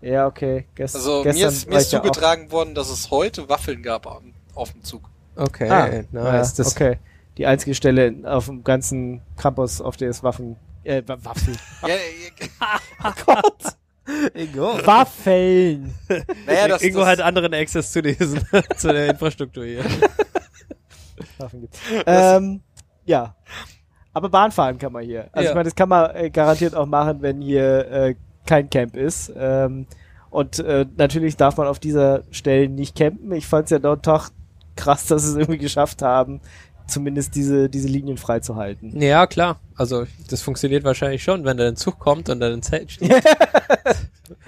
[SPEAKER 2] Ja, okay. Gest,
[SPEAKER 4] Also mir
[SPEAKER 2] gestern
[SPEAKER 4] ist,
[SPEAKER 2] war
[SPEAKER 4] mir ist
[SPEAKER 2] ich ja auch-
[SPEAKER 4] zugetragen worden, dass es heute Waffeln gab am- auf dem Zug.
[SPEAKER 3] Okay,
[SPEAKER 2] Ah,
[SPEAKER 3] nice.
[SPEAKER 2] ja,
[SPEAKER 3] genau, Das,
[SPEAKER 2] okay. Die einzige Stelle auf dem ganzen Campus, auf der es Waffen. Äh, Wa- Waffen.
[SPEAKER 4] Ja, ja, ja,
[SPEAKER 2] Ingo.
[SPEAKER 7] Waffeln.
[SPEAKER 4] Naja, das,
[SPEAKER 3] Ingo
[SPEAKER 4] das,
[SPEAKER 3] hat anderen Access zu diesen, zu der Infrastruktur hier.
[SPEAKER 2] Waffen gibt. Ähm, ja. Aber Bahnfahren kann man hier. Also
[SPEAKER 3] Ja.
[SPEAKER 2] ich meine, das kann man äh, garantiert auch machen, wenn hier äh, kein Camp ist. Ähm, und äh, natürlich darf man auf dieser Stelle nicht campen. Ich fand es ja dort doch krass, dass sie es irgendwie geschafft haben, zumindest diese, diese Linien freizuhalten.
[SPEAKER 3] Ja, klar. Also, das funktioniert wahrscheinlich schon, wenn da ein Zug kommt und dann ein Zelt steht.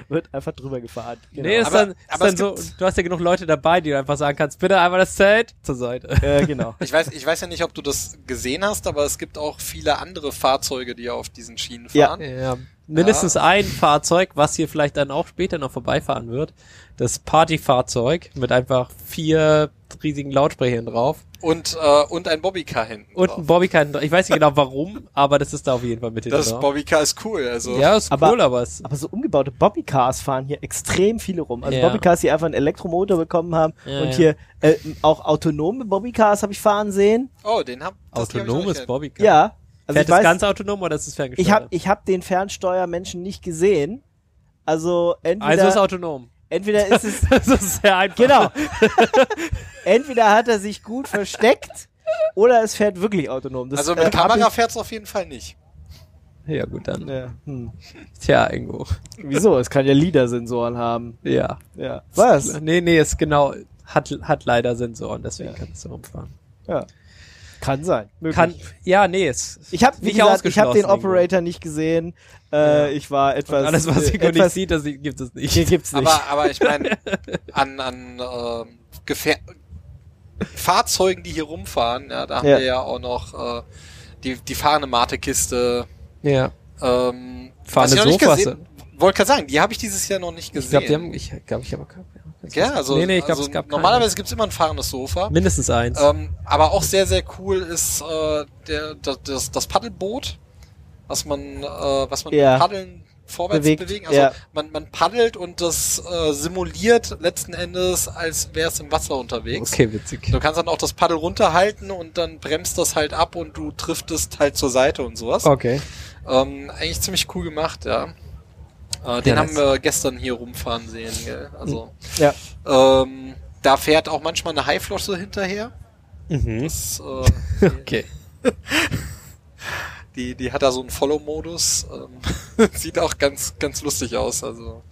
[SPEAKER 2] Wird einfach drüber gefahren. Genau.
[SPEAKER 3] Nee, ist
[SPEAKER 4] Aber-
[SPEAKER 3] dann, ist
[SPEAKER 4] aber
[SPEAKER 3] dann
[SPEAKER 4] es
[SPEAKER 3] so,
[SPEAKER 4] gibt-
[SPEAKER 3] du hast ja genug Leute dabei, die du einfach sagen kannst, bitte einmal das Zelt zur Seite.
[SPEAKER 2] äh, genau.
[SPEAKER 4] ich weiß, ich weiß ja nicht, ob du das gesehen hast, aber es gibt auch viele andere Fahrzeuge, die auf diesen Schienen
[SPEAKER 2] Ja.
[SPEAKER 4] fahren.
[SPEAKER 3] Ja, mindestens ein Fahrzeug, was hier vielleicht dann auch später noch vorbeifahren wird. Das Partyfahrzeug mit einfach vier riesigen Lautsprechern drauf
[SPEAKER 4] Und, äh, und ein Bobbycar hinten.
[SPEAKER 3] und
[SPEAKER 4] drauf.
[SPEAKER 3] ein Bobbycar. hinten drauf. Ich weiß nicht genau warum, aber das ist da auf jeden Fall mit hinten
[SPEAKER 4] Das
[SPEAKER 3] drauf.
[SPEAKER 4] Bobbycar ist cool, also.
[SPEAKER 3] genau. Ja, ist
[SPEAKER 2] Aber-
[SPEAKER 3] cool, aber es
[SPEAKER 2] Aber so umgebaute Bobbycars fahren hier extrem viele rum. Also
[SPEAKER 3] Ja.
[SPEAKER 2] Bobbycars, die einfach einen Elektromotor bekommen haben
[SPEAKER 3] Ja,
[SPEAKER 2] und
[SPEAKER 3] ja.
[SPEAKER 2] hier äh, auch autonome Bobbycars habe ich fahren sehen.
[SPEAKER 4] Oh, den hab, das hab ich noch
[SPEAKER 3] autonomes
[SPEAKER 4] nicht-
[SPEAKER 3] Bobbycar.
[SPEAKER 2] Ja. Also
[SPEAKER 3] Fährt
[SPEAKER 2] ich weiß,
[SPEAKER 3] das ganz autonom oder ist es ferngesteuert?
[SPEAKER 2] Ich habe ich hab den Fernsteuermenschen nicht gesehen. Also entweder,
[SPEAKER 3] also ist autonom.
[SPEAKER 2] entweder ist es
[SPEAKER 3] Das ist sehr einfach.
[SPEAKER 2] genau. entweder hat er sich gut versteckt oder es fährt wirklich autonom. Das,
[SPEAKER 4] Also mit
[SPEAKER 2] äh, hab
[SPEAKER 4] Kamera fährt's auf jeden Fall nicht.
[SPEAKER 3] Ja, gut, dann.
[SPEAKER 2] Ich, ja, hm.
[SPEAKER 3] Tja, Ingo.
[SPEAKER 2] Wieso? Es kann ja LIDAR-Sensoren haben.
[SPEAKER 3] Ja.
[SPEAKER 2] Ja. Was?
[SPEAKER 3] Nee, nee, ist genau. Hat, hat leider Sensoren, deswegen kann es so rumfahren.
[SPEAKER 2] Kann sein. Möglich.
[SPEAKER 3] Kann, ja, nee, ist
[SPEAKER 2] ich habe
[SPEAKER 3] nicht
[SPEAKER 2] ich habe den
[SPEAKER 3] ausgeschlossen, Ingo.
[SPEAKER 2] Operator nicht gesehen. Äh, Ich war etwas.
[SPEAKER 3] Alles, was
[SPEAKER 2] äh,
[SPEAKER 3] Ingo nicht
[SPEAKER 2] etwas-
[SPEAKER 3] sieht, das gibt es
[SPEAKER 2] Hier
[SPEAKER 3] nicht.
[SPEAKER 2] gibt's nicht.
[SPEAKER 4] Aber, aber ich meine, an, an ähm, Gefähr Fahrzeugen, die hier rumfahren, ja, da haben
[SPEAKER 2] Ja.
[SPEAKER 4] wir ja auch noch äh, die, die fahrende Mate-Kiste.
[SPEAKER 3] Ja.
[SPEAKER 4] Ähm,
[SPEAKER 3] Fahrende
[SPEAKER 4] was ich noch nicht
[SPEAKER 3] Sofasse.
[SPEAKER 4] gesehen- Wollte gerade sagen, die habe ich dieses Jahr noch nicht
[SPEAKER 3] Ich
[SPEAKER 4] gesehen.
[SPEAKER 3] glaube, die haben, ich glaube, ich habe auch
[SPEAKER 4] ja, also,
[SPEAKER 3] nee, nee, ich glaube,
[SPEAKER 4] also
[SPEAKER 3] es gab
[SPEAKER 4] normalerweise gibt's immer ein fahrendes Sofa.
[SPEAKER 3] keine. mindestens eins.
[SPEAKER 4] Ähm, aber auch sehr, sehr cool ist äh, der, das, das, das Paddelboot, was man, äh, was man
[SPEAKER 2] Ja.
[SPEAKER 4] mit Paddeln vorwärts
[SPEAKER 2] Bewegt,
[SPEAKER 4] bewegen. Also
[SPEAKER 2] ja.
[SPEAKER 4] man, man paddelt und das äh, simuliert letzten Endes, als wäre es im Wasser unterwegs.
[SPEAKER 3] okay, witzig.
[SPEAKER 4] Du kannst dann auch das Paddel runterhalten und dann bremst das halt ab und du driftest halt zur Seite und sowas.
[SPEAKER 3] Okay.
[SPEAKER 4] Ähm, eigentlich ziemlich cool gemacht, ja. Äh, den
[SPEAKER 3] Ja,
[SPEAKER 4] haben
[SPEAKER 3] nice. Hm.
[SPEAKER 4] wir gestern hier rumfahren sehen, gell? Also,
[SPEAKER 2] Ja.
[SPEAKER 4] ähm, da fährt auch manchmal eine Haiflosse hinterher.
[SPEAKER 3] Mhm.
[SPEAKER 4] Das, äh,
[SPEAKER 3] Okay.
[SPEAKER 4] Die, die hat da so einen Follow-Modus. Ähm, sieht auch ganz, ganz lustig aus. Also,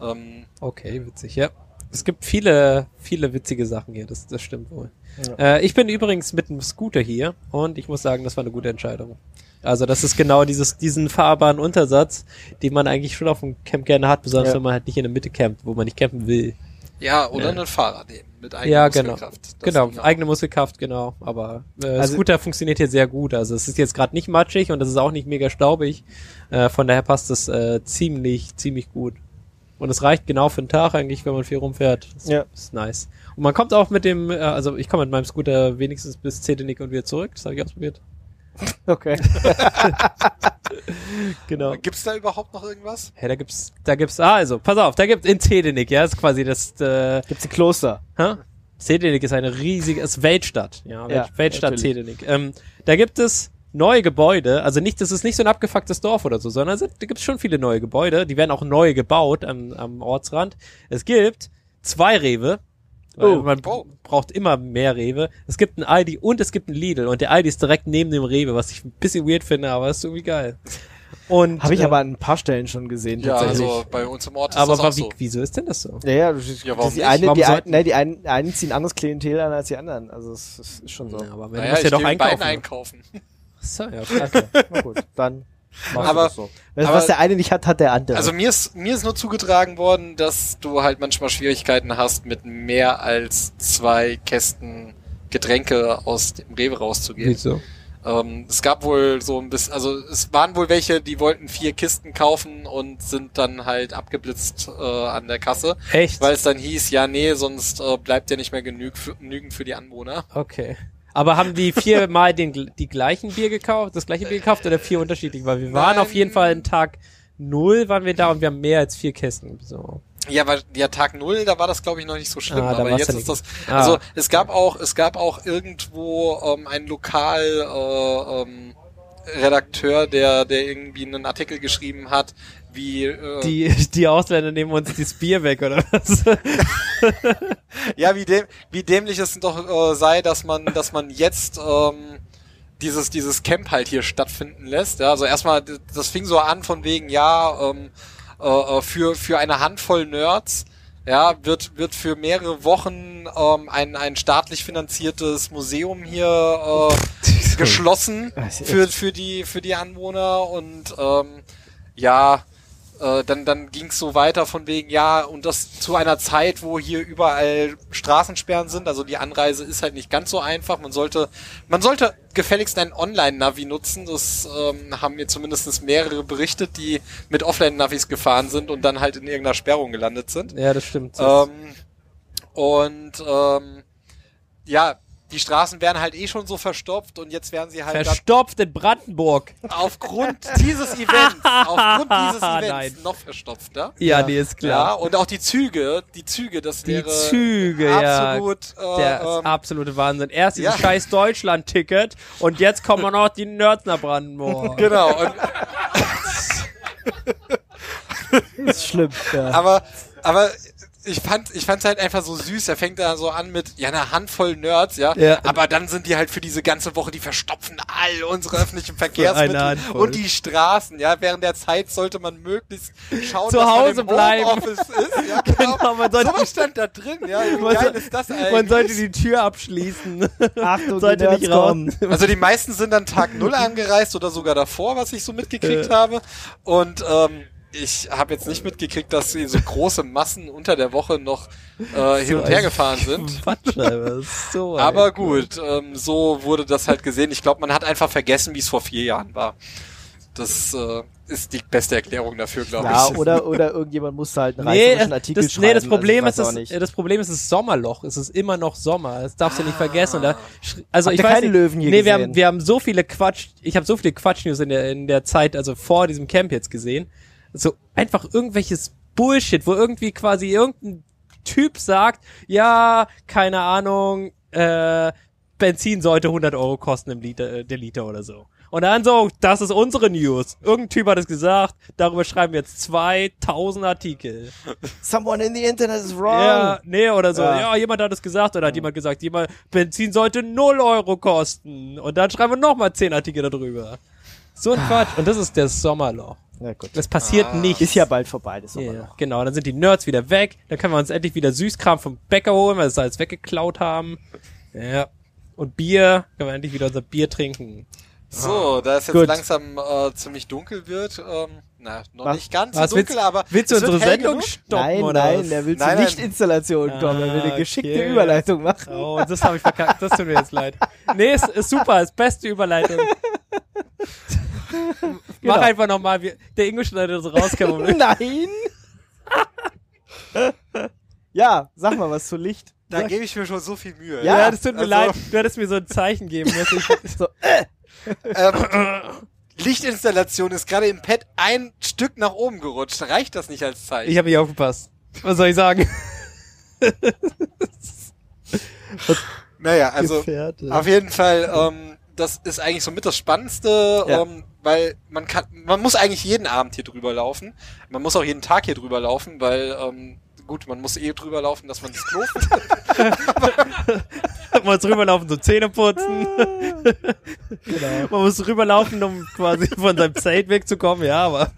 [SPEAKER 4] ähm,
[SPEAKER 3] Okay, witzig, ja. Es gibt viele, viele witzige Sachen hier, das, das stimmt wohl. Äh, ich bin übrigens mit einem Scooter hier und ich muss sagen, das war eine gute Entscheidung. Also das ist genau dieses, diesen fahrbaren Untersatz, den man eigentlich schon auf dem Camp gerne hat, besonders
[SPEAKER 2] Ja.
[SPEAKER 3] wenn man halt nicht in der Mitte campt, wo man nicht campen will.
[SPEAKER 4] ja, oder ein Fahrrad eben mit eigener
[SPEAKER 3] ja, genau.
[SPEAKER 4] Muskelkraft. Das
[SPEAKER 3] genau,
[SPEAKER 4] ging auch.
[SPEAKER 3] eigene Muskelkraft, genau. Aber äh,
[SPEAKER 2] Also-
[SPEAKER 3] Scooter funktioniert hier sehr gut. Also es ist jetzt gerade nicht matschig und es ist auch nicht mega staubig. Äh, von daher passt es äh, ziemlich, ziemlich gut. Und es reicht genau für den Tag eigentlich, wenn man viel rumfährt. Das
[SPEAKER 2] Ja.
[SPEAKER 3] Ist nice. Und man kommt auch mit dem, äh, also ich komme mit meinem Scooter wenigstens bis Zedenik und wieder zurück. Das habe ich ausprobiert.
[SPEAKER 2] Okay.
[SPEAKER 3] Genau.
[SPEAKER 4] Gibt's da überhaupt noch irgendwas?
[SPEAKER 3] Hey, da gibt's, da gibt's, ah, also, pass auf, da gibt's in Zedenik, ja, ist quasi das, äh,
[SPEAKER 2] Gibt's ein Kloster?
[SPEAKER 3] Hä? Zedenik ist eine riesige, ist Weltstadt. Ja, Welt,
[SPEAKER 2] Ja,
[SPEAKER 3] Weltstadt
[SPEAKER 2] natürlich.
[SPEAKER 3] Zedenik. Ähm, da gibt es neue Gebäude, also nicht, das ist nicht so ein abgefucktes Dorf oder so, sondern es sind, da gibt es schon viele neue Gebäude, die werden auch neu gebaut am, am Ortsrand. Es gibt zwei Rewe. Weil
[SPEAKER 2] Oh.
[SPEAKER 3] man
[SPEAKER 4] Oh.
[SPEAKER 3] braucht immer mehr Rewe. Es gibt einen Aldi und es gibt einen Lidl und der Aldi ist direkt neben dem Rewe, was ich ein bisschen weird finde, aber ist irgendwie geil. Und
[SPEAKER 2] Habe ich
[SPEAKER 3] äh,
[SPEAKER 2] aber an ein paar Stellen schon gesehen,
[SPEAKER 4] Ja,
[SPEAKER 2] tatsächlich.
[SPEAKER 4] also bei uns im Ort ist
[SPEAKER 3] aber
[SPEAKER 4] das auch
[SPEAKER 3] war, wie,
[SPEAKER 4] so.
[SPEAKER 3] wieso ist denn das so?
[SPEAKER 2] ja, ja, das ist-
[SPEAKER 4] Ja, warum
[SPEAKER 2] die,
[SPEAKER 4] nicht?
[SPEAKER 2] eine,
[SPEAKER 3] Warum
[SPEAKER 2] die, ein,
[SPEAKER 3] sollten-
[SPEAKER 2] ne, die einen, einen ziehen anderes Klientel an als die anderen. Also es es ist schon so.
[SPEAKER 3] Ja, aber wenn
[SPEAKER 4] Naja,
[SPEAKER 3] du musst ja
[SPEAKER 4] ich
[SPEAKER 3] doch
[SPEAKER 4] gehe mit
[SPEAKER 3] einkaufen.
[SPEAKER 4] beiden einkaufen.
[SPEAKER 3] So, ja, klar.
[SPEAKER 2] Na gut, dann machst
[SPEAKER 4] Aber-
[SPEAKER 2] du das so. Was,
[SPEAKER 4] aber-
[SPEAKER 2] was der eine nicht hat, hat der andere.
[SPEAKER 4] Also mir ist, mir ist nur zugetragen worden, dass du halt manchmal Schwierigkeiten hast, mit mehr als zwei Kästen Getränke aus dem Rewe rauszugehen.
[SPEAKER 3] Wieso?
[SPEAKER 4] Ähm, es gab wohl so ein bisschen, also es waren wohl welche, die wollten vier Kisten kaufen und sind dann halt abgeblitzt äh, an der Kasse,
[SPEAKER 3] Echt?
[SPEAKER 4] weil es dann hieß, ja nee, sonst äh, bleibt ja nicht mehr genüg für, genügend für die Anwohner.
[SPEAKER 3] Okay. Aber haben die viermal den, gl- die gleichen Bier gekauft, das gleiche Bier gekauft oder vier unterschiedlich? Weil wir waren
[SPEAKER 4] Nein.
[SPEAKER 3] auf jeden Fall in Tag null waren wir da und wir haben mehr als vier Kästen. So.
[SPEAKER 4] Ja, weil ja Tag Null, da war das glaube ich noch nicht so schlimm,
[SPEAKER 3] Ah, da
[SPEAKER 4] aber
[SPEAKER 3] war's
[SPEAKER 4] jetzt
[SPEAKER 3] ja
[SPEAKER 4] ist das.
[SPEAKER 3] nicht. Ah.
[SPEAKER 4] Also es gab auch, es gab auch irgendwo ähm, ein Lokal äh, ähm, Redakteur, der, der irgendwie einen Artikel geschrieben hat, wie äh,
[SPEAKER 3] Die, die Ausländer nehmen uns das Bier weg, oder was?
[SPEAKER 4] ja, wie, däm wie dämlich es doch äh, sei, dass man, dass man jetzt ähm, dieses, dieses Camp halt hier stattfinden lässt. Ja, also erstmal, d- das fing so an von wegen, ja, ähm, äh, äh, für, für eine Handvoll Nerds ja, wird, wird für mehrere Wochen ähm, ein, ein staatlich finanziertes Museum hier äh, geschlossen für, für, die, für die Anwohner und ähm, ja, äh, dann, dann ging's so weiter von wegen, ja, und das zu einer Zeit, wo hier überall Straßensperren sind, also die Anreise ist halt nicht ganz so einfach. Man sollte, man sollte gefälligst einen Online-Navi nutzen. Das ähm, haben mir zumindest mehrere berichtet, die mit Offline-Navis gefahren sind und dann halt in irgendeiner Sperrung gelandet sind.
[SPEAKER 3] ja, das stimmt. Das-
[SPEAKER 4] Ähm, und ähm, ja, die Straßen wären halt eh schon so verstopft und jetzt wären sie halt da-
[SPEAKER 3] Verstopft in Brandenburg.
[SPEAKER 4] aufgrund dieses Events, aufgrund dieses Events
[SPEAKER 3] Nein.
[SPEAKER 4] noch verstopfter.
[SPEAKER 3] Ja, nee, ist
[SPEAKER 4] Ja, und auch die Züge, die Züge, das
[SPEAKER 3] Die
[SPEAKER 4] wäre
[SPEAKER 3] Züge, ja.
[SPEAKER 4] absolut, ja. Äh,
[SPEAKER 3] Der
[SPEAKER 4] ähm,
[SPEAKER 3] ist absolute Wahnsinn. Erst dieses
[SPEAKER 4] ja.
[SPEAKER 3] scheiß Deutschland-Ticket und jetzt kommen noch die Nerds nach Brandenburg.
[SPEAKER 4] Genau. Und,
[SPEAKER 2] Ist schlimm. Ja.
[SPEAKER 4] aber, aber ich fand, ich fand's halt einfach so süß. Er fängt da so an mit, ja, einer Handvoll Nerds, ja.
[SPEAKER 3] Ja.
[SPEAKER 4] Aber dann sind die halt für diese ganze Woche, die verstopfen all unsere öffentlichen Verkehrsmittel
[SPEAKER 3] Handvoll.
[SPEAKER 4] und die Straßen, ja. Während der Zeit sollte man möglichst schauen,
[SPEAKER 3] Zu
[SPEAKER 4] dass
[SPEAKER 3] Hause
[SPEAKER 4] man im
[SPEAKER 3] bleiben.
[SPEAKER 4] Homeoffice ist, ja. Genau.
[SPEAKER 3] Genau, man sollte-
[SPEAKER 4] so was stand da drin, ja. Wie
[SPEAKER 3] Man
[SPEAKER 4] geil
[SPEAKER 3] soll-
[SPEAKER 4] ist das eigentlich?
[SPEAKER 3] Man sollte die Tür abschließen.
[SPEAKER 2] Achtung,
[SPEAKER 3] sollte
[SPEAKER 2] die Nerds
[SPEAKER 3] nicht raus.
[SPEAKER 2] kommen.
[SPEAKER 4] Also die meisten sind dann Tag Null angereist oder sogar davor, was ich so mitgekriegt habe. Und ähm, ich habe jetzt nicht mitgekriegt, dass sie so große Massen unter der Woche noch äh, hin und her gefahren sind.
[SPEAKER 3] Quatsch, Alter. Das ist So, ein-
[SPEAKER 4] Aber gut, ähm, so wurde das halt gesehen. Ich glaube, man hat einfach vergessen, wie es vor vier Jahren war. Das äh, ist die beste Erklärung dafür, glaube
[SPEAKER 2] Ja,
[SPEAKER 4] ich.
[SPEAKER 2] oder, oder irgendjemand muss halt einen
[SPEAKER 3] Nee,
[SPEAKER 2] reißerischen Artikel
[SPEAKER 3] das,
[SPEAKER 2] schreiben.
[SPEAKER 3] nee, das Problem
[SPEAKER 2] also ich weiß
[SPEAKER 3] ist,
[SPEAKER 2] auch
[SPEAKER 3] es, das Problem ist, es ist Sommerloch. Es ist immer noch Sommer. Das darfst du nicht vergessen. Und Da, sch- also
[SPEAKER 2] Ah. Habt
[SPEAKER 3] ich
[SPEAKER 2] ihr
[SPEAKER 3] weiß
[SPEAKER 2] keine
[SPEAKER 3] nicht,
[SPEAKER 2] Löwen hier
[SPEAKER 3] nee, wir
[SPEAKER 2] gesehen?
[SPEAKER 3] haben, wir haben so viele Quatsch. Ich habe so viele Quatsch-News in der, in der Zeit, also vor diesem Camp jetzt gesehen. So einfach irgendwelches Bullshit, wo irgendwie quasi irgendein Typ sagt, ja, keine Ahnung, äh, Benzin sollte 100 Euro kosten im Liter, äh, der Liter oder so. Und dann so, das ist unsere News. Irgendein Typ hat es gesagt, darüber schreiben wir jetzt 2000 Artikel.
[SPEAKER 2] Someone in the internet is wrong.
[SPEAKER 3] Ja, nee, oder so. Ja,
[SPEAKER 2] Ja.
[SPEAKER 3] jemand hat es gesagt oder hat jemand gesagt, jemand, Benzin sollte 0 Euro kosten. Und dann schreiben wir nochmal 10 Artikel darüber. So ein Quatsch. Und das ist der Sommerloch.
[SPEAKER 2] Na gut.
[SPEAKER 3] Das passiert nicht.
[SPEAKER 2] Ist ja bald vorbei, das
[SPEAKER 3] Ja,
[SPEAKER 2] Sommerloch.
[SPEAKER 3] Genau, dann sind die Nerds wieder weg. Dann können wir uns endlich wieder Süßkram vom Bäcker holen, weil wir es alles weggeklaut haben. Ja. Und Bier, können wir endlich wieder unser Bier trinken.
[SPEAKER 4] So, da es jetzt
[SPEAKER 3] Gut.
[SPEAKER 4] langsam äh, ziemlich dunkel wird, ähm, na, noch
[SPEAKER 2] Was-
[SPEAKER 4] nicht ganz
[SPEAKER 3] Was,
[SPEAKER 4] so dunkel,
[SPEAKER 3] willst,
[SPEAKER 4] aber
[SPEAKER 3] willst du
[SPEAKER 4] es wird
[SPEAKER 3] unsere
[SPEAKER 4] hell
[SPEAKER 3] Sendung
[SPEAKER 4] genug.
[SPEAKER 3] stoppen
[SPEAKER 2] nein,
[SPEAKER 3] oder
[SPEAKER 2] nein,
[SPEAKER 3] was?
[SPEAKER 2] er will
[SPEAKER 4] Nein,
[SPEAKER 2] zu
[SPEAKER 4] nein.
[SPEAKER 2] Nicht-Installationen kommen. er will
[SPEAKER 3] Ah,
[SPEAKER 2] eine geschickte
[SPEAKER 3] okay.
[SPEAKER 2] Überleitung machen.
[SPEAKER 3] Oh, das habe ich verkackt. Das tut mir jetzt leid. Nee, ist, ist super. Ist beste Überleitung. Mach einfach nochmal. Der Ingo schneidet das raus. kein Problem.
[SPEAKER 2] Nein! ja, sag mal was zu Licht.
[SPEAKER 4] Da gebe ich mir schon so viel Mühe.
[SPEAKER 2] Ja,
[SPEAKER 3] Ja, das tut mir
[SPEAKER 4] also-
[SPEAKER 3] leid. Du hättest mir so ein Zeichen geben müssen. Ich,
[SPEAKER 2] So,
[SPEAKER 4] ähm, Lichtinstallation ist gerade im Pad ein Stück nach oben gerutscht. Reicht das nicht als Zeichen?
[SPEAKER 3] ich habe nicht aufgepasst. Was soll ich sagen?
[SPEAKER 4] naja, also
[SPEAKER 2] Gefährte.
[SPEAKER 4] auf jeden Fall, ähm, das ist eigentlich so mit das Spannendste,
[SPEAKER 2] Ja.
[SPEAKER 4] ähm, weil man kann, man muss eigentlich jeden Abend hier drüber laufen. Man muss auch jeden Tag hier drüber laufen, weil ähm, gut, man muss eh drüber laufen, dass man das Klo findet.
[SPEAKER 3] Man muss rüberlaufen, so Zähne putzen. Man muss rüberlaufen, um quasi von seinem Zelt wegzukommen. Ja, aber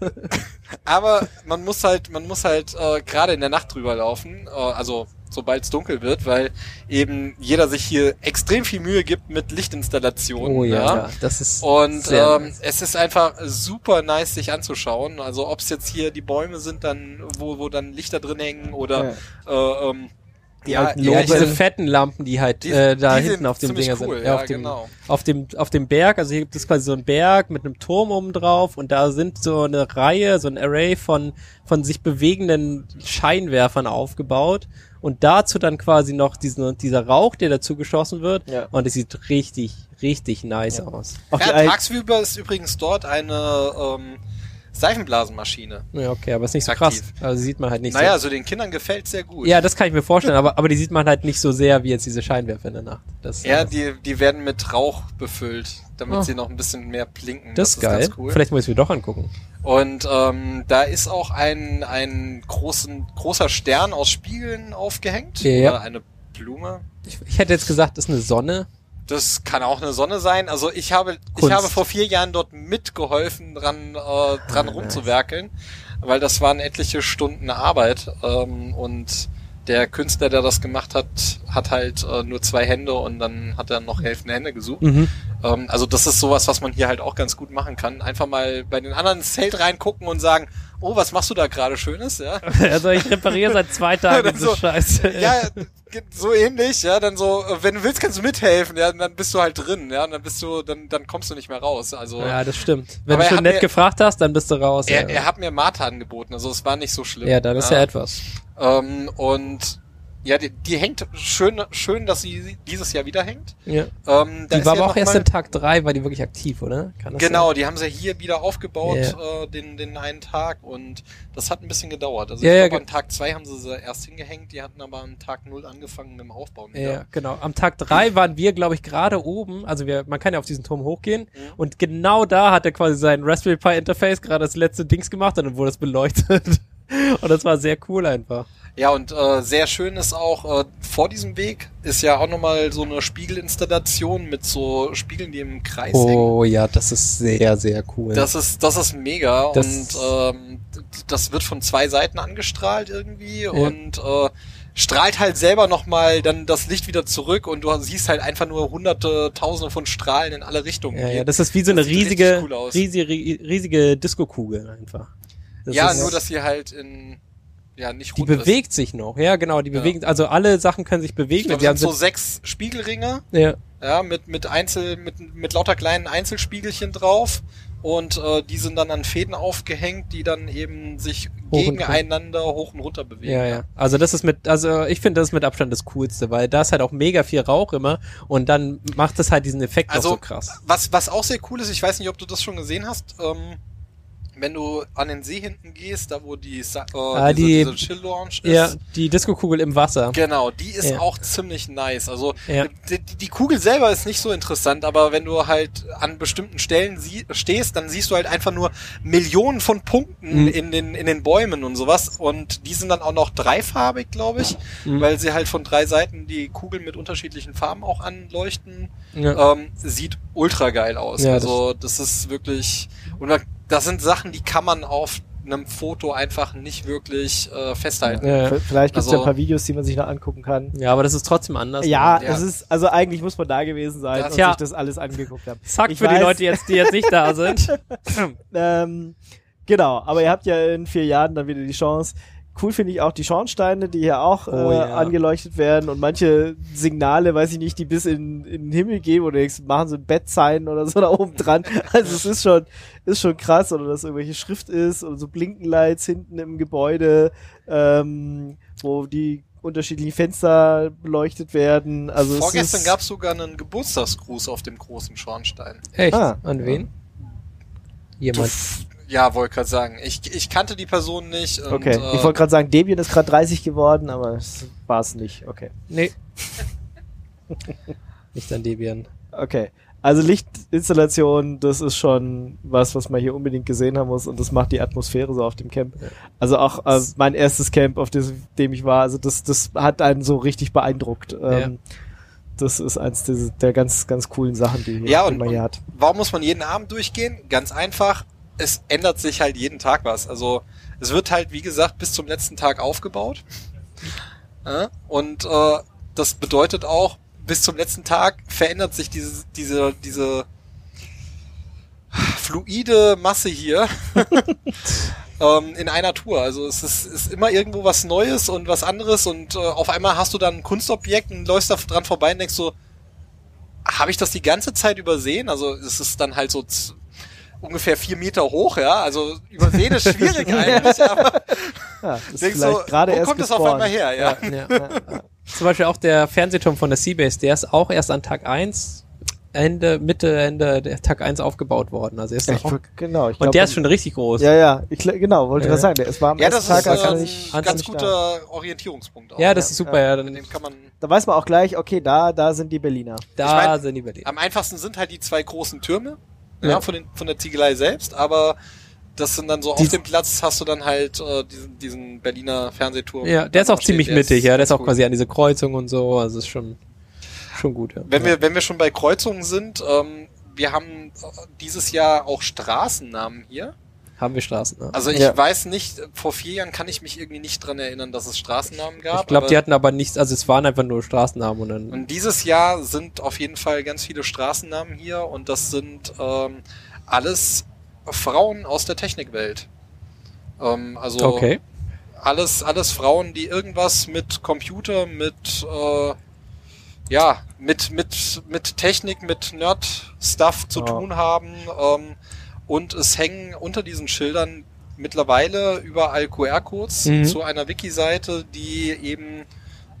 [SPEAKER 4] Aber man muss halt, man muss halt äh, gerade in der Nacht drüber laufen, äh, also sobald es dunkel wird, weil eben jeder sich hier extrem viel Mühe gibt mit
[SPEAKER 3] Oh
[SPEAKER 4] Lichtinstallationen.
[SPEAKER 3] das ist
[SPEAKER 4] Oh Und
[SPEAKER 3] Sehr
[SPEAKER 4] ähm, es ist einfach super nice, sich anzuschauen. Also ob es jetzt hier die Bäume sind, dann wo, wo dann Lichter drin hängen oder äh, ähm, ja,
[SPEAKER 2] alten
[SPEAKER 3] Ja,
[SPEAKER 2] Lobel.
[SPEAKER 3] diese fetten Lampen, die halt
[SPEAKER 4] Die-
[SPEAKER 3] äh, da
[SPEAKER 4] die
[SPEAKER 3] hinten
[SPEAKER 4] sind
[SPEAKER 3] auf dem
[SPEAKER 4] ziemlich
[SPEAKER 3] Dinger
[SPEAKER 4] cool,
[SPEAKER 3] sind.
[SPEAKER 4] ja,
[SPEAKER 3] auf, dem,
[SPEAKER 4] genau.
[SPEAKER 3] auf, dem, auf dem Berg, also hier gibt es quasi so einen Berg mit einem Turm oben drauf und da sind so eine Reihe, so ein Array von, von sich bewegenden Scheinwerfern aufgebaut und dazu dann quasi noch diesen, dieser Rauch, der dazu geschossen wird
[SPEAKER 2] Ja.
[SPEAKER 3] und es sieht richtig, richtig nice aus.
[SPEAKER 2] Auch die
[SPEAKER 4] ja,
[SPEAKER 2] alten-
[SPEAKER 4] tagsüber ist übrigens dort eine ähm, Seifenblasenmaschine.
[SPEAKER 3] Ja, okay, aber ist nicht so
[SPEAKER 4] Aktiv.
[SPEAKER 3] krass. Also sieht man halt nicht
[SPEAKER 4] naja,
[SPEAKER 3] so.
[SPEAKER 4] also den Kindern gefällt's sehr gut.
[SPEAKER 3] Ja, das kann ich mir vorstellen, aber, aber die sieht man halt nicht so sehr wie jetzt diese Scheinwerfer in der Nacht. Das,
[SPEAKER 4] Ja,
[SPEAKER 3] äh,
[SPEAKER 4] die, die werden mit Rauch befüllt, damit
[SPEAKER 3] Ah.
[SPEAKER 4] sie noch ein bisschen mehr blinken.
[SPEAKER 3] das ist geil.
[SPEAKER 4] ganz cool.
[SPEAKER 3] Vielleicht muss ich mir doch angucken.
[SPEAKER 4] Und ähm, da ist auch ein, ein großen, großer Stern aus Spiegeln aufgehängt.
[SPEAKER 3] Ja.
[SPEAKER 4] Oder eine Blume.
[SPEAKER 3] Ich, ich hätte jetzt gesagt, das ist eine Sonne.
[SPEAKER 4] Das kann auch eine Sonne sein. Also ich habe, ich
[SPEAKER 3] Kunst.
[SPEAKER 4] habe vor vier Jahren dort mitgeholfen, dran, äh,
[SPEAKER 3] Ah,
[SPEAKER 4] dran rumzuwerkeln, weil das waren etliche Stunden Arbeit. Ähm, und der Künstler, der das gemacht hat, hat halt äh, nur zwei Hände und dann hat er noch helfende Hände gesucht.
[SPEAKER 3] Mhm.
[SPEAKER 4] Ähm, also das ist sowas, was man hier halt auch ganz gut machen kann. Einfach mal bei den anderen ins Zelt reingucken und sagen, oh, was machst du da gerade Schönes? Ja.
[SPEAKER 3] Also ich repariere seit zwei Tagen
[SPEAKER 4] Oder
[SPEAKER 3] diese
[SPEAKER 4] so.
[SPEAKER 3] Scheiße.
[SPEAKER 4] ja, ge- so ähnlich, ja, dann so, äh, wenn du willst, kannst du mithelfen, ja, und dann bist du halt drin, ja, und dann bist du, dann, dann kommst du nicht mehr raus, also.
[SPEAKER 3] ja, das stimmt. Wenn
[SPEAKER 4] Aber
[SPEAKER 3] du
[SPEAKER 4] er
[SPEAKER 3] schon
[SPEAKER 4] hat
[SPEAKER 3] nett
[SPEAKER 4] mir-
[SPEAKER 3] gefragt hast, dann bist du raus.
[SPEAKER 4] Er,
[SPEAKER 3] ja.
[SPEAKER 4] er hat Ah. mir Martha angeboten, also es war nicht so schlimm.
[SPEAKER 3] ja, dann ist halt- ja etwas.
[SPEAKER 4] Ähm, und ja, die, die hängt schön, schön, dass sie dieses Jahr wieder hängt.
[SPEAKER 3] Ja.
[SPEAKER 4] Ähm, da
[SPEAKER 3] Die
[SPEAKER 4] ist
[SPEAKER 3] war
[SPEAKER 4] ja
[SPEAKER 3] aber auch
[SPEAKER 4] noch
[SPEAKER 3] erst
[SPEAKER 4] mal-
[SPEAKER 3] in Tag drei, war die wirklich aktiv, oder? Kann das
[SPEAKER 4] Genau, die haben sie hier wieder aufgebaut,
[SPEAKER 3] Ja.
[SPEAKER 4] äh, den, den einen Tag und das hat ein bisschen gedauert. Also
[SPEAKER 3] Ja,
[SPEAKER 4] ich
[SPEAKER 3] ja,
[SPEAKER 4] glaube,
[SPEAKER 3] ge-
[SPEAKER 4] an Tag zwei haben sie sie erst hingehängt, die hatten aber am Tag null angefangen mit dem Aufbauen.
[SPEAKER 3] Ja,
[SPEAKER 4] wieder.
[SPEAKER 3] genau. Am Tag drei waren wir, glaube ich, gerade oben. Also wir, man kann ja auf diesen Turm hochgehen.
[SPEAKER 4] Mhm.
[SPEAKER 3] Und genau da hat er quasi sein Raspberry Pi Interface gerade das letzte Dings gemacht und dann wurde es beleuchtet. Und das war sehr cool einfach.
[SPEAKER 4] Ja, und äh, sehr schön ist auch, äh, vor diesem Weg ist ja auch nochmal so eine Spiegelinstallation mit so Spiegeln, die im Kreis
[SPEAKER 3] Oh,
[SPEAKER 4] hängen.
[SPEAKER 3] ja, das ist sehr, sehr cool.
[SPEAKER 4] Das ist, das ist mega
[SPEAKER 3] Das-
[SPEAKER 4] und ähm, das wird von zwei Seiten angestrahlt irgendwie und äh, strahlt halt selber nochmal dann das Licht wieder zurück und du siehst halt einfach nur hunderte, tausende von Strahlen in alle Richtungen.
[SPEAKER 3] ja,
[SPEAKER 4] gehen.
[SPEAKER 3] ja, das ist wie so eine
[SPEAKER 4] Das sieht richtig
[SPEAKER 3] riesige,
[SPEAKER 4] cool aus.
[SPEAKER 3] riesige, riesige Disco-Kugel einfach. Das
[SPEAKER 4] ja
[SPEAKER 3] ist-
[SPEAKER 4] nur dass sie halt in, ja nicht
[SPEAKER 3] die
[SPEAKER 4] rund ist.
[SPEAKER 3] bewegt sich noch. Ja, genau, die
[SPEAKER 4] Ja.
[SPEAKER 3] bewegen, also alle Sachen können sich bewegen.
[SPEAKER 4] Ich glaube,
[SPEAKER 3] die
[SPEAKER 4] es sind
[SPEAKER 3] haben
[SPEAKER 4] so sechs Spiegelringe.
[SPEAKER 3] ja,
[SPEAKER 4] Ja, mit, mit Einzel, mit, mit lauter kleinen Einzelspiegelchen drauf. Und äh, die sind dann an Fäden aufgehängt, die dann eben sich
[SPEAKER 3] Hoch und
[SPEAKER 4] gegeneinander hoch und runter bewegen.
[SPEAKER 3] ja, ja. Also das ist mit, also ich finde das ist mit Abstand das Coolste, weil da ist halt auch mega viel Rauch immer und dann macht das halt diesen Effekt
[SPEAKER 4] Also,
[SPEAKER 3] noch so krass.
[SPEAKER 4] Was, was auch sehr cool ist, ich weiß nicht, ob du das schon gesehen hast, ähm, wenn du an den See hinten gehst, da wo die, Sa äh,
[SPEAKER 3] Ah, die-
[SPEAKER 4] diese, diese Chill Lounge ist.
[SPEAKER 3] Ja, die Disco-Kugel im Wasser.
[SPEAKER 4] Genau, die ist
[SPEAKER 3] Ja.
[SPEAKER 4] auch ziemlich nice. Also
[SPEAKER 3] Ja.
[SPEAKER 4] die, die die Kugel selber ist nicht so interessant, aber wenn du halt an bestimmten Stellen sie stehst, dann siehst du halt einfach nur Millionen von Punkten
[SPEAKER 3] Mhm.
[SPEAKER 4] in, den, in den Bäumen und sowas. Und die sind dann auch noch dreifarbig, glaube ich,
[SPEAKER 3] Mhm.
[SPEAKER 4] weil sie halt von drei Seiten die Kugeln mit unterschiedlichen Farben auch anleuchten.
[SPEAKER 3] Ja.
[SPEAKER 4] Ähm, sieht ultra geil aus.
[SPEAKER 3] Ja, das-
[SPEAKER 4] also das, ist wirklich... Und da- das sind Sachen, die kann man auf einem Foto einfach nicht wirklich äh, festhalten.
[SPEAKER 3] Ja, ja.
[SPEAKER 2] V- Vielleicht gibt es ja
[SPEAKER 4] Also-
[SPEAKER 2] ein paar Videos, die man sich noch angucken kann.
[SPEAKER 3] ja, aber das ist trotzdem anders. ne?
[SPEAKER 2] Ja,
[SPEAKER 4] Ja.
[SPEAKER 2] es ist, also eigentlich muss man da gewesen sein
[SPEAKER 4] Das-
[SPEAKER 2] und
[SPEAKER 3] Tja.
[SPEAKER 2] sich das alles angeguckt haben.
[SPEAKER 3] Zack
[SPEAKER 2] Ich
[SPEAKER 3] für die
[SPEAKER 2] weiß.
[SPEAKER 3] Leute jetzt, die jetzt nicht da sind.
[SPEAKER 2] Ähm, genau, aber ihr habt ja in vier Jahren dann wieder die Chance. Cool finde ich auch die Schornsteine, die hier auch
[SPEAKER 3] Oh,
[SPEAKER 2] äh,
[SPEAKER 3] ja.
[SPEAKER 2] angeleuchtet werden und manche Signale, weiß ich nicht, die bis in, in den Himmel gehen oder jetzt machen so ein Bettzeichen oder so da oben dran. Also es ist schon, ist schon krass oder dass irgendwelche Schrift ist oder so Blinkenlights hinten im Gebäude, ähm, wo die unterschiedlichen Fenster beleuchtet werden. Also es
[SPEAKER 4] Vorgestern
[SPEAKER 2] ist,
[SPEAKER 4] gab es sogar einen Geburtstagsgruß auf dem großen Schornstein.
[SPEAKER 3] Echt?
[SPEAKER 2] Ah.
[SPEAKER 3] An wen? Jemand.
[SPEAKER 4] Ja, wollte gerade sagen. Ich, ich kannte die Person nicht. Und, äh,
[SPEAKER 2] Okay, ich wollte gerade sagen, Debian ist gerade 30 geworden, aber es war es nicht. Okay.
[SPEAKER 3] Nee. nicht an Debian.
[SPEAKER 2] Okay. Also Lichtinstallation, das ist schon was, was man hier unbedingt gesehen haben muss und das macht die Atmosphäre so auf dem Camp. Also auch äh, mein erstes Camp, auf des, dem ich war, also das, das hat einen so richtig beeindruckt. Ähm, Das ist eins der, der ganz, ganz coolen Sachen, die, hier-
[SPEAKER 4] Ja,
[SPEAKER 2] die
[SPEAKER 4] und,
[SPEAKER 2] man hier
[SPEAKER 4] und
[SPEAKER 2] hat.
[SPEAKER 4] warum muss man jeden Abend durchgehen? Ganz einfach, es ändert sich halt jeden Tag was. Also es wird halt, wie gesagt, bis zum letzten Tag aufgebaut. Ja, Und äh, das bedeutet auch, bis zum letzten Tag verändert sich diese, diese, diese fluide Masse hier ähm, in einer Tour. Also es ist, ist immer irgendwo was Neues und was anderes und äh, auf einmal hast du dann ein Kunstobjekt und läufst da dran vorbei und denkst so, habe ich das die ganze Zeit übersehen? Also es ist dann halt so z- ungefähr vier Meter hoch, ja. Also übersehen ist schwierig eigentlich, aber
[SPEAKER 2] Ja, das ist
[SPEAKER 4] denkst
[SPEAKER 2] vielleicht
[SPEAKER 4] so,
[SPEAKER 2] gerade
[SPEAKER 4] wo
[SPEAKER 2] erst
[SPEAKER 4] kommt das auf
[SPEAKER 2] gespawnt.
[SPEAKER 4] einmal her, ja?
[SPEAKER 3] Zum Beispiel auch der Fernsehturm von der Seabase, der ist auch erst an Tag 1 Ende, Mitte, Ende der Tag 1 aufgebaut worden. Also er ist
[SPEAKER 2] Ja,
[SPEAKER 3] noch
[SPEAKER 2] ich
[SPEAKER 3] auf-
[SPEAKER 2] wollt- genau, ich
[SPEAKER 3] Und
[SPEAKER 2] glaub,
[SPEAKER 3] der ist schon richtig groß.
[SPEAKER 2] Ja, ja, ich, gl- genau, wollte
[SPEAKER 3] Ja.
[SPEAKER 2] gerade sagen, der es war am
[SPEAKER 4] Ja, das
[SPEAKER 2] ersten
[SPEAKER 4] ist
[SPEAKER 2] Tag, als
[SPEAKER 4] äh,
[SPEAKER 2] er
[SPEAKER 4] ein
[SPEAKER 2] nicht, als er
[SPEAKER 4] ganz
[SPEAKER 2] nicht da war.
[SPEAKER 4] guter Orientierungspunkt. Auch.
[SPEAKER 3] Ja, das ist super. Ja, dann,
[SPEAKER 4] Mit dem kann man.
[SPEAKER 2] Da weiß man auch gleich, okay, da, da sind die Berliner.
[SPEAKER 3] da
[SPEAKER 4] Ich mein-
[SPEAKER 3] sind die bei denen.
[SPEAKER 4] Am einfachsten sind halt die zwei großen Türme ja.
[SPEAKER 3] Ja.
[SPEAKER 4] von, den, von der Ziegelei selbst, aber das sind dann so auf
[SPEAKER 3] Dies-
[SPEAKER 4] dem Platz hast du dann halt äh, diesen, diesen Berliner Fernsehturm.
[SPEAKER 3] Ja,
[SPEAKER 4] der
[SPEAKER 3] der ist auch
[SPEAKER 4] steht,
[SPEAKER 3] ziemlich
[SPEAKER 4] der ist
[SPEAKER 3] mittig. Ja, der ist auch
[SPEAKER 4] cool.
[SPEAKER 3] quasi an diese Kreuzung und so. Also ist schon, schon gut. Ja.
[SPEAKER 4] Wenn wir, wenn wir schon bei Kreuzungen sind, ähm, wir haben äh, dieses Jahr auch Straßennamen hier.
[SPEAKER 3] Haben wir Straßen. Ja.
[SPEAKER 4] Also ich
[SPEAKER 2] Ja.
[SPEAKER 4] weiß nicht, äh, vor vier Jahren kann ich mich irgendwie nicht dran erinnern, dass es Straßennamen gab.
[SPEAKER 3] ich glaube,
[SPEAKER 4] aber-
[SPEAKER 3] die hatten aber nichts. Also es waren einfach nur Straßennamen und dann.
[SPEAKER 4] Und dieses Jahr sind auf jeden Fall ganz viele Straßennamen hier und das sind ähm, alles Frauen aus der Technikwelt. Ähm, also
[SPEAKER 3] okay.
[SPEAKER 4] alles, alles Frauen, die irgendwas mit Computer, mit äh, ja, mit, mit, mit Technik, mit Nerd-Stuff zu
[SPEAKER 2] Ja.
[SPEAKER 4] tun haben. Ähm, und es hängen unter diesen Schildern mittlerweile überall QR-Codes
[SPEAKER 3] Mhm.
[SPEAKER 4] zu einer Wiki-Seite, die eben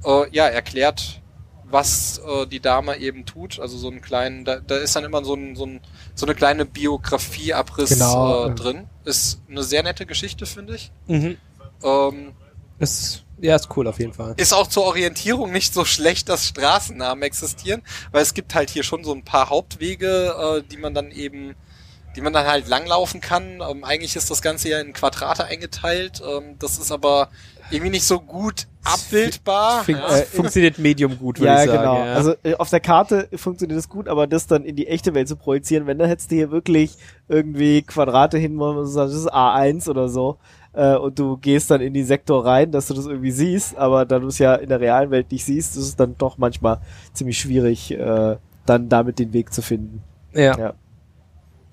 [SPEAKER 4] äh, ja, erklärt, was äh, die Dame eben tut. Also so einen kleinen, da, da ist dann immer so, ein, so, ein, so eine kleine Biografie-Abriss
[SPEAKER 3] Genau,
[SPEAKER 4] äh,
[SPEAKER 3] ja.
[SPEAKER 4] drin. Ist eine sehr nette Geschichte, finde ich.
[SPEAKER 3] Mhm.
[SPEAKER 4] Ähm,
[SPEAKER 3] Ist, ja, ist cool auf jeden Fall.
[SPEAKER 4] ist auch zur Orientierung nicht so schlecht, dass Straßennamen existieren, weil es gibt halt hier schon so ein paar Hauptwege, äh, die man dann eben, die man dann halt langlaufen kann. Ähm, eigentlich ist das Ganze ja in Quadrate eingeteilt. Ähm, das ist aber irgendwie nicht so gut abbildbar.
[SPEAKER 3] Fun- äh,
[SPEAKER 4] Ja.
[SPEAKER 3] Funktioniert medium gut, würde
[SPEAKER 2] Ah, Ja,
[SPEAKER 3] ich sagen.
[SPEAKER 2] genau.
[SPEAKER 3] Ja.
[SPEAKER 2] Also äh, auf der Karte funktioniert das gut, aber das dann in die echte Welt zu projizieren, wenn, dann hättest du hier wirklich irgendwie Quadrate hin, wo man sagt, das ist A1 oder so. Äh, und du gehst dann in die Sektor rein, dass du das irgendwie siehst, aber da du es ja in der realen Welt nicht siehst, ist es dann doch manchmal ziemlich schwierig, äh, dann damit den Weg zu finden.
[SPEAKER 3] ja.
[SPEAKER 2] Ja.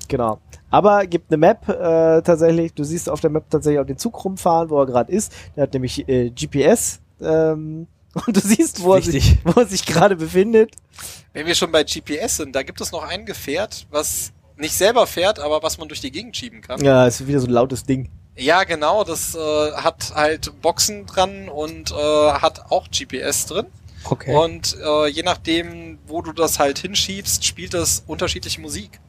[SPEAKER 2] Genau. Aber gibt eine Map äh, tatsächlich. Du siehst auf der Map tatsächlich auch den Zug rumfahren, wo er gerade ist. Der hat nämlich äh, GPS. Ähm, und du siehst, wo er, sich,
[SPEAKER 3] Wichtig.
[SPEAKER 2] wo er sich gerade befindet.
[SPEAKER 4] Wenn wir schon bei GPS sind, da gibt es noch ein Gefährt, was nicht selber fährt, aber was man durch die Gegend schieben kann.
[SPEAKER 2] Ja, ist wieder so ein lautes Ding.
[SPEAKER 4] Ja, genau, das äh, hat halt Boxen dran und äh, hat auch GPS drin.
[SPEAKER 3] Okay.
[SPEAKER 4] Und äh, je nachdem, wo du das halt hinschiebst, spielt das unterschiedliche Musik.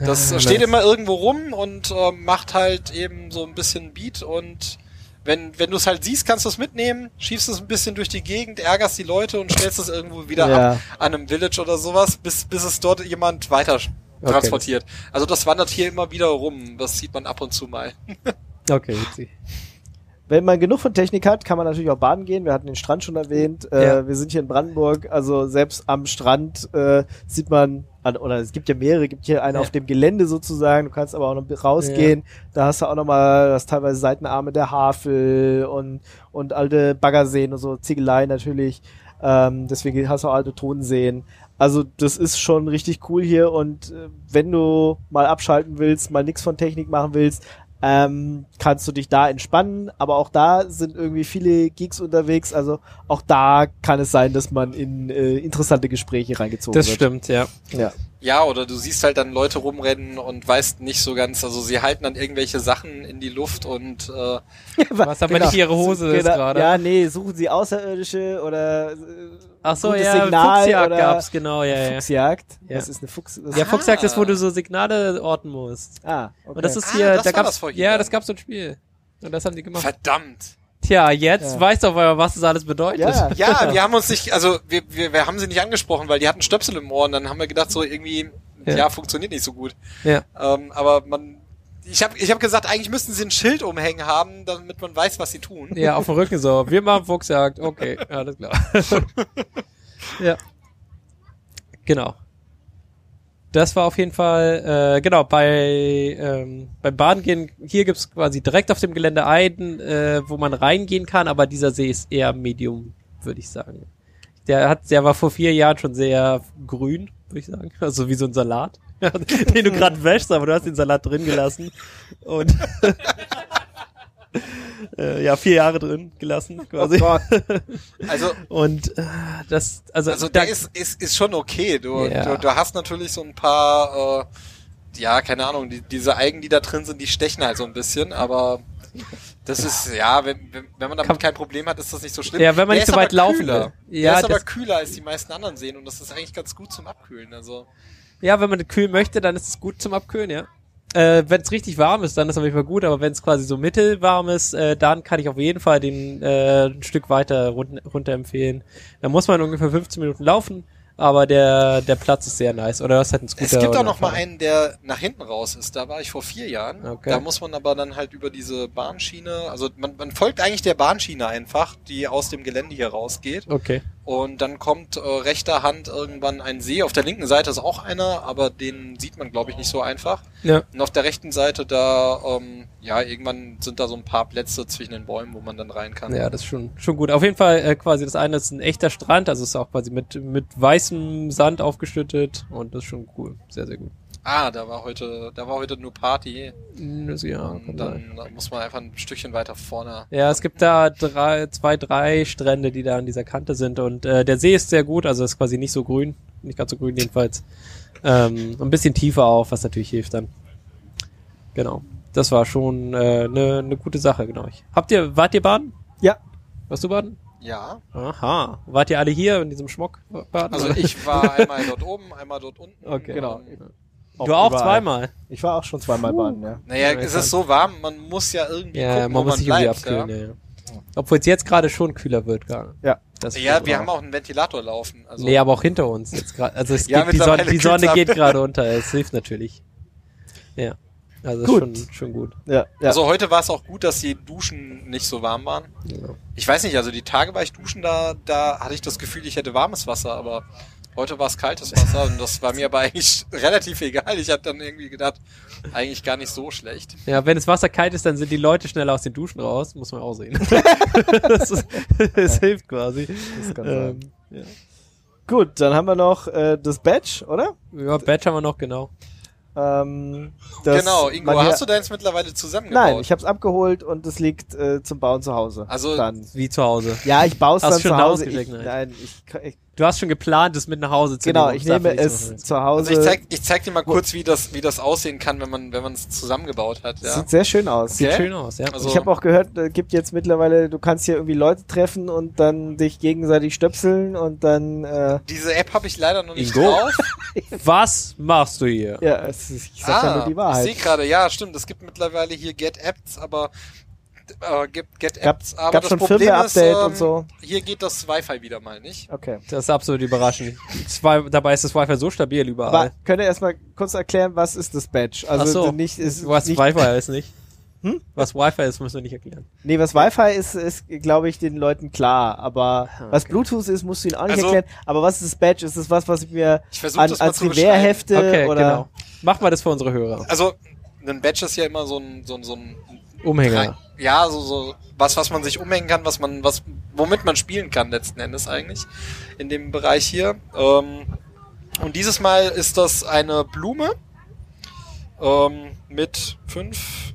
[SPEAKER 4] Das
[SPEAKER 3] Ah,
[SPEAKER 4] äh, steht
[SPEAKER 3] nice.
[SPEAKER 4] immer irgendwo rum und äh, macht halt eben so ein bisschen Beat und wenn, wenn du es halt siehst, kannst du es mitnehmen, schiebst es ein bisschen durch die Gegend, ärgerst die Leute und stellst es irgendwo wieder
[SPEAKER 2] Ja.
[SPEAKER 4] ab an einem Village oder sowas, bis, bis es dort jemand weiter transportiert. Also das wandert hier immer wieder rum. Das sieht man ab und zu mal.
[SPEAKER 3] okay, witzig.
[SPEAKER 2] Wenn man genug von Technik hat, kann man natürlich auch baden gehen. Wir hatten den Strand schon erwähnt. Äh,
[SPEAKER 3] Ja.
[SPEAKER 2] Wir sind hier in Brandenburg. Also selbst am Strand äh, sieht man, an, oder es gibt ja mehrere, gibt hier einen
[SPEAKER 3] Ja.
[SPEAKER 2] auf dem Gelände sozusagen. Du kannst aber auch noch rausgehen. Da hast du auch nochmal, das teilweise Seitenarme der Havel und, und alte Baggerseen und so, Ziegeleien natürlich. Ähm, deswegen hast du auch alte Tonseen. Also das ist schon richtig cool hier und äh, wenn du mal abschalten willst, mal nix von Technik machen willst, ähm, kannst du dich da entspannen. Aber auch da sind irgendwie viele Geeks unterwegs. Also auch da kann es sein, dass man in äh, interessante Gespräche reingezogen
[SPEAKER 3] Das
[SPEAKER 2] wird.
[SPEAKER 3] stimmt, ja.
[SPEAKER 2] Das stimmt. Ja.
[SPEAKER 4] Ja, oder du siehst halt dann Leute rumrennen und weißt nicht so ganz, also sie halten dann irgendwelche Sachen in die Luft und äh,
[SPEAKER 3] Was aber nicht ihre Hose ist
[SPEAKER 2] Genau.
[SPEAKER 3] gerade.
[SPEAKER 2] Ja, nee, suchen sie Außerirdische oder äh,
[SPEAKER 3] Ach so,
[SPEAKER 2] gutes
[SPEAKER 3] ja,
[SPEAKER 2] Signal
[SPEAKER 3] Fuchsjagd
[SPEAKER 2] oder
[SPEAKER 3] gab's, genau, ja, ja.
[SPEAKER 2] Fuchsjagd.
[SPEAKER 3] Ja.
[SPEAKER 2] Das ist eine Fuchs. Das
[SPEAKER 3] Ja, Fuchsjagd
[SPEAKER 4] Ah.
[SPEAKER 3] ist, wo du so Signale orten musst.
[SPEAKER 2] Ah, okay.
[SPEAKER 3] Und das ist
[SPEAKER 4] Ah,
[SPEAKER 3] hier,
[SPEAKER 4] das
[SPEAKER 3] da
[SPEAKER 4] war
[SPEAKER 3] gab's,
[SPEAKER 4] das vorhin
[SPEAKER 3] ja,
[SPEAKER 4] dann.
[SPEAKER 3] das gab's so ein Spiel. Und das haben die gemacht.
[SPEAKER 4] verdammt.
[SPEAKER 3] Tja, jetzt
[SPEAKER 2] Ja.
[SPEAKER 3] weißt du auf einmal, was das alles bedeutet.
[SPEAKER 2] Ja.
[SPEAKER 4] Ja, wir haben uns nicht, also wir, wir, wir haben sie nicht angesprochen, weil die hatten Stöpsel im Ohr und dann haben wir gedacht, so irgendwie, ja,
[SPEAKER 3] Ja.
[SPEAKER 4] funktioniert nicht so gut.
[SPEAKER 3] Ja.
[SPEAKER 4] Ähm, aber man, ich habe ich hab gesagt, eigentlich müssten sie ein Schild umhängen haben, damit man weiß, was sie tun.
[SPEAKER 3] Ja, auf dem Rücken so. Wir machen Fuchsjagd. Okay, alles klar. ja. Genau. Das war auf jeden Fall, äh, genau, bei ähm, beim Badengehen, hier gibt's quasi direkt auf dem Gelände einen, äh, wo man reingehen kann, aber dieser See ist eher Medium, würde ich sagen. Der hat, der war vor vier Jahren schon sehr grün, würde ich sagen. Also wie so ein Salat, den du gerade wäschst, aber du hast den Salat drin gelassen. Und äh, ja, vier Jahre drin gelassen quasi.
[SPEAKER 4] Oh Also,
[SPEAKER 3] Und äh, das, also,
[SPEAKER 4] also
[SPEAKER 3] da,
[SPEAKER 4] der ist, ist, ist schon okay. Du,
[SPEAKER 3] Ja.
[SPEAKER 4] du, du hast natürlich so ein paar, äh, ja, keine Ahnung, die, diese Algen, die da drin sind, die stechen halt so ein bisschen, aber Das ist, ja, wenn, wenn, wenn man damit
[SPEAKER 3] Kann-
[SPEAKER 4] kein Problem hat, ist das nicht so schlimm.
[SPEAKER 3] Ja, wenn man nicht
[SPEAKER 4] Der
[SPEAKER 3] so
[SPEAKER 4] ist aber
[SPEAKER 3] weit laufen
[SPEAKER 4] kühler.
[SPEAKER 3] will.
[SPEAKER 4] Ja,
[SPEAKER 3] Ja,
[SPEAKER 4] der ist aber
[SPEAKER 3] das-
[SPEAKER 4] kühler als die meisten anderen sehen und das ist eigentlich ganz gut zum Abkühlen. Also
[SPEAKER 3] Ja, wenn man kühl möchte, dann ist es gut zum Abkühlen, ja. Äh, wenn es richtig warm ist, dann ist es auf jeden Fall gut, aber wenn es quasi so mittelwarm ist, äh, dann kann ich auf jeden Fall den äh, ein Stück weiter run runter empfehlen. Da muss man ungefähr 15 Minuten laufen, aber der, der Platz ist sehr nice. Oder das hat ein Scooter.
[SPEAKER 4] es gibt
[SPEAKER 3] oder
[SPEAKER 4] auch noch mal
[SPEAKER 3] Fahrrad.
[SPEAKER 4] einen, der nach hinten raus ist. Da war ich vor vier Jahren.
[SPEAKER 3] Okay.
[SPEAKER 4] Da muss man aber dann halt über diese Bahnschiene, also man, man folgt eigentlich der Bahnschiene einfach, die aus dem Gelände hier rausgeht.
[SPEAKER 3] Okay.
[SPEAKER 4] Und dann kommt äh, rechter Hand irgendwann ein See. Auf der linken Seite ist auch einer, aber den sieht man, glaube ich, nicht so einfach.
[SPEAKER 3] Ja.
[SPEAKER 4] Und auf der rechten Seite da, ähm, ja, irgendwann sind da so ein paar Plätze zwischen den Bäumen, wo man dann rein kann.
[SPEAKER 3] Ja, das ist schon, schon gut. Auf jeden Fall äh, quasi das eine ist ein echter Strand, also ist auch quasi mit, mit weißem Sand aufgeschüttet und das ist schon cool. Sehr, sehr gut.
[SPEAKER 4] Ah, da war heute, da war heute nur Party.
[SPEAKER 3] Ja,
[SPEAKER 4] Und dann muss man einfach ein Stückchen weiter vorne.
[SPEAKER 3] Ja, es gibt da drei, zwei, drei Strände, die da an dieser Kante sind und äh, der See ist sehr gut, also ist quasi nicht so grün, nicht ganz so grün jedenfalls. Ähm, ein bisschen tiefer auch, was natürlich hilft dann. Genau. Das war schon eine äh, ne ne gute Sache, genau. Ich, habt ihr, wart ihr baden?
[SPEAKER 2] Ja.
[SPEAKER 3] Warst du baden?
[SPEAKER 4] Ja.
[SPEAKER 3] Aha. Wart ihr alle hier in diesem Schmock baden?
[SPEAKER 4] Also ich war einmal dort oben, einmal dort unten.
[SPEAKER 3] Okay.
[SPEAKER 2] Genau.
[SPEAKER 3] du auch
[SPEAKER 2] überall.
[SPEAKER 3] zweimal.
[SPEAKER 2] Ich war auch schon zweimal baden, ja.
[SPEAKER 4] Naja,
[SPEAKER 3] Ja,
[SPEAKER 4] es
[SPEAKER 3] ja.
[SPEAKER 4] ist so warm, man muss ja irgendwie
[SPEAKER 3] Ja,
[SPEAKER 4] gucken,
[SPEAKER 3] man
[SPEAKER 4] wo
[SPEAKER 3] muss
[SPEAKER 4] man
[SPEAKER 3] sich irgendwie
[SPEAKER 4] bleibt.
[SPEAKER 3] abkühlen,
[SPEAKER 4] ja.
[SPEAKER 3] ja. ja. Obwohl es jetzt gerade schon kühler wird, gerade.
[SPEAKER 2] Ja.
[SPEAKER 3] Das
[SPEAKER 4] ja,
[SPEAKER 3] stimmt
[SPEAKER 4] wir
[SPEAKER 3] auch.
[SPEAKER 4] haben auch einen Ventilator laufen. Also
[SPEAKER 3] Nee, aber auch hinter uns jetzt gerade. Also es
[SPEAKER 4] Ja,
[SPEAKER 3] geht, die Sonne,
[SPEAKER 4] mittlerweile
[SPEAKER 3] die Sonne
[SPEAKER 4] kühlt's
[SPEAKER 3] geht gerade unter, es hilft natürlich. Ja. Also
[SPEAKER 2] Gut.
[SPEAKER 3] Schon, schon gut.
[SPEAKER 2] Ja, ja.
[SPEAKER 4] Also heute war es auch gut, dass die Duschen nicht so warm waren.
[SPEAKER 2] Genau.
[SPEAKER 3] Ja.
[SPEAKER 4] Ich weiß nicht, also die Tage war ich duschen, da, da hatte ich das Gefühl, ich hätte warmes Wasser, aber heute war es kaltes Wasser und das war mir aber eigentlich relativ egal. Ich habe dann irgendwie gedacht, eigentlich gar nicht so schlecht.
[SPEAKER 3] ja, wenn das Wasser kalt ist, dann sind die Leute schneller aus den Duschen raus, muss man auch sehen. das, ist, das hilft quasi.
[SPEAKER 2] Das kann sein.
[SPEAKER 3] Ähm, ja.
[SPEAKER 2] Gut, dann haben wir noch äh, das Badge, oder?
[SPEAKER 3] Ähm, ja, Badge haben wir noch, genau.
[SPEAKER 2] Ähm, das
[SPEAKER 4] genau, Ingo,
[SPEAKER 2] man hier-
[SPEAKER 4] hast du deins mittlerweile zusammengebaut?
[SPEAKER 2] Nein, ich habe es abgeholt und es liegt äh, zum Bauen zu Hause.
[SPEAKER 4] Also-
[SPEAKER 2] dann.
[SPEAKER 3] Wie zu Hause.
[SPEAKER 2] Ja, ich baue es
[SPEAKER 3] Hast
[SPEAKER 2] dann
[SPEAKER 3] du schon
[SPEAKER 2] zu Hause. Ich,
[SPEAKER 3] rausgeschickt, nein.
[SPEAKER 2] nein, ich, ich,
[SPEAKER 3] Du hast schon geplant, es mit nach Hause zu
[SPEAKER 2] genau,
[SPEAKER 3] nehmen.
[SPEAKER 2] ich
[SPEAKER 3] um
[SPEAKER 2] nehme
[SPEAKER 3] einfach nicht zu
[SPEAKER 2] es
[SPEAKER 3] machen.
[SPEAKER 2] zu Hause.
[SPEAKER 4] also ich zeig, ich zeig dir mal kurz, wie das, wie das aussehen kann, wenn man, wenn man es zusammengebaut hat, ja.
[SPEAKER 2] Sieht sehr schön aus.
[SPEAKER 3] Sieht
[SPEAKER 4] gell?
[SPEAKER 3] schön aus, ja.
[SPEAKER 4] Also-
[SPEAKER 2] Ich habe auch gehört, äh, gibt jetzt mittlerweile, du kannst hier irgendwie Leute treffen und dann dich gegenseitig stöpseln und dann äh,
[SPEAKER 4] Diese App habe ich leider noch nicht
[SPEAKER 3] Ingo?
[SPEAKER 4] drauf.
[SPEAKER 3] Was machst du hier?
[SPEAKER 2] ja, es ist, ich sag ja nur die
[SPEAKER 4] Ah, Ich
[SPEAKER 2] Wahrheit.
[SPEAKER 4] sehe gerade, ja, stimmt. Es gibt mittlerweile hier Get Apps, aber äh, gibt Get
[SPEAKER 2] Gab-
[SPEAKER 4] Apps, aber
[SPEAKER 2] gab
[SPEAKER 4] das
[SPEAKER 2] schon
[SPEAKER 4] Problem ist,
[SPEAKER 2] Firmware-Update
[SPEAKER 4] ähm,
[SPEAKER 2] und so.
[SPEAKER 4] hier geht das Wi-Fi wieder mal nicht.
[SPEAKER 2] Okay.
[SPEAKER 3] Das ist absolut überraschend. Zwei, dabei ist das Wi-Fi so stabil überall.
[SPEAKER 2] Aber könnt ihr erstmal kurz erklären, was ist das Badge? Also
[SPEAKER 3] Ach so.
[SPEAKER 2] nicht ist
[SPEAKER 3] was
[SPEAKER 2] nicht, Hm?
[SPEAKER 3] Wi-Fi ist nicht. Was Wi-Fi ist, müssen wir nicht erklären.
[SPEAKER 2] Nee, was Wi-Fi ist, ist, glaube ich, den Leuten klar. Aber
[SPEAKER 3] Ah,
[SPEAKER 2] was Bluetooth ist, musst du ihnen auch nicht
[SPEAKER 4] Also-
[SPEAKER 2] erklären. Aber was ist das Badge? Ist das was, was ich mir
[SPEAKER 4] Ich versuch
[SPEAKER 2] an,
[SPEAKER 4] das mal
[SPEAKER 2] als
[SPEAKER 4] zu beschreiben.
[SPEAKER 2] Revierhefte
[SPEAKER 3] okay,
[SPEAKER 2] Äh, oder
[SPEAKER 3] genau. Mach mal das für unsere Hörer.
[SPEAKER 4] Also ein Badge ist ja immer so ein so ein, so ein
[SPEAKER 3] Umhänger.
[SPEAKER 4] ja, so, so was, was man sich umhängen kann, was man, was, womit man spielen kann letzten Endes eigentlich in dem Bereich hier. Ähm, und dieses Mal ist das eine Blume ähm, mit fünf,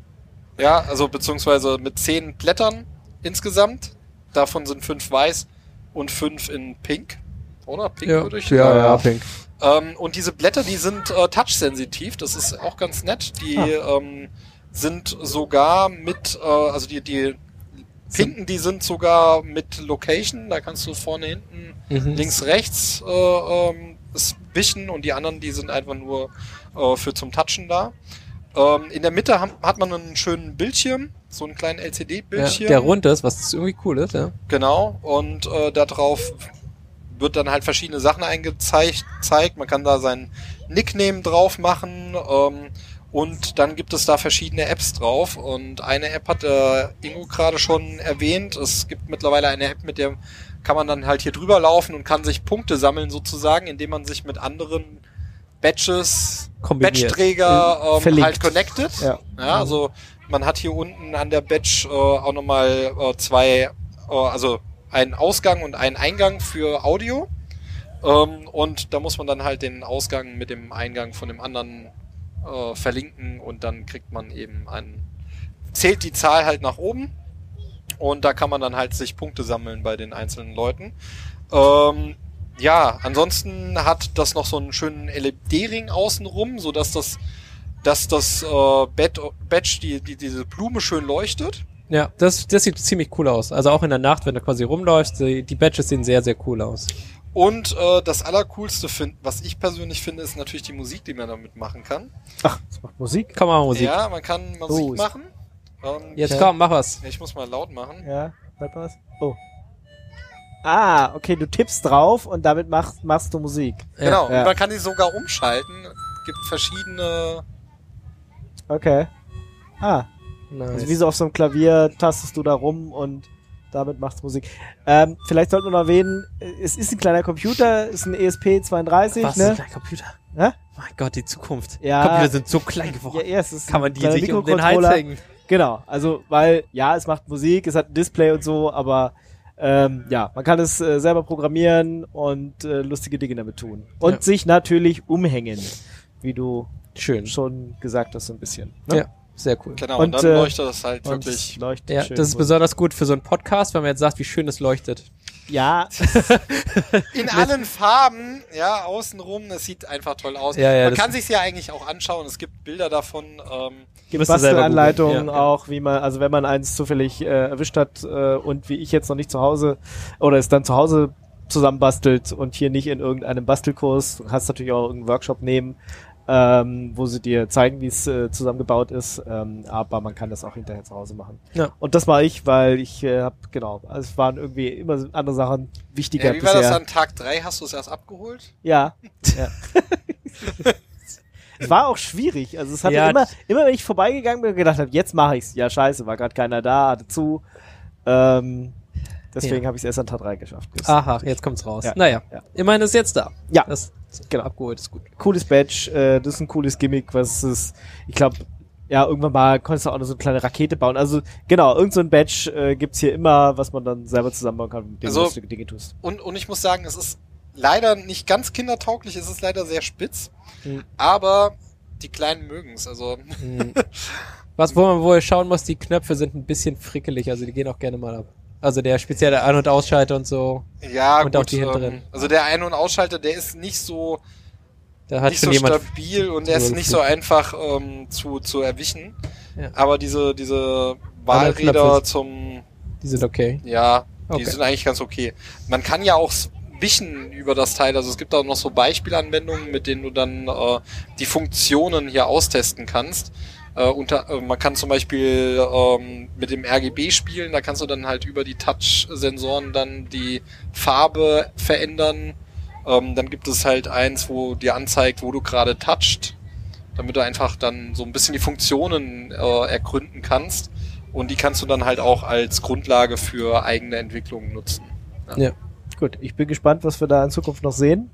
[SPEAKER 4] ja, also beziehungsweise mit zehn Blättern insgesamt. Davon sind fünf weiß und fünf in Pink, oder? Pink würde ich sagen.
[SPEAKER 3] pink.
[SPEAKER 4] Ähm, und diese Blätter, die sind äh, touchsensitiv, das ist auch ganz nett. Die
[SPEAKER 3] Ah.
[SPEAKER 4] ähm, sind sogar mit, äh, also die, die pinken, die sind sogar mit Location, da kannst du vorne, hinten,
[SPEAKER 3] Mhm.
[SPEAKER 4] links, rechts äh, ähm, es wischen und die anderen, die sind einfach nur äh, für zum Touchen da. Ähm, in der Mitte ham- hat man einen schönen Bildschirm, so einen kleinen
[SPEAKER 3] Ja,
[SPEAKER 4] LCD-Bildschirm.
[SPEAKER 3] der rund ist, was irgendwie cool ist, ja.
[SPEAKER 4] Genau, und äh, darauf wird dann halt verschiedene Sachen eingezeigt. zeigt. Man kann da seinen Nickname drauf machen ähm, und dann gibt es da verschiedene Apps drauf. Und eine App hat äh, Ingo gerade schon erwähnt. Es gibt mittlerweile eine App, mit der kann man dann halt hier drüber laufen und kann sich Punkte sammeln sozusagen, indem man sich mit anderen Badges,
[SPEAKER 3] Kombiniert.
[SPEAKER 4] Badgeträger ähm,
[SPEAKER 2] Verlinkt.
[SPEAKER 4] halt connected.
[SPEAKER 2] Ja.
[SPEAKER 4] Ja, also man hat hier unten an der Badge äh, auch nochmal äh, zwei, äh, also einen Ausgang und einen Eingang für Audio. Ähm, und da muss man dann halt den Ausgang mit dem Eingang von dem anderen äh, verlinken und dann kriegt man eben an, zählt die Zahl halt nach oben und da kann man dann halt sich Punkte sammeln bei den einzelnen Leuten. Ähm, E ja, ansonsten hat das noch so einen schönen LED-Ring außenrum, so dass das dass das äh, Bett, Batch, die, die, diese Blume schön leuchtet.
[SPEAKER 3] Ja, das, das sieht ziemlich cool aus. Also auch in der Nacht, wenn du quasi rumläufst, die, die Badges sehen sehr, sehr cool aus.
[SPEAKER 4] Und äh, das Allercoolste, find, was ich persönlich finde, ist natürlich die Musik, die man damit machen kann.
[SPEAKER 2] Ach, das macht Musik.
[SPEAKER 3] Kann man auch Musik.
[SPEAKER 4] Ja, man kann Musik
[SPEAKER 2] Oh, ist-
[SPEAKER 4] machen. Ähm,
[SPEAKER 3] Jetzt komm, mach was.
[SPEAKER 4] Ich muss mal laut machen.
[SPEAKER 2] Ja, warte mal was. Oh. Ah, okay, du tippst drauf und damit machst, machst du Musik.
[SPEAKER 3] Ja.
[SPEAKER 4] Genau,
[SPEAKER 2] Ja.
[SPEAKER 4] und man kann die sogar umschalten. Gibt verschiedene.
[SPEAKER 2] Okay. Ah, also wie
[SPEAKER 3] Nice.
[SPEAKER 2] so auf so einem Klavier tastest du da rum und damit machst du Musik. Ähm, vielleicht sollten wir noch erwähnen, es ist ein kleiner Computer, ist ein E ESP32,
[SPEAKER 3] Was
[SPEAKER 2] ne?
[SPEAKER 3] ist ein Computer?
[SPEAKER 2] Hä?
[SPEAKER 3] Mein Gott, die Zukunft.
[SPEAKER 2] Ja.
[SPEAKER 3] Computer sind so klein geworden.
[SPEAKER 2] Ja, ja, es ist
[SPEAKER 3] Kann
[SPEAKER 2] ein
[SPEAKER 3] man die
[SPEAKER 2] kleiner
[SPEAKER 3] sich um den Hals
[SPEAKER 2] Mikrocontroller.
[SPEAKER 3] hängen?
[SPEAKER 2] Genau, also weil ja, es macht Musik, es hat ein Display und so, aber ähm, ja, man kann es äh, selber programmieren und äh, lustige Dinge damit tun. Und
[SPEAKER 3] Ja.
[SPEAKER 2] sich natürlich umhängen, wie du
[SPEAKER 3] Schön.
[SPEAKER 2] schon gesagt hast, so ein bisschen. Ne?
[SPEAKER 3] Ja, sehr cool.
[SPEAKER 4] Genau,
[SPEAKER 2] Und,
[SPEAKER 4] und, dann
[SPEAKER 2] äh,
[SPEAKER 4] leuchtet das halt
[SPEAKER 2] Und
[SPEAKER 4] wirklich.
[SPEAKER 2] es leuchtet
[SPEAKER 3] Ja,
[SPEAKER 2] schön
[SPEAKER 3] das ist
[SPEAKER 2] bunt.
[SPEAKER 3] besonders gut für so einen Podcast, wenn man jetzt sagt, wie schön es leuchtet.
[SPEAKER 2] Ja,
[SPEAKER 4] In allen Farben, ja, außenrum, es sieht einfach toll aus.
[SPEAKER 3] Ja, ja,
[SPEAKER 4] man
[SPEAKER 3] das-
[SPEAKER 4] kann sich's ja eigentlich auch anschauen. Es gibt Bilder davon. Ähm,
[SPEAKER 2] gibt
[SPEAKER 3] Müsst ihr selber
[SPEAKER 2] Bastelanleitungen
[SPEAKER 3] googeln, ja.
[SPEAKER 2] auch, wie man, also wenn man eins zufällig äh, erwischt hat äh, und wie ich jetzt noch nicht zu Hause oder es dann zu Hause zusammenbastelt und hier nicht in irgendeinem Bastelkurs, du kannst natürlich auch irgendeinen Workshop nehmen, ähm, wo sie dir zeigen, wie es äh, zusammengebaut ist, ähm, aber man kann das auch hinterher zu Hause machen.
[SPEAKER 3] Ja.
[SPEAKER 2] Und das mache ich, weil ich äh, hab, genau, also es waren irgendwie immer andere Sachen wichtiger
[SPEAKER 4] ja, wie war
[SPEAKER 2] bisher.
[SPEAKER 4] das an Tag drei? Hast du es erst abgeholt?
[SPEAKER 2] Ja. ja. es war auch schwierig. Also es hatte
[SPEAKER 3] Ja.
[SPEAKER 2] immer, immer wenn ich vorbeigegangen bin und gedacht habe, jetzt mache ich's. Ja, scheiße, war gerade keiner da, hatte zu. Ähm, deswegen
[SPEAKER 3] Ja. Ah.
[SPEAKER 2] habe ich es erst an Tag 3 geschafft. Das-
[SPEAKER 3] Aha, jetzt kommt's raus.
[SPEAKER 2] Ja.
[SPEAKER 3] Naja,
[SPEAKER 2] Ja.
[SPEAKER 3] immerhin ist jetzt da.
[SPEAKER 2] Ja.
[SPEAKER 3] Das
[SPEAKER 2] Genau.
[SPEAKER 3] abgeholt ist gut.
[SPEAKER 2] Cooles Badge, äh, das ist ein cooles Gimmick, was es, ich glaube, ja, irgendwann mal konntest du auch noch so eine kleine Rakete bauen. Also genau, irgend so ein Badge äh, gibt's hier immer, was man dann selber zusammenbauen kann, mit dem
[SPEAKER 4] Also-
[SPEAKER 2] du lustige Dinge tust.
[SPEAKER 4] Und, und ich muss sagen, es ist leider nicht ganz kindertauglich, es ist leider sehr spitz.
[SPEAKER 3] Mhm.
[SPEAKER 4] Aber die Kleinen mögen's. Also
[SPEAKER 2] Mhm.
[SPEAKER 3] Hm. Was, wo man wohl schauen muss, die Knöpfe sind ein bisschen frickelig, also die gehen auch gerne mal ab. Also der spezielle Ein- und Ausschalter und so,
[SPEAKER 4] ja,
[SPEAKER 3] Und
[SPEAKER 4] gut,
[SPEAKER 3] auch die hinteren.
[SPEAKER 4] Ähm, also der Ein- und Ausschalter, der ist nicht so,
[SPEAKER 3] da hat
[SPEAKER 4] nicht
[SPEAKER 3] schon
[SPEAKER 4] so
[SPEAKER 3] jemand.
[SPEAKER 4] stabil und der ist nicht so einfach ähm, zu, zu erwischen.
[SPEAKER 3] Ja.
[SPEAKER 4] Aber diese, diese
[SPEAKER 3] Andere Knöpfe
[SPEAKER 4] Wahlräder
[SPEAKER 3] sind-
[SPEAKER 4] zum,
[SPEAKER 3] Die sind okay.
[SPEAKER 4] ja, die
[SPEAKER 3] Okay.
[SPEAKER 4] sind eigentlich ganz okay. Man kann ja auch wischen über das Teil. Also es gibt auch noch so Beispielanwendungen, mit denen du dann äh, die Funktionen hier austesten kannst. Äh, unter, äh, man kann zum Beispiel ähm, mit dem RGB spielen, da kannst du dann halt über die Touch-Sensoren dann die Farbe verändern. Ähm, dann gibt es halt eins, wo dir anzeigt, wo du gerade toucht, damit du einfach dann so ein bisschen die Funktionen äh, ergründen kannst. Und die kannst du dann halt auch als Grundlage für eigene Entwicklungen nutzen.
[SPEAKER 2] Gut, ich bin gespannt, was wir da in Zukunft noch sehen.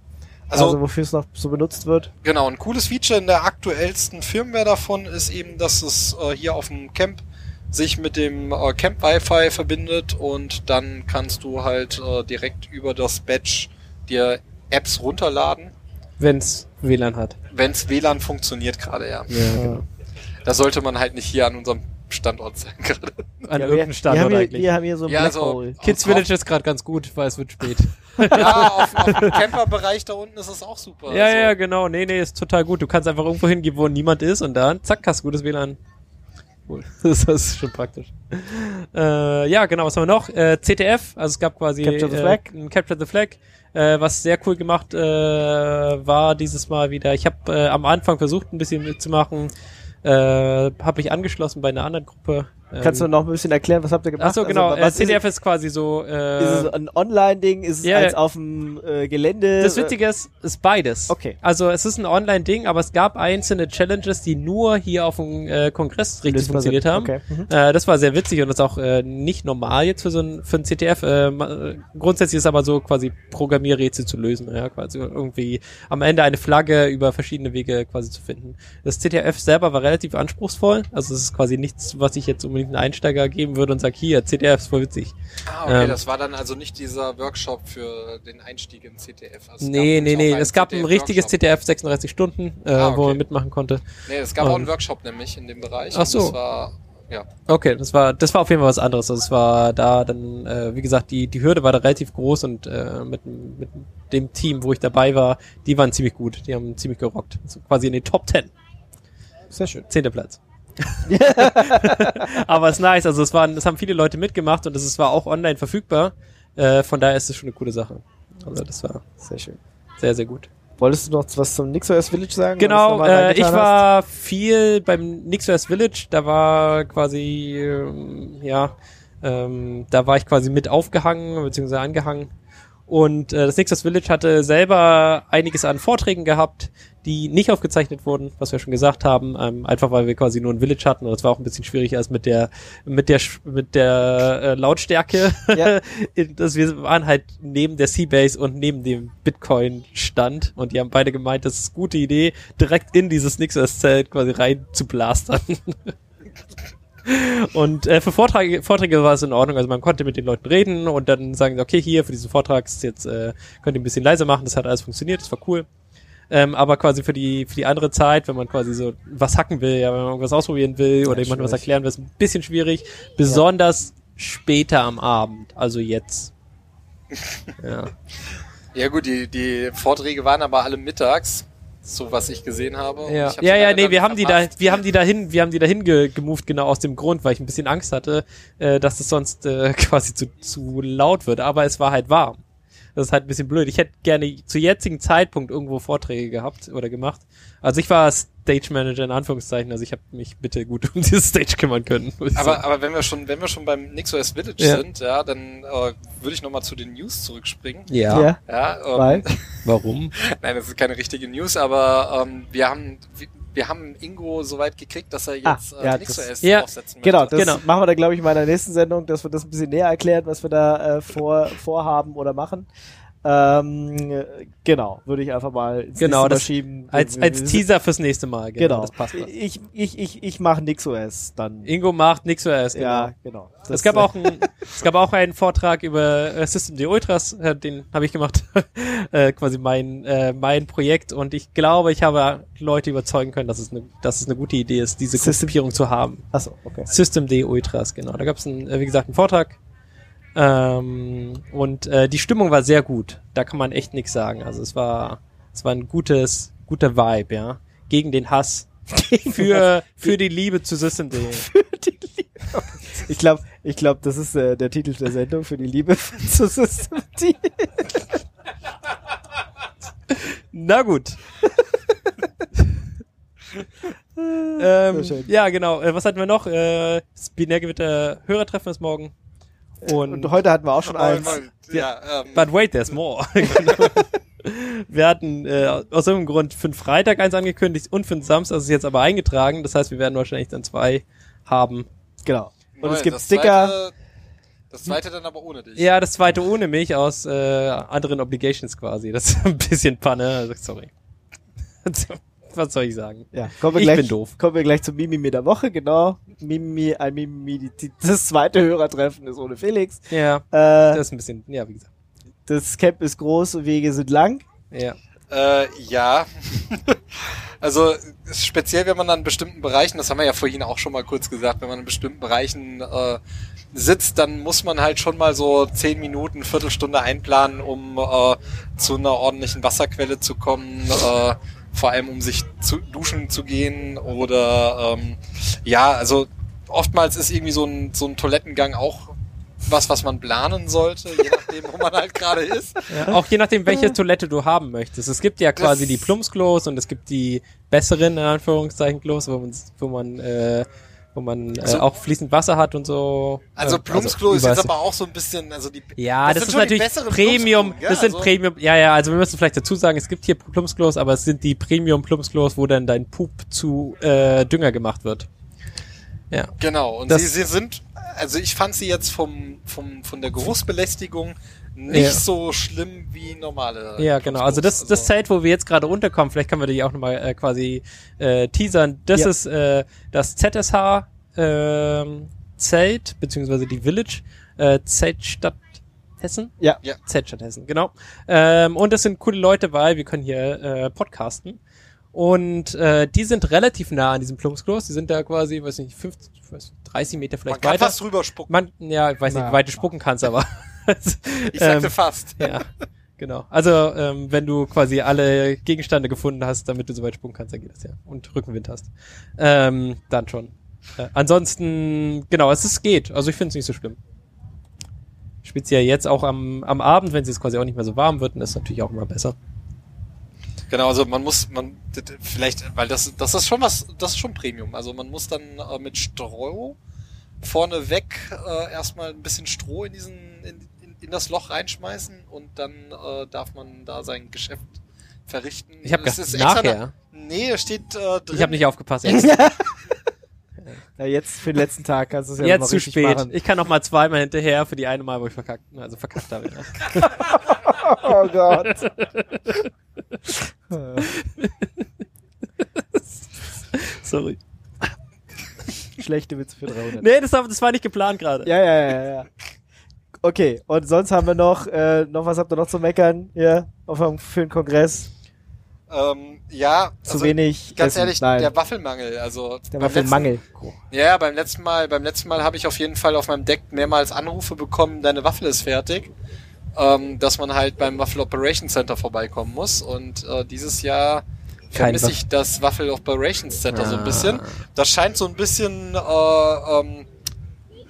[SPEAKER 4] Also,
[SPEAKER 2] also wofür es noch so benutzt wird.
[SPEAKER 4] genau, ein cooles Feature in der aktuellsten Firmware davon ist eben, dass es äh, hier auf dem Camp sich mit dem äh, Camp Wi-Fi verbindet und dann kannst du halt äh, direkt über das Badge dir Apps runterladen,
[SPEAKER 3] Wenn's WLAN hat.
[SPEAKER 4] wenns WLAN funktioniert gerade, ja.
[SPEAKER 3] Ja, genau.
[SPEAKER 4] Da sollte man halt nicht hier an unserem Standort sein gerade.
[SPEAKER 3] An
[SPEAKER 2] Ja,
[SPEAKER 3] irgendeinem
[SPEAKER 2] wir,
[SPEAKER 3] Standort
[SPEAKER 2] wir haben hier,
[SPEAKER 3] eigentlich.
[SPEAKER 2] wir haben hier so ein
[SPEAKER 4] Ja,
[SPEAKER 2] Black
[SPEAKER 4] so-
[SPEAKER 2] Hole.
[SPEAKER 3] Kids
[SPEAKER 4] Auf- auf-
[SPEAKER 3] Village ist gerade ganz gut, weil es wird spät.
[SPEAKER 4] Ja, auf, auf dem Camperbereich da unten ist es auch super.
[SPEAKER 3] ja,
[SPEAKER 4] Also,
[SPEAKER 3] ja, genau. Nee, nee, ist total gut. Du kannst einfach irgendwo hingehen, wo niemand ist und dann, zack, hast du gutes WLAN. Cool. Das ist schon praktisch. Äh, ja, genau, was haben wir noch? Äh, CTF, also es gab quasi
[SPEAKER 2] Capture the
[SPEAKER 3] äh,
[SPEAKER 2] Flag.
[SPEAKER 3] ein Capture the Flag, äh, was sehr cool gemacht äh, war dieses Mal wieder. Ich habe äh, am Anfang versucht, ein bisschen mitzumachen, äh, habe mich angeschlossen bei einer anderen Gruppe. Ähm,
[SPEAKER 2] Kannst du noch ein bisschen erklären, was habt ihr gemacht?
[SPEAKER 3] Achso, genau.
[SPEAKER 2] Also, was
[SPEAKER 3] äh, CTF ist quasi so. Äh,
[SPEAKER 2] Ist, ist es ein Online-Ding? Ist es
[SPEAKER 3] Ja,
[SPEAKER 2] als
[SPEAKER 3] ja.
[SPEAKER 2] auf dem äh, Gelände?
[SPEAKER 3] Das Witzige ist, ist beides.
[SPEAKER 2] Okay.
[SPEAKER 3] Also es ist ein Online-Ding, aber es gab einzelne Challenges, die nur hier auf dem äh, Kongress
[SPEAKER 2] Äh,
[SPEAKER 3] richtig
[SPEAKER 2] lösbar sind.
[SPEAKER 3] funktioniert haben.
[SPEAKER 2] Okay. Mhm.
[SPEAKER 3] Äh, das war sehr witzig und ist auch äh, nicht normal jetzt für so ein, für ein CTF. Äh, ma- äh, grundsätzlich ist aber so quasi Programmierrätsel zu lösen, ja, quasi irgendwie am Ende eine Flagge über verschiedene Wege quasi zu finden. Das CTF selber war relativ anspruchsvoll, also es ist quasi nichts, was ich jetzt unbedingt einem Einsteiger geben würde und sag, hier, CTF ist voll witzig.
[SPEAKER 4] Ah, okay,
[SPEAKER 3] Ähm.
[SPEAKER 4] das war dann also nicht dieser Workshop für den Einstieg im CTF. Also es
[SPEAKER 3] Nee,
[SPEAKER 4] gab
[SPEAKER 3] nee,
[SPEAKER 4] nämlich
[SPEAKER 3] nee,
[SPEAKER 4] auch einen
[SPEAKER 3] es gab ein
[SPEAKER 4] CTF
[SPEAKER 3] richtiges
[SPEAKER 4] Workshop.
[SPEAKER 3] CTF 36 Stunden, äh,
[SPEAKER 4] Ah, okay.
[SPEAKER 3] wo man mitmachen konnte.
[SPEAKER 4] Nee, es gab auch einen
[SPEAKER 3] Ähm.
[SPEAKER 4] Workshop nämlich in dem Bereich.
[SPEAKER 3] Ach
[SPEAKER 4] und
[SPEAKER 3] so.
[SPEAKER 4] Das war, ja.
[SPEAKER 3] Okay, das war das war auf jeden Fall was anderes. Also es war da dann, äh, wie gesagt, die die Hürde war da relativ groß und äh, mit, mit dem
[SPEAKER 2] Äh,
[SPEAKER 3] Team, wo ich dabei war, die waren ziemlich gut. Die haben ziemlich gerockt. Also quasi in den Top Ten.
[SPEAKER 5] Sehr schön.
[SPEAKER 3] Zehnter Platz. Aber es ist nice. Also es waren, es haben viele Leute mitgemacht und es ist- war auch online verfügbar. Äh, von daher ist es schon eine coole Sache. Also das war
[SPEAKER 2] Sehr schön.
[SPEAKER 3] sehr, sehr gut.
[SPEAKER 2] Wolltest du noch was zum NixOS Village sagen? weil du's noch
[SPEAKER 3] Genau,
[SPEAKER 2] mal
[SPEAKER 3] äh, ich
[SPEAKER 2] reingetan hast?
[SPEAKER 3] war viel beim Nixverse Village, da war quasi, ähm, ja, ähm, da war ich quasi mit aufgehangen, beziehungsweise angehangen. Und äh, das Nixverse Village hatte selber einiges an Vorträgen gehabt, die nicht aufgezeichnet wurden, was wir schon gesagt haben, ähm, einfach weil wir quasi nur ein Village hatten und es war auch ein bisschen schwierig erst mit der mit der Sch- mit der äh, Lautstärke,
[SPEAKER 2] Ja.
[SPEAKER 3] In- dass wir waren halt neben der Seabase und neben dem Bitcoin Stand und die haben beide gemeint, das ist eine gute Idee, direkt in dieses Nixos Zelt quasi rein zu blastern. Und äh, für Vorträge, Vorträge war es in Ordnung. Also man konnte mit den Leuten reden und dann sagen, sie, okay, hier für diesen Vortrag ist jetzt äh, könnt ihr ein bisschen leiser machen. Das hat alles funktioniert, das war cool. Ähm, aber quasi für die für die andere Zeit, wenn man quasi so was hacken will, ja, wenn man irgendwas ausprobieren will oder jemandem was erklären will, ist ein bisschen schwierig. Besonders später am Abend, also jetzt. ja.
[SPEAKER 4] Ja gut, die, die Vorträge waren aber alle mittags, so was ich gesehen habe. Und
[SPEAKER 3] Ja,
[SPEAKER 4] ich hab
[SPEAKER 3] ja,
[SPEAKER 4] sie
[SPEAKER 3] ja,
[SPEAKER 4] leider
[SPEAKER 3] nee, wir
[SPEAKER 4] dann
[SPEAKER 3] haben die da,
[SPEAKER 4] verpasst.
[SPEAKER 3] wir haben die dahin, wir haben die dahin ge gemoved, genau aus dem Grund, weil ich ein bisschen Angst hatte, äh, dass es sonst äh, quasi zu, zu laut wird. Aber es war halt warm. Das ist halt ein bisschen blöd. Ich hätte gerne zu jetzigen Zeitpunkt irgendwo Vorträge gehabt oder gemacht. Also ich war Stage Manager in Anführungszeichen, also ich habe mich bitte gut um dieses Stage kümmern können. muss ich
[SPEAKER 4] Aber,
[SPEAKER 3] sagen.
[SPEAKER 4] aber wenn wir schon, wenn wir schon beim NixOS Village
[SPEAKER 3] Ja.
[SPEAKER 4] sind, ja, dann äh, würde ich nochmal zu den News zurückspringen.
[SPEAKER 3] ja.
[SPEAKER 2] Ja,
[SPEAKER 4] Ja, ähm,
[SPEAKER 2] weil.
[SPEAKER 3] Warum?
[SPEAKER 4] Nein, das ist keine richtige News, aber ähm, wir haben wir, wir haben Ingo so weit gekriegt, dass er jetzt
[SPEAKER 2] Ah, ja,
[SPEAKER 4] äh, NixOS
[SPEAKER 2] das-
[SPEAKER 3] ja,
[SPEAKER 4] aufsetzen möchte.
[SPEAKER 2] Genau, das
[SPEAKER 3] Genau.
[SPEAKER 2] machen wir dann, glaube ich, mal in der nächsten Sendung, dass wir das ein bisschen näher erklären, was wir da äh, vor, vorhaben oder machen. Ähm, äh, genau, würde ich einfach mal ins
[SPEAKER 3] Genau,
[SPEAKER 2] nächste Mal
[SPEAKER 3] das-
[SPEAKER 2] schieben.
[SPEAKER 3] Als,
[SPEAKER 2] Wir-
[SPEAKER 3] als
[SPEAKER 2] wir-
[SPEAKER 3] Teaser fürs nächste Mal, genau.
[SPEAKER 2] Genau.
[SPEAKER 3] Das passt. was.
[SPEAKER 2] Ich, ich, ich, ich mache NixOS dann.
[SPEAKER 3] Ingo macht nichts mehr erst, genau.
[SPEAKER 2] Ja, genau.
[SPEAKER 3] es gab auch ein, es gab auch einen Vortrag über äh, System D Ultras, äh, den habe ich gemacht, äh, quasi mein äh, mein Projekt und ich glaube, ich habe Leute überzeugen können, dass es eine dass es eine gute Idee ist, diese
[SPEAKER 2] System-
[SPEAKER 3] Gruppierung zu haben.
[SPEAKER 2] Achso, okay.
[SPEAKER 3] System D Ultras, genau. Da gab es äh, wie gesagt einen Vortrag ähm, und äh, die Stimmung war sehr gut. Da kann man echt nichts sagen. Also es war es war ein gutes guter Vibe, ja, gegen den Hass. für, für die Liebe zu System D.
[SPEAKER 2] Ich glaube, ich glaub, das ist äh, der Titel der Sendung für die Liebe zu System D.
[SPEAKER 3] Na gut. ähm,
[SPEAKER 2] Sehr schön.
[SPEAKER 3] ja, genau. Äh, Was hatten wir noch? Äh, das Binärgewitter Hörertreffen ist morgen. Und,
[SPEAKER 2] Und heute hatten wir auch schon
[SPEAKER 4] Genau. Moin,
[SPEAKER 2] eins.
[SPEAKER 4] moin. Ja, ähm,
[SPEAKER 3] But wait, there's more. Genau. wir hatten äh, aus irgendeinem Grund für den Freitag eins angekündigt und für den Samstag ist es jetzt aber eingetragen. Das heißt, wir werden wahrscheinlich dann zwei haben.
[SPEAKER 2] Genau. Und
[SPEAKER 4] Moin,
[SPEAKER 2] es gibt
[SPEAKER 4] das
[SPEAKER 2] Sticker.
[SPEAKER 4] Zweite, das zweite dann aber ohne dich.
[SPEAKER 3] Ja, das zweite ohne mich aus äh, anderen Obligations quasi. Das ist ein bisschen Panne. Also, sorry. Was soll ich sagen?
[SPEAKER 2] Ja, kommen wir
[SPEAKER 3] Ich
[SPEAKER 2] gleich,
[SPEAKER 3] bin doof.
[SPEAKER 2] Kommen wir gleich zum Mimimi der Woche, genau. Mimimi, ein Mimimi, die, die, das zweite Hörertreffen ist ohne Felix.
[SPEAKER 3] Ja,
[SPEAKER 2] Äh,
[SPEAKER 3] das ist ein bisschen, ja, wie gesagt.
[SPEAKER 2] das Camp ist groß und Wege sind lang.
[SPEAKER 3] Ja.
[SPEAKER 4] Äh, ja. also speziell, wenn man an bestimmten Bereichen, das haben wir ja vorhin auch schon mal kurz gesagt, wenn man in bestimmten Bereichen äh, sitzt, dann muss man halt schon mal so zehn Minuten, Viertelstunde einplanen, um äh, zu einer ordentlichen Wasserquelle zu kommen. Äh, vor allem um sich zu duschen zu gehen oder ähm, ja, also oftmals ist irgendwie so ein, so ein Toilettengang auch was, was man planen sollte, je nachdem, wo man halt gerade ist.
[SPEAKER 3] Ja, auch je nachdem, welche Toilette du haben möchtest. Es gibt ja quasi
[SPEAKER 4] Das-
[SPEAKER 3] die Plumpsklos und es gibt die besseren, in Anführungszeichen, Klos, wo man, wo man, äh, wo man äh,
[SPEAKER 4] Also-
[SPEAKER 3] auch fließend Wasser hat und so.
[SPEAKER 4] Also
[SPEAKER 3] Ähm,
[SPEAKER 4] Plumpsklo ist
[SPEAKER 3] überall
[SPEAKER 4] jetzt aber auch so ein bisschen, also die
[SPEAKER 3] Ja, das,
[SPEAKER 4] sind
[SPEAKER 3] ist
[SPEAKER 4] schon die
[SPEAKER 3] natürlich
[SPEAKER 4] besseren
[SPEAKER 3] Premium.
[SPEAKER 4] Plumpsklo, gell?
[SPEAKER 3] Das sind
[SPEAKER 4] Also-
[SPEAKER 3] Premium. Ja, ja, also wir müssen vielleicht dazu sagen, es gibt hier Plumpsklos, aber es sind die Premium Plumpsklos, wo dann dein Pup zu äh, Dünger gemacht wird. Ja.
[SPEAKER 4] Genau, und
[SPEAKER 3] Das-
[SPEAKER 4] sie, sie sind, also ich fand sie jetzt vom, vom, von der Geruchsbelästigung nicht
[SPEAKER 3] Ja.
[SPEAKER 4] so schlimm wie normale.
[SPEAKER 3] Ja, genau. Also das,
[SPEAKER 4] Plumpsklos.
[SPEAKER 3] das Zelt, wo wir jetzt gerade unterkommen, vielleicht können wir die auch nochmal äh, quasi äh, teasern. Das
[SPEAKER 2] Ja.
[SPEAKER 3] ist äh, das ZSH ähm, Zelt, beziehungsweise die Village, äh, Zeltstadt Hessen.
[SPEAKER 2] Ja.
[SPEAKER 4] Ja.
[SPEAKER 3] Zeltstadt Hessen, genau. Ähm, und das sind coole Leute, weil wir können hier äh, podcasten. Und äh, die sind relativ nah an diesem Plumpsklos. Die sind da quasi, weiß nicht, 50, weiß nicht, 30 Meter
[SPEAKER 4] Man
[SPEAKER 3] vielleicht
[SPEAKER 4] kann
[SPEAKER 3] weiter.
[SPEAKER 4] fast drüber spucken.
[SPEAKER 3] Man, ja, ich weiß nicht, wie weit du spucken kannst, aber.
[SPEAKER 4] Ich sagte fast.
[SPEAKER 3] Ja. Genau. Also, ähm, wenn du quasi alle Gegenstände gefunden hast, damit du so weit springen kannst, dann geht das ja. Und Rückenwind hast. Ähm, dann schon. Äh, ansonsten, genau, es ist, geht. Also ich finde es nicht so schlimm. Speziell jetzt auch am, am Abend, wenn es jetzt quasi auch nicht mehr so warm wird, dann ist es natürlich auch immer besser.
[SPEAKER 4] Genau, also man muss, man, d- d- vielleicht, weil das, das ist schon was, das ist schon Premium. Also man muss dann äh, mit Stroh vorne weg äh, erstmal ein bisschen Stroh in diesen, in, in, in das Loch reinschmeißen und dann äh, darf man da sein Geschäft verrichten.
[SPEAKER 3] Ich habe
[SPEAKER 4] Es
[SPEAKER 3] gedacht,
[SPEAKER 4] ist extra
[SPEAKER 3] nachher.
[SPEAKER 4] Na, nee, es steht äh, drin.
[SPEAKER 3] Ich habe nicht aufgepasst.
[SPEAKER 2] Na, jetzt für den letzten Tag kannst du es ja noch mal
[SPEAKER 3] Jetzt zu
[SPEAKER 2] richtig
[SPEAKER 3] spät.
[SPEAKER 2] machen.
[SPEAKER 3] Ich kann noch mal zweimal hinterher für die eine Mal, wo ich verkackt, also verkackt habe. Ja.
[SPEAKER 2] Oh Gott. Äh,
[SPEAKER 3] Sorry.
[SPEAKER 2] Schlechte Witze für 300.
[SPEAKER 3] Nee, das, war- das war nicht geplant gerade.
[SPEAKER 2] Ja, ja, ja, ja. Okay, und sonst haben wir noch, äh, noch was habt ihr noch zu meckern hier auf dem, für den Kongress?
[SPEAKER 4] Ähm, ja,
[SPEAKER 2] Zu wenig.
[SPEAKER 4] Ganz
[SPEAKER 2] Essen.
[SPEAKER 4] ehrlich,
[SPEAKER 2] Nein,
[SPEAKER 4] der Waffelmangel. Also
[SPEAKER 2] der
[SPEAKER 4] beim
[SPEAKER 2] war für
[SPEAKER 4] letzten-
[SPEAKER 2] Mangel.
[SPEAKER 4] Ja, ja, beim letzten Mal, beim letzten Mal habe ich auf jeden Fall auf meinem Deck mehrmals Anrufe bekommen, deine Waffel ist fertig. Ähm, dass man halt beim Waffel Operations Center vorbeikommen muss. Und äh, dieses Jahr
[SPEAKER 3] Kein
[SPEAKER 4] vermisse ich das Waffel Operations Center so ein bisschen. Das scheint so ein bisschen äh, ähm,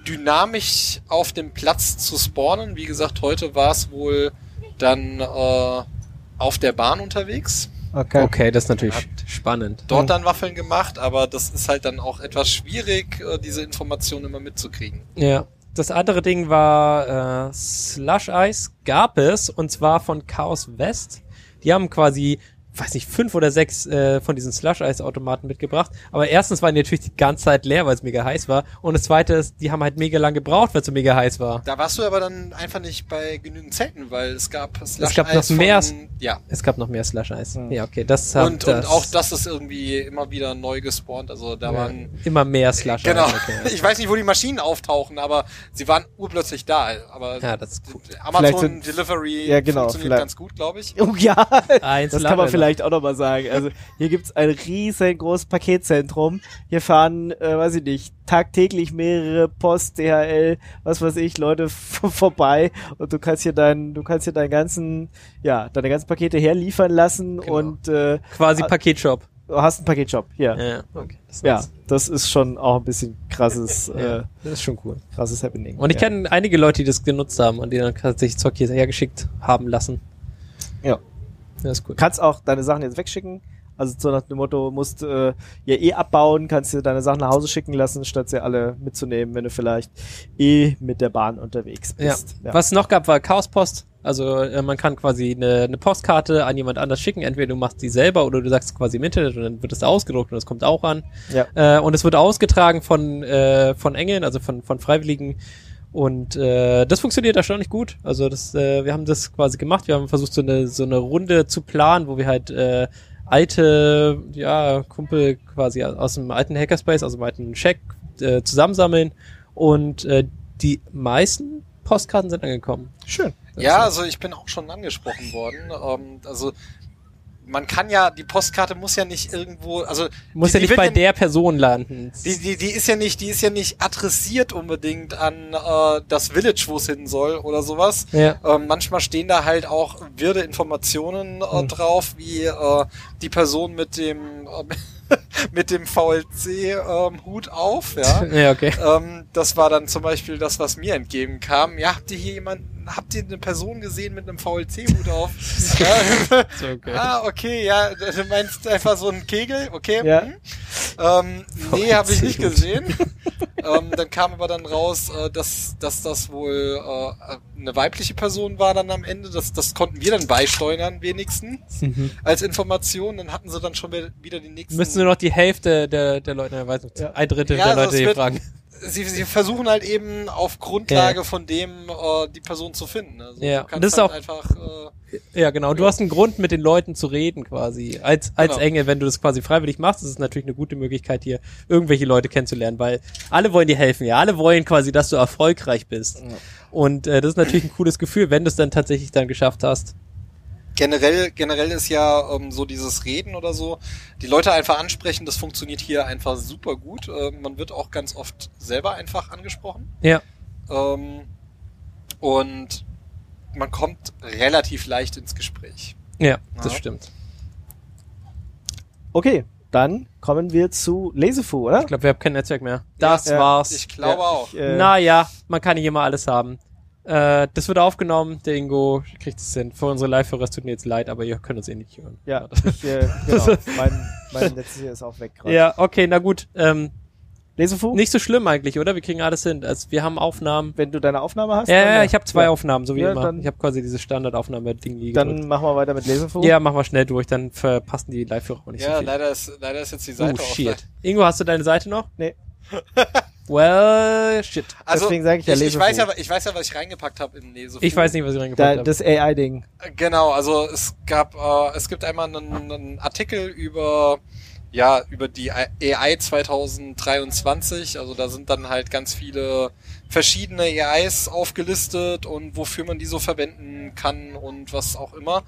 [SPEAKER 4] dynamisch auf dem Platz zu spawnen. Wie gesagt, heute war es wohl dann äh, auf der Bahn unterwegs.
[SPEAKER 2] Okay.
[SPEAKER 3] Okay, das ist natürlich spannend.
[SPEAKER 4] Dort dann Waffeln gemacht, aber das ist halt dann auch etwas schwierig, äh, diese Informationen immer mitzukriegen.
[SPEAKER 3] Ja. Das andere Ding war äh, Slush Ice gab es und zwar von Chaos West. Die haben quasi, weiß nicht, fünf oder sechs äh, von diesen Slush Ice Automaten mitgebracht. Aber erstens waren die natürlich die ganze Zeit leer, weil es mega heiß war. Und das Zweite ist, die haben halt mega lang gebraucht, weil es so mega heiß war.
[SPEAKER 4] Da warst du aber dann einfach nicht bei genügend Zelten, weil es gab Slush
[SPEAKER 3] Es gab noch
[SPEAKER 4] Eis von-
[SPEAKER 3] mehr.
[SPEAKER 4] Ja.
[SPEAKER 3] Es gab noch mehr Slush Ice.
[SPEAKER 2] Hm.
[SPEAKER 3] Ja, okay, das hat
[SPEAKER 4] Und, und auch das ist irgendwie immer wieder neu gespawnt. Also da
[SPEAKER 3] ja,
[SPEAKER 4] waren
[SPEAKER 3] immer mehr Slush Ice.
[SPEAKER 4] genau.
[SPEAKER 3] Okay.
[SPEAKER 4] Ich weiß nicht, wo die Maschinen auftauchen, aber sie waren urplötzlich da. Aber
[SPEAKER 3] Ja, das ist cool.
[SPEAKER 4] Amazon
[SPEAKER 2] Vielleicht sind-
[SPEAKER 4] Delivery
[SPEAKER 2] Ja, genau,
[SPEAKER 4] funktioniert
[SPEAKER 2] vielleicht.
[SPEAKER 4] ganz gut, glaube ich.
[SPEAKER 2] Oh ja,
[SPEAKER 3] Eins
[SPEAKER 2] das kann man
[SPEAKER 3] Labyrinth.
[SPEAKER 2] vielleicht auch nochmal sagen. Also hier gibt's ein riesengroßes Paketzentrum. Hier fahren, äh, weiß ich nicht, tagtäglich mehrere Post, DHL, was weiß ich, Leute v- vorbei und du kannst hier deinen, du kannst hier deinen ganzen, ja, deine ganzen Pakete herliefern lassen
[SPEAKER 3] Genau.
[SPEAKER 2] und äh,
[SPEAKER 3] Quasi Paketshop.
[SPEAKER 2] du hast einen Paketshop. Hier.
[SPEAKER 3] Ja, okay. Das ist
[SPEAKER 2] Ja,
[SPEAKER 3] nice.
[SPEAKER 2] das ist schon auch ein bisschen krasses, äh,
[SPEAKER 3] ja. Das ist schon cool.
[SPEAKER 2] krasses Happening.
[SPEAKER 3] Und ich
[SPEAKER 2] ja.
[SPEAKER 3] kenne einige Leute, die das genutzt haben und die dann tatsächlich Zock hierher geschickt haben lassen.
[SPEAKER 2] Ja.
[SPEAKER 3] Das ist cool.
[SPEAKER 2] Du kannst auch deine Sachen jetzt wegschicken. Also so nach dem Motto, musst äh, ja eh abbauen, kannst dir deine Sachen nach Hause schicken lassen, statt sie alle mitzunehmen, wenn du vielleicht eh mit der Bahn unterwegs
[SPEAKER 3] Ja.
[SPEAKER 2] bist. Ja.
[SPEAKER 3] Was es noch gab, war Chaospost. Also äh, man kann quasi eine, eine Postkarte an jemand anders schicken. Entweder du machst die selber oder du sagst quasi im Internet und dann wird es ausgedruckt und das kommt auch an.
[SPEAKER 2] Ja.
[SPEAKER 3] Äh, und es wird ausgetragen von, äh, von Engeln, also von, von Freiwilligen. Und äh, das funktioniert erstaunlich gut. Also das, äh, wir haben das quasi gemacht. Wir haben versucht, so eine, so eine Runde zu planen, wo wir halt äh, alte, ja, Kumpel quasi aus dem alten Hackerspace, aus dem alten Check äh, zusammensammeln. Und äh, die meisten Postkarten sind angekommen.
[SPEAKER 2] Schön.
[SPEAKER 4] Ja, also ich bin auch schon angesprochen worden. Ähm, also man kann ja, die Postkarte muss ja nicht irgendwo, also
[SPEAKER 3] Muss ja
[SPEAKER 4] die, die
[SPEAKER 3] nicht
[SPEAKER 4] wird
[SPEAKER 3] bei der Person landen.
[SPEAKER 4] Die, die, die ist ja nicht, die ist ja nicht adressiert unbedingt an äh, das Village, wo es hin soll oder sowas.
[SPEAKER 3] Ja.
[SPEAKER 4] Ähm, manchmal stehen da halt auch wirde Informationen äh,
[SPEAKER 3] Hm.
[SPEAKER 4] drauf, wie äh, die Person mit dem äh, mit dem VLC-Hut ähm, auf. Ja.
[SPEAKER 3] ja, okay.
[SPEAKER 4] ähm, das war dann zum Beispiel das, was mir entgegenkam. Ja, habt ihr hier jemanden, habt ihr eine Person gesehen mit einem VLC-Hut auf? ja.
[SPEAKER 3] So, okay.
[SPEAKER 4] Ah, okay, ja, du meinst einfach so einen Kegel, okay.
[SPEAKER 2] Ja.
[SPEAKER 4] mhm. Ähm, nee, habe ich nicht
[SPEAKER 3] Verrückt.
[SPEAKER 4] gesehen. ähm, dann kam aber dann raus, äh, dass, dass das wohl äh, eine weibliche Person war dann am Ende. Das, das konnten wir dann beisteuern wenigstens als Information. Dann hatten sie dann schon wieder- wieder die nächsten...
[SPEAKER 3] Mhm. Müssen nur noch die Hälfte der, der Leute, ich weiß nicht, ein Drittel
[SPEAKER 4] Ja,
[SPEAKER 3] der
[SPEAKER 4] also
[SPEAKER 3] Leute
[SPEAKER 4] es
[SPEAKER 3] hier
[SPEAKER 4] wird-
[SPEAKER 3] fragen.
[SPEAKER 4] sie, sie versuchen halt eben auf Grundlage von dem äh, die Person zu finden. Also
[SPEAKER 3] Ja,
[SPEAKER 4] du
[SPEAKER 3] und
[SPEAKER 4] kannst
[SPEAKER 3] das ist
[SPEAKER 4] halt
[SPEAKER 3] auch-
[SPEAKER 4] einfach... Äh,
[SPEAKER 3] Ja, genau. Du hast einen Grund, mit den Leuten zu reden, quasi. Als, als
[SPEAKER 4] Genau.
[SPEAKER 3] Engel, wenn du das quasi freiwillig machst, ist es natürlich eine gute Möglichkeit, hier irgendwelche Leute kennenzulernen, weil alle wollen dir helfen, ja. Alle wollen quasi, dass du erfolgreich bist. Und äh, das ist natürlich ein cooles Gefühl, wenn du es dann tatsächlich dann geschafft hast.
[SPEAKER 4] generell, generell ist ja ähm, so dieses Reden oder so, die Leute einfach ansprechen, das funktioniert hier einfach super gut. Äh, man wird auch ganz oft selber einfach angesprochen.
[SPEAKER 3] Ja.
[SPEAKER 4] Ähm, und man kommt relativ leicht ins Gespräch.
[SPEAKER 3] Ja, das
[SPEAKER 4] Ja.
[SPEAKER 3] stimmt.
[SPEAKER 2] Okay, dann kommen wir zu Lesefu, oder?
[SPEAKER 3] Ich glaube, wir haben kein Netzwerk mehr. Das
[SPEAKER 2] Ja,
[SPEAKER 3] war's.
[SPEAKER 4] Ich glaube auch.
[SPEAKER 2] äh,
[SPEAKER 3] naja, man kann nicht immer alles haben. Äh, das wird aufgenommen. Der Ingo kriegt es hin. Für unsere Live-Hörer, es tut mir jetzt leid, aber ihr könnt uns eh nicht hören.
[SPEAKER 2] Ja, ich, äh, genau. mein, mein letztes hier ist auch weg gerade.
[SPEAKER 3] Ja, okay, na gut. Ähm,
[SPEAKER 2] Lesefu,
[SPEAKER 3] nicht so schlimm eigentlich, oder? Wir kriegen alles hin. Also, wir haben Aufnahmen.
[SPEAKER 2] wenn du deine Aufnahme hast.
[SPEAKER 3] Ja,
[SPEAKER 2] dann,
[SPEAKER 3] ja, ja, ich habe zwei Aufnahmen, so wie
[SPEAKER 2] Ja,
[SPEAKER 3] immer.
[SPEAKER 2] dann-
[SPEAKER 3] ich habe quasi diese Standardaufnahme-Ding hier gedrückt.
[SPEAKER 2] Dann machen wir weiter mit Lesefu.
[SPEAKER 3] Ja, machen wir schnell durch, dann verpassen die Live-Hörer auch nicht
[SPEAKER 4] Ja,
[SPEAKER 3] so viel.
[SPEAKER 4] leider ist, leider ist jetzt die
[SPEAKER 3] Oh,
[SPEAKER 4] Seite offline.
[SPEAKER 3] shit. Ingo, hast du deine Seite noch?
[SPEAKER 2] Nee.
[SPEAKER 3] well, shit.
[SPEAKER 4] Also,
[SPEAKER 2] Deswegen sage ich ja
[SPEAKER 4] ich, ich,
[SPEAKER 2] Lesefu.
[SPEAKER 4] weiß ja, ich weiß ja, was ich reingepackt habe in Lesefu.
[SPEAKER 3] Ich weiß nicht, was ich reingepackt
[SPEAKER 2] Da,
[SPEAKER 3] habe.
[SPEAKER 2] das AI-Ding.
[SPEAKER 4] Genau, also es gab, äh, es gibt einmal einen, einen Artikel über, ja, über die AI 2023. Also da sind dann halt ganz viele verschiedene AIs aufgelistet und wofür man die so verwenden kann und was auch immer.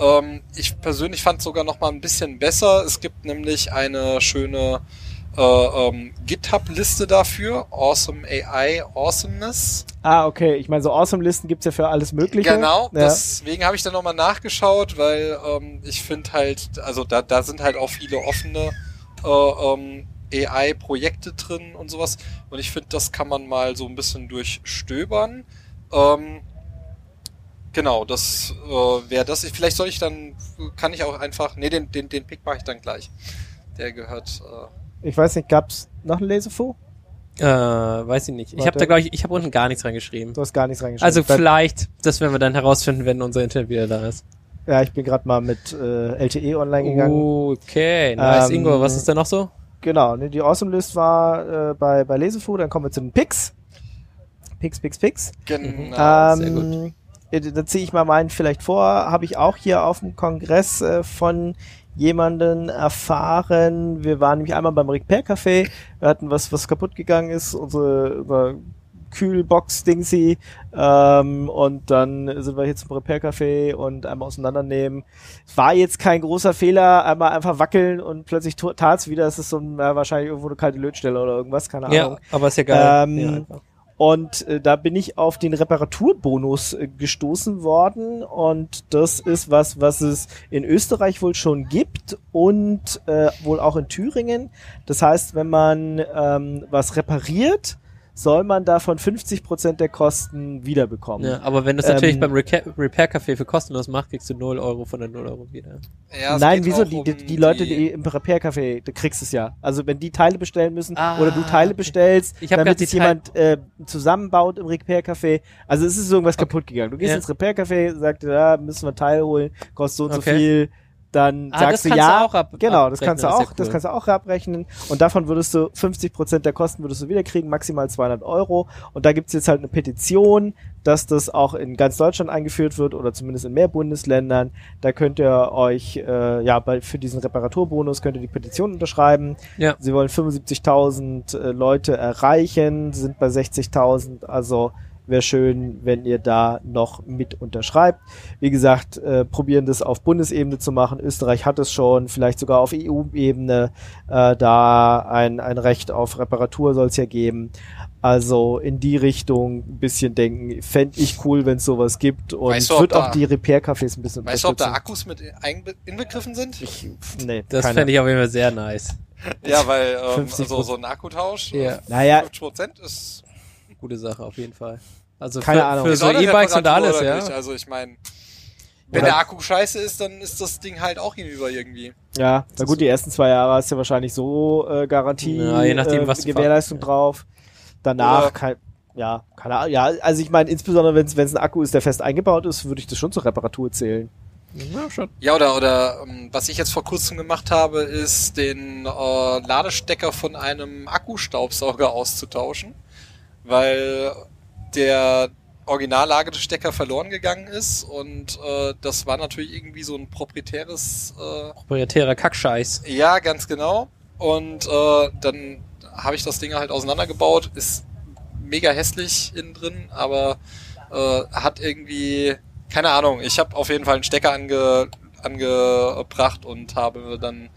[SPEAKER 4] Ähm, ich persönlich fand sogar noch mal ein bisschen besser. Es gibt nämlich eine schöne äh, ähm, GitHub-Liste dafür. Awesome AI Awesomeness.
[SPEAKER 2] Ah, okay. Ich meine, so Awesome-Listen gibt's ja für alles Mögliche.
[SPEAKER 4] Genau,
[SPEAKER 2] Ja.
[SPEAKER 4] deswegen habe ich da nochmal nachgeschaut, weil ähm, ich finde halt, also da, da sind halt auch viele offene äh, ähm, AI-Projekte drin und sowas. Und ich finde, das kann man mal so ein bisschen durchstöbern. Ähm, genau, das äh, wäre das. Ich- Vielleicht soll ich dann, kann ich auch einfach, nee, den, den, den Pick mache ich dann gleich. Der gehört, äh,
[SPEAKER 2] Ich weiß nicht, gab's noch ein Lesefu?
[SPEAKER 3] Äh, weiß ich nicht. Ich habe
[SPEAKER 2] Warte.
[SPEAKER 3] da, glaube ich, ich habe unten gar nichts reingeschrieben.
[SPEAKER 2] Du hast gar nichts reingeschrieben.
[SPEAKER 3] Also
[SPEAKER 2] Dann-
[SPEAKER 3] vielleicht, das werden wir dann herausfinden, wenn unser Internet wieder da ist.
[SPEAKER 2] Ja, ich bin gerade mal mit äh, LTE online gegangen.
[SPEAKER 3] Oh. Okay, nice.
[SPEAKER 2] Ähm,
[SPEAKER 3] Ingo, was ist da noch so?
[SPEAKER 2] Genau, ne, die Awesome List war äh, bei, bei Lesefu, dann kommen wir zu den Picks. Picks, Picks, Picks.
[SPEAKER 4] genau.
[SPEAKER 3] Ah,
[SPEAKER 2] ähm,
[SPEAKER 3] sehr gut.
[SPEAKER 2] äh, Dann ziehe ich mal meinen vielleicht vor. Habe ich auch hier auf dem Kongress äh, von jemanden erfahren. Wir waren nämlich einmal beim Repair Café. Wir hatten was, was kaputt gegangen ist. Unsere, unsere Kühlbox Dingsy. Ähm, und dann sind wir hier zum Repair Café und einmal auseinandernehmen. Es War jetzt kein großer Fehler. Einmal einfach wackeln und plötzlich tat's wieder. Es ist so ein, ja, wahrscheinlich irgendwo eine kalte Lötstelle oder irgendwas. Keine Ahnung.
[SPEAKER 3] Ja, aber ist ja geil.
[SPEAKER 2] Ähm,
[SPEAKER 3] ja, einfach.
[SPEAKER 2] Und äh, da bin ich auf den Reparaturbonus äh, gestoßen worden. Und das ist was, was es in Österreich wohl schon gibt und äh, wohl auch in Thüringen. Das heißt, wenn man ähm, was repariert, soll man davon 50% der Kosten wiederbekommen.
[SPEAKER 3] ja, aber wenn du es natürlich
[SPEAKER 2] ähm,
[SPEAKER 3] beim Reca- Repair Café für kostenlos machst, kriegst du 0 Euro von der 0 Euro wieder.
[SPEAKER 4] Ja, es
[SPEAKER 2] Nein,
[SPEAKER 4] geht
[SPEAKER 2] wieso?
[SPEAKER 4] auch
[SPEAKER 2] Die,
[SPEAKER 4] um
[SPEAKER 2] die, die Leute, die, im Repair-Café, du kriegst es ja. Also wenn die Teile bestellen müssen
[SPEAKER 3] Ah,
[SPEAKER 2] oder du Teile
[SPEAKER 3] okay.
[SPEAKER 2] bestellst,
[SPEAKER 3] Ich hab grad
[SPEAKER 2] damit
[SPEAKER 3] die
[SPEAKER 2] es jemand äh, zusammenbaut im Repair-Café. Also es ist irgendwas kaputt gegangen. Du gehst
[SPEAKER 3] Ja.
[SPEAKER 2] ins Repair-Café, sagst, da ah, müssen wir ein Teil holen, kostet so und so
[SPEAKER 3] Okay.
[SPEAKER 2] viel. Dann
[SPEAKER 3] Ah, das
[SPEAKER 2] sagst du
[SPEAKER 3] kannst
[SPEAKER 2] ja.
[SPEAKER 3] du auch ab-
[SPEAKER 2] genau, das kannst du auch,
[SPEAKER 3] abrechnen, das
[SPEAKER 2] das
[SPEAKER 3] ist ja cool.
[SPEAKER 2] kannst du auch abrechnen. Und davon würdest du 50 Prozent der Kosten würdest du wiederkriegen, maximal 200 Euro. Und da gibt's jetzt halt eine Petition, dass das auch in ganz Deutschland eingeführt wird oder zumindest in mehr Bundesländern. Da könnt ihr euch äh, ja bei, für diesen Reparaturbonus könnt ihr die Petition unterschreiben.
[SPEAKER 3] Ja.
[SPEAKER 2] Sie wollen 75.000 äh, Leute erreichen, sind bei 60.000. Also wäre schön, wenn ihr da noch mit unterschreibt. Wie gesagt, äh, probieren das auf Bundesebene zu machen. Österreich hat es schon, vielleicht sogar auf EU-Ebene. Äh, da ein, ein Recht auf Reparatur soll es ja geben. Also in die Richtung ein bisschen denken. Fände ich cool, wenn es sowas gibt. Und
[SPEAKER 4] Weißt du, ob
[SPEAKER 2] wird auch
[SPEAKER 4] da-
[SPEAKER 2] die Repair-Cafés ein bisschen
[SPEAKER 4] Weißt du, ob da
[SPEAKER 2] unterstützen.
[SPEAKER 4] Akkus mit einbe- inbegriffen sind?
[SPEAKER 2] Nee,
[SPEAKER 3] Das
[SPEAKER 2] keine.
[SPEAKER 3] fände ich auf jeden Fall sehr nice.
[SPEAKER 4] Ja, weil ähm,
[SPEAKER 2] 50
[SPEAKER 4] also so ein Akkutausch,
[SPEAKER 3] Ja.
[SPEAKER 4] äh,
[SPEAKER 2] Naja,
[SPEAKER 4] 50% ist
[SPEAKER 3] Gute Sache, auf jeden Fall. Also
[SPEAKER 2] Keine
[SPEAKER 3] für,
[SPEAKER 2] Ahnung.
[SPEAKER 3] für
[SPEAKER 4] ist
[SPEAKER 3] so
[SPEAKER 4] auch eine
[SPEAKER 3] E-Bikes und
[SPEAKER 4] Reparatur,
[SPEAKER 3] alles,
[SPEAKER 4] oder
[SPEAKER 3] ja.
[SPEAKER 4] nicht? Also ich meine, wenn
[SPEAKER 2] Oder-
[SPEAKER 4] der Akku scheiße ist, dann ist das Ding halt auch hinüber irgendwie.
[SPEAKER 2] Ja, na gut, die ersten zwei Jahre hast du ja wahrscheinlich so äh, Garantie,
[SPEAKER 3] Ja, je nachdem,
[SPEAKER 2] äh,
[SPEAKER 3] was du
[SPEAKER 2] Gewährleistung
[SPEAKER 3] fahrst,
[SPEAKER 2] drauf. Danach,
[SPEAKER 4] Oder-
[SPEAKER 2] kein, ja, keine Ahnung. Ja, also ich meine, insbesondere wenn es ein Akku ist, der fest eingebaut ist, würde ich das schon zur Reparatur zählen.
[SPEAKER 3] ja schon.
[SPEAKER 4] Ja, oder oder ähm, was ich jetzt vor kurzem gemacht habe, ist den äh, Ladestecker von einem Akkustaubsauger auszutauschen, weil der Originallagestecker verloren gegangen ist und äh, das war natürlich irgendwie so ein proprietäres äh,
[SPEAKER 3] Proprietärer Kackscheiß.
[SPEAKER 4] Ja, ganz genau. Und äh, dann habe ich das Ding halt auseinandergebaut. Ist mega hässlich innen drin, aber äh, hat irgendwie, keine Ahnung, ich habe auf jeden Fall einen Stecker ange, angebracht und habe dann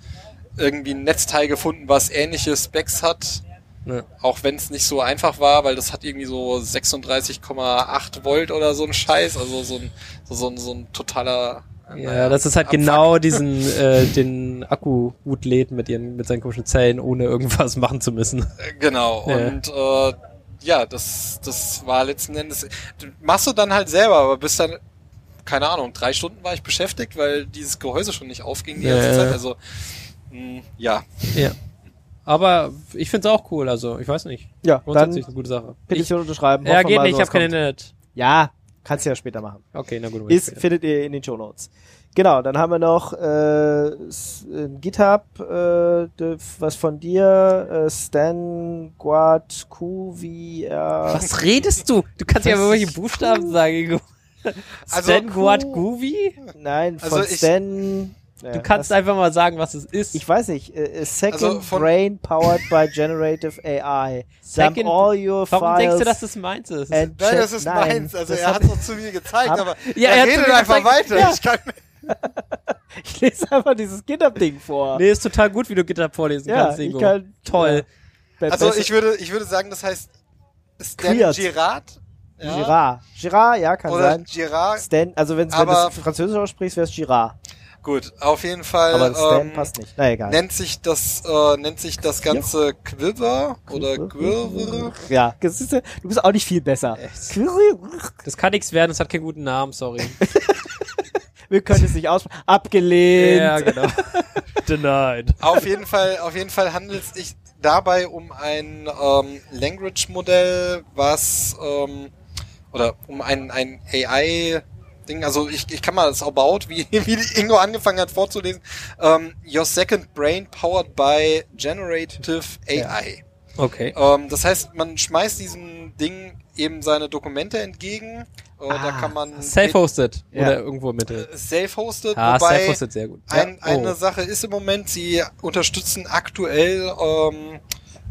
[SPEAKER 4] irgendwie ein Netzteil gefunden, was ähnliche Specs hat.
[SPEAKER 3] Ja.
[SPEAKER 4] Auch wenn es nicht so einfach war, weil das hat irgendwie so 36,8 Volt oder so ein Scheiß, also so ein, so, so ein, so ein totaler.
[SPEAKER 3] Ja, das ist halt
[SPEAKER 4] Abfuck.
[SPEAKER 3] genau diesen, äh, den Akku gut lädt mit ihren, mit seinen komischen Zellen, ohne irgendwas machen zu müssen.
[SPEAKER 4] Äh, Genau.
[SPEAKER 3] Ja.
[SPEAKER 4] Und äh, ja, das, das war letzten Endes. du Machst du dann halt selber, aber bist dann, keine Ahnung, drei Stunden war ich beschäftigt, weil dieses Gehäuse schon nicht aufging die
[SPEAKER 3] Ja,
[SPEAKER 4] ganze
[SPEAKER 3] ja.
[SPEAKER 4] Zeit. Also mh, ja.
[SPEAKER 3] Ja. Aber ich find's auch cool, also ich weiß nicht.
[SPEAKER 2] Ja,
[SPEAKER 3] Grundsätzlich
[SPEAKER 2] dann
[SPEAKER 3] eine gute Sache. Ich,
[SPEAKER 2] Petition unterschreiben.
[SPEAKER 3] ja,
[SPEAKER 2] hoffen wir
[SPEAKER 3] geht
[SPEAKER 2] mal,
[SPEAKER 3] nicht, ich
[SPEAKER 2] sowas
[SPEAKER 3] habe kein
[SPEAKER 2] kommt.
[SPEAKER 3] Internet.
[SPEAKER 2] Ja, kannst du ja später machen.
[SPEAKER 3] Okay, na gut.
[SPEAKER 2] Ist, findet ihr in den Shownotes. Genau, dann haben wir noch äh, s- äh, GitHub, äh, d- was von dir, äh, Stan Guad QVR.
[SPEAKER 3] Was redest du? Du kannst ja
[SPEAKER 2] Was?
[SPEAKER 3] aber welche Buchstaben sagen.
[SPEAKER 4] Also,
[SPEAKER 3] Also, Stan Guad Govi?
[SPEAKER 2] Nein, von
[SPEAKER 4] Also ich-
[SPEAKER 2] Stan.
[SPEAKER 3] Du kannst einfach mal sagen, was es ist.
[SPEAKER 2] Ich weiß nicht. äh, äh, second
[SPEAKER 4] Also von-
[SPEAKER 2] Brain powered by generative AI. Dump
[SPEAKER 3] Second-
[SPEAKER 2] all your
[SPEAKER 3] Warum
[SPEAKER 2] files.
[SPEAKER 3] denkst du, dass das meins ist?
[SPEAKER 2] and
[SPEAKER 4] Nein,
[SPEAKER 2] check-
[SPEAKER 4] das ist
[SPEAKER 2] Nein,
[SPEAKER 4] meins. Also
[SPEAKER 2] das
[SPEAKER 4] er
[SPEAKER 2] hab-
[SPEAKER 4] hat es auch zu mir gezeigt,
[SPEAKER 2] Hab-
[SPEAKER 4] aber
[SPEAKER 3] Ja, er
[SPEAKER 4] er
[SPEAKER 3] hat's
[SPEAKER 4] redet
[SPEAKER 3] mir
[SPEAKER 4] einfach
[SPEAKER 3] gezeigt.
[SPEAKER 4] weiter.
[SPEAKER 2] Ja.
[SPEAKER 4] Ich kann,
[SPEAKER 2] ich lese einfach dieses GitHub-Ding vor.
[SPEAKER 3] Nee, ist total gut, wie du GitHub vorlesen
[SPEAKER 2] Ja,
[SPEAKER 3] kannst,
[SPEAKER 2] ich
[SPEAKER 3] Ingo.
[SPEAKER 2] kann-
[SPEAKER 3] Toll.
[SPEAKER 2] Bei
[SPEAKER 4] also
[SPEAKER 2] besser-
[SPEAKER 4] ich würde, ich würde sagen, das heißt Stan
[SPEAKER 2] Queert.
[SPEAKER 4] Girard. Ja.
[SPEAKER 2] Girard. Girard, ja, kann
[SPEAKER 4] Oder
[SPEAKER 2] sein.
[SPEAKER 4] Girard.
[SPEAKER 2] Stan, also wenn's- wenn du
[SPEAKER 4] Aber-
[SPEAKER 2] es Französisch aussprichst, wäre es Girard.
[SPEAKER 4] Gut, auf jeden Fall.
[SPEAKER 2] Aber Stan
[SPEAKER 4] ähm,
[SPEAKER 2] passt nicht. Na egal.
[SPEAKER 4] Nennt sich das, äh, nennt sich das ganze Quiver oder Quirr.
[SPEAKER 2] Ja, das ist, du bist auch nicht viel besser.
[SPEAKER 3] Das kann nichts werden, es hat keinen guten Namen, sorry.
[SPEAKER 2] Wir können es nicht aussprechen. Abgelehnt.
[SPEAKER 3] ja, genau. Denied.
[SPEAKER 4] Auf jeden Fall, auf jeden Fall handelt es sich dabei um ein ähm, Language-Modell, was ähm, oder um ein, ein AI Ding, also ich, ich kann mal das about, wie, wie die Ingo angefangen hat vorzulesen. Ähm, Your second brain powered by generative AI.
[SPEAKER 3] Okay.
[SPEAKER 4] Ähm, das heißt, man schmeißt diesem Ding eben seine Dokumente entgegen. Äh, da kann man
[SPEAKER 3] Self-hosted
[SPEAKER 2] Ja.
[SPEAKER 3] oder irgendwo im Mittel.
[SPEAKER 4] self-hosted,
[SPEAKER 3] Ah,
[SPEAKER 4] wobei
[SPEAKER 3] Self-hosted, sehr gut.
[SPEAKER 4] ein,
[SPEAKER 3] Ja.
[SPEAKER 4] eine
[SPEAKER 3] oh.
[SPEAKER 4] Sache ist im Moment, sie unterstützen aktuell ähm,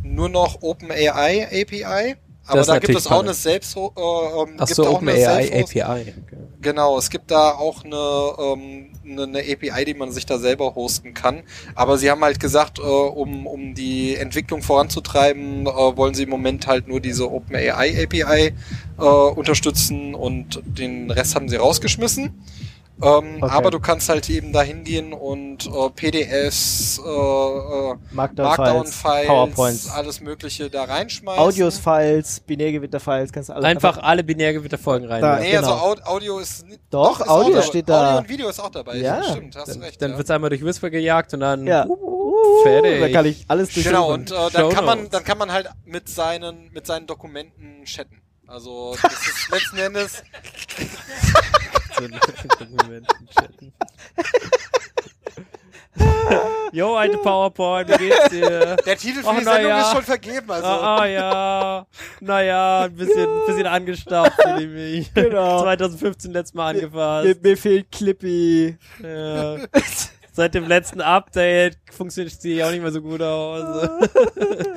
[SPEAKER 4] nur noch OpenAI API. Aber
[SPEAKER 3] Das ist
[SPEAKER 4] da gibt
[SPEAKER 3] natürlich
[SPEAKER 4] es auch eine
[SPEAKER 3] spannend.
[SPEAKER 4] selbst äh, ähm,
[SPEAKER 3] Ach
[SPEAKER 4] gibt
[SPEAKER 3] so,
[SPEAKER 4] auch eine
[SPEAKER 3] OpenAI
[SPEAKER 4] Self-Host-
[SPEAKER 3] API. Okay.
[SPEAKER 4] Genau, es gibt da auch eine, ähm, eine, eine API, die man sich da selber hosten kann. Aber sie haben halt gesagt, äh, um, um die Entwicklung voranzutreiben, äh, wollen sie im Moment halt nur diese OpenAI API äh, unterstützen und den Rest haben sie rausgeschmissen. Ähm, Aber du kannst halt eben da hingehen und äh, PDFs, äh, äh,
[SPEAKER 2] Markdown-Files,
[SPEAKER 4] Markdown-Files,
[SPEAKER 2] PowerPoints,
[SPEAKER 4] alles Mögliche da reinschmeißen.
[SPEAKER 2] Audios-Files, Binärgewitter-Files, kannst du alles
[SPEAKER 3] Einfach alle Binärgewitterfolgen rein.
[SPEAKER 2] Da-
[SPEAKER 3] ja.
[SPEAKER 4] Nee,
[SPEAKER 2] genau.
[SPEAKER 4] also Au- Audio ist ni-
[SPEAKER 2] Doch,
[SPEAKER 4] ist
[SPEAKER 2] Audio
[SPEAKER 4] auch dabei.
[SPEAKER 2] steht da.
[SPEAKER 4] Audio und Video ist auch dabei.
[SPEAKER 2] Ja.
[SPEAKER 4] Stimmt, hast
[SPEAKER 3] Dann,
[SPEAKER 4] recht.
[SPEAKER 3] dann
[SPEAKER 4] ja.
[SPEAKER 3] wird's einmal durch Whisper gejagt und dann
[SPEAKER 2] Ja.
[SPEAKER 3] fertig.
[SPEAKER 2] Da kann ich alles durch.
[SPEAKER 4] Genau, und äh, dann
[SPEAKER 3] Show
[SPEAKER 4] kann man
[SPEAKER 3] Notes.
[SPEAKER 4] dann kann man halt mit seinen mit seinen Dokumenten chatten. Also das ist letzten Endes
[SPEAKER 3] Jo, alte PowerPoint, wie geht's dir?
[SPEAKER 4] der Titel für
[SPEAKER 3] Ach,
[SPEAKER 4] die
[SPEAKER 3] Oh, na
[SPEAKER 4] Sendung
[SPEAKER 3] ja.
[SPEAKER 4] ist schon vergeben, also
[SPEAKER 3] Ah, ah ja, naja, ein bisschen, ein bisschen angestaubt bin ich mich.
[SPEAKER 2] Genau.
[SPEAKER 3] 2015 letztes Mal
[SPEAKER 2] Mir,
[SPEAKER 3] angefasst.
[SPEAKER 2] mir fehlt Clippy.
[SPEAKER 3] Ja. Seit dem letzten Update funktioniert sie auch nicht mehr so gut aus.
[SPEAKER 4] Ah.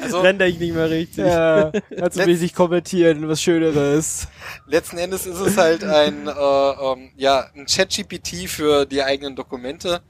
[SPEAKER 4] Also-
[SPEAKER 3] Render ich nicht mehr richtig.
[SPEAKER 2] Ja, kannst du
[SPEAKER 4] Letz-
[SPEAKER 2] mich nicht kommentieren, was Schöneres.
[SPEAKER 4] letzten Endes ist es halt ein äh, ähm, ja, ein ChatGPT für die eigenen Dokumente,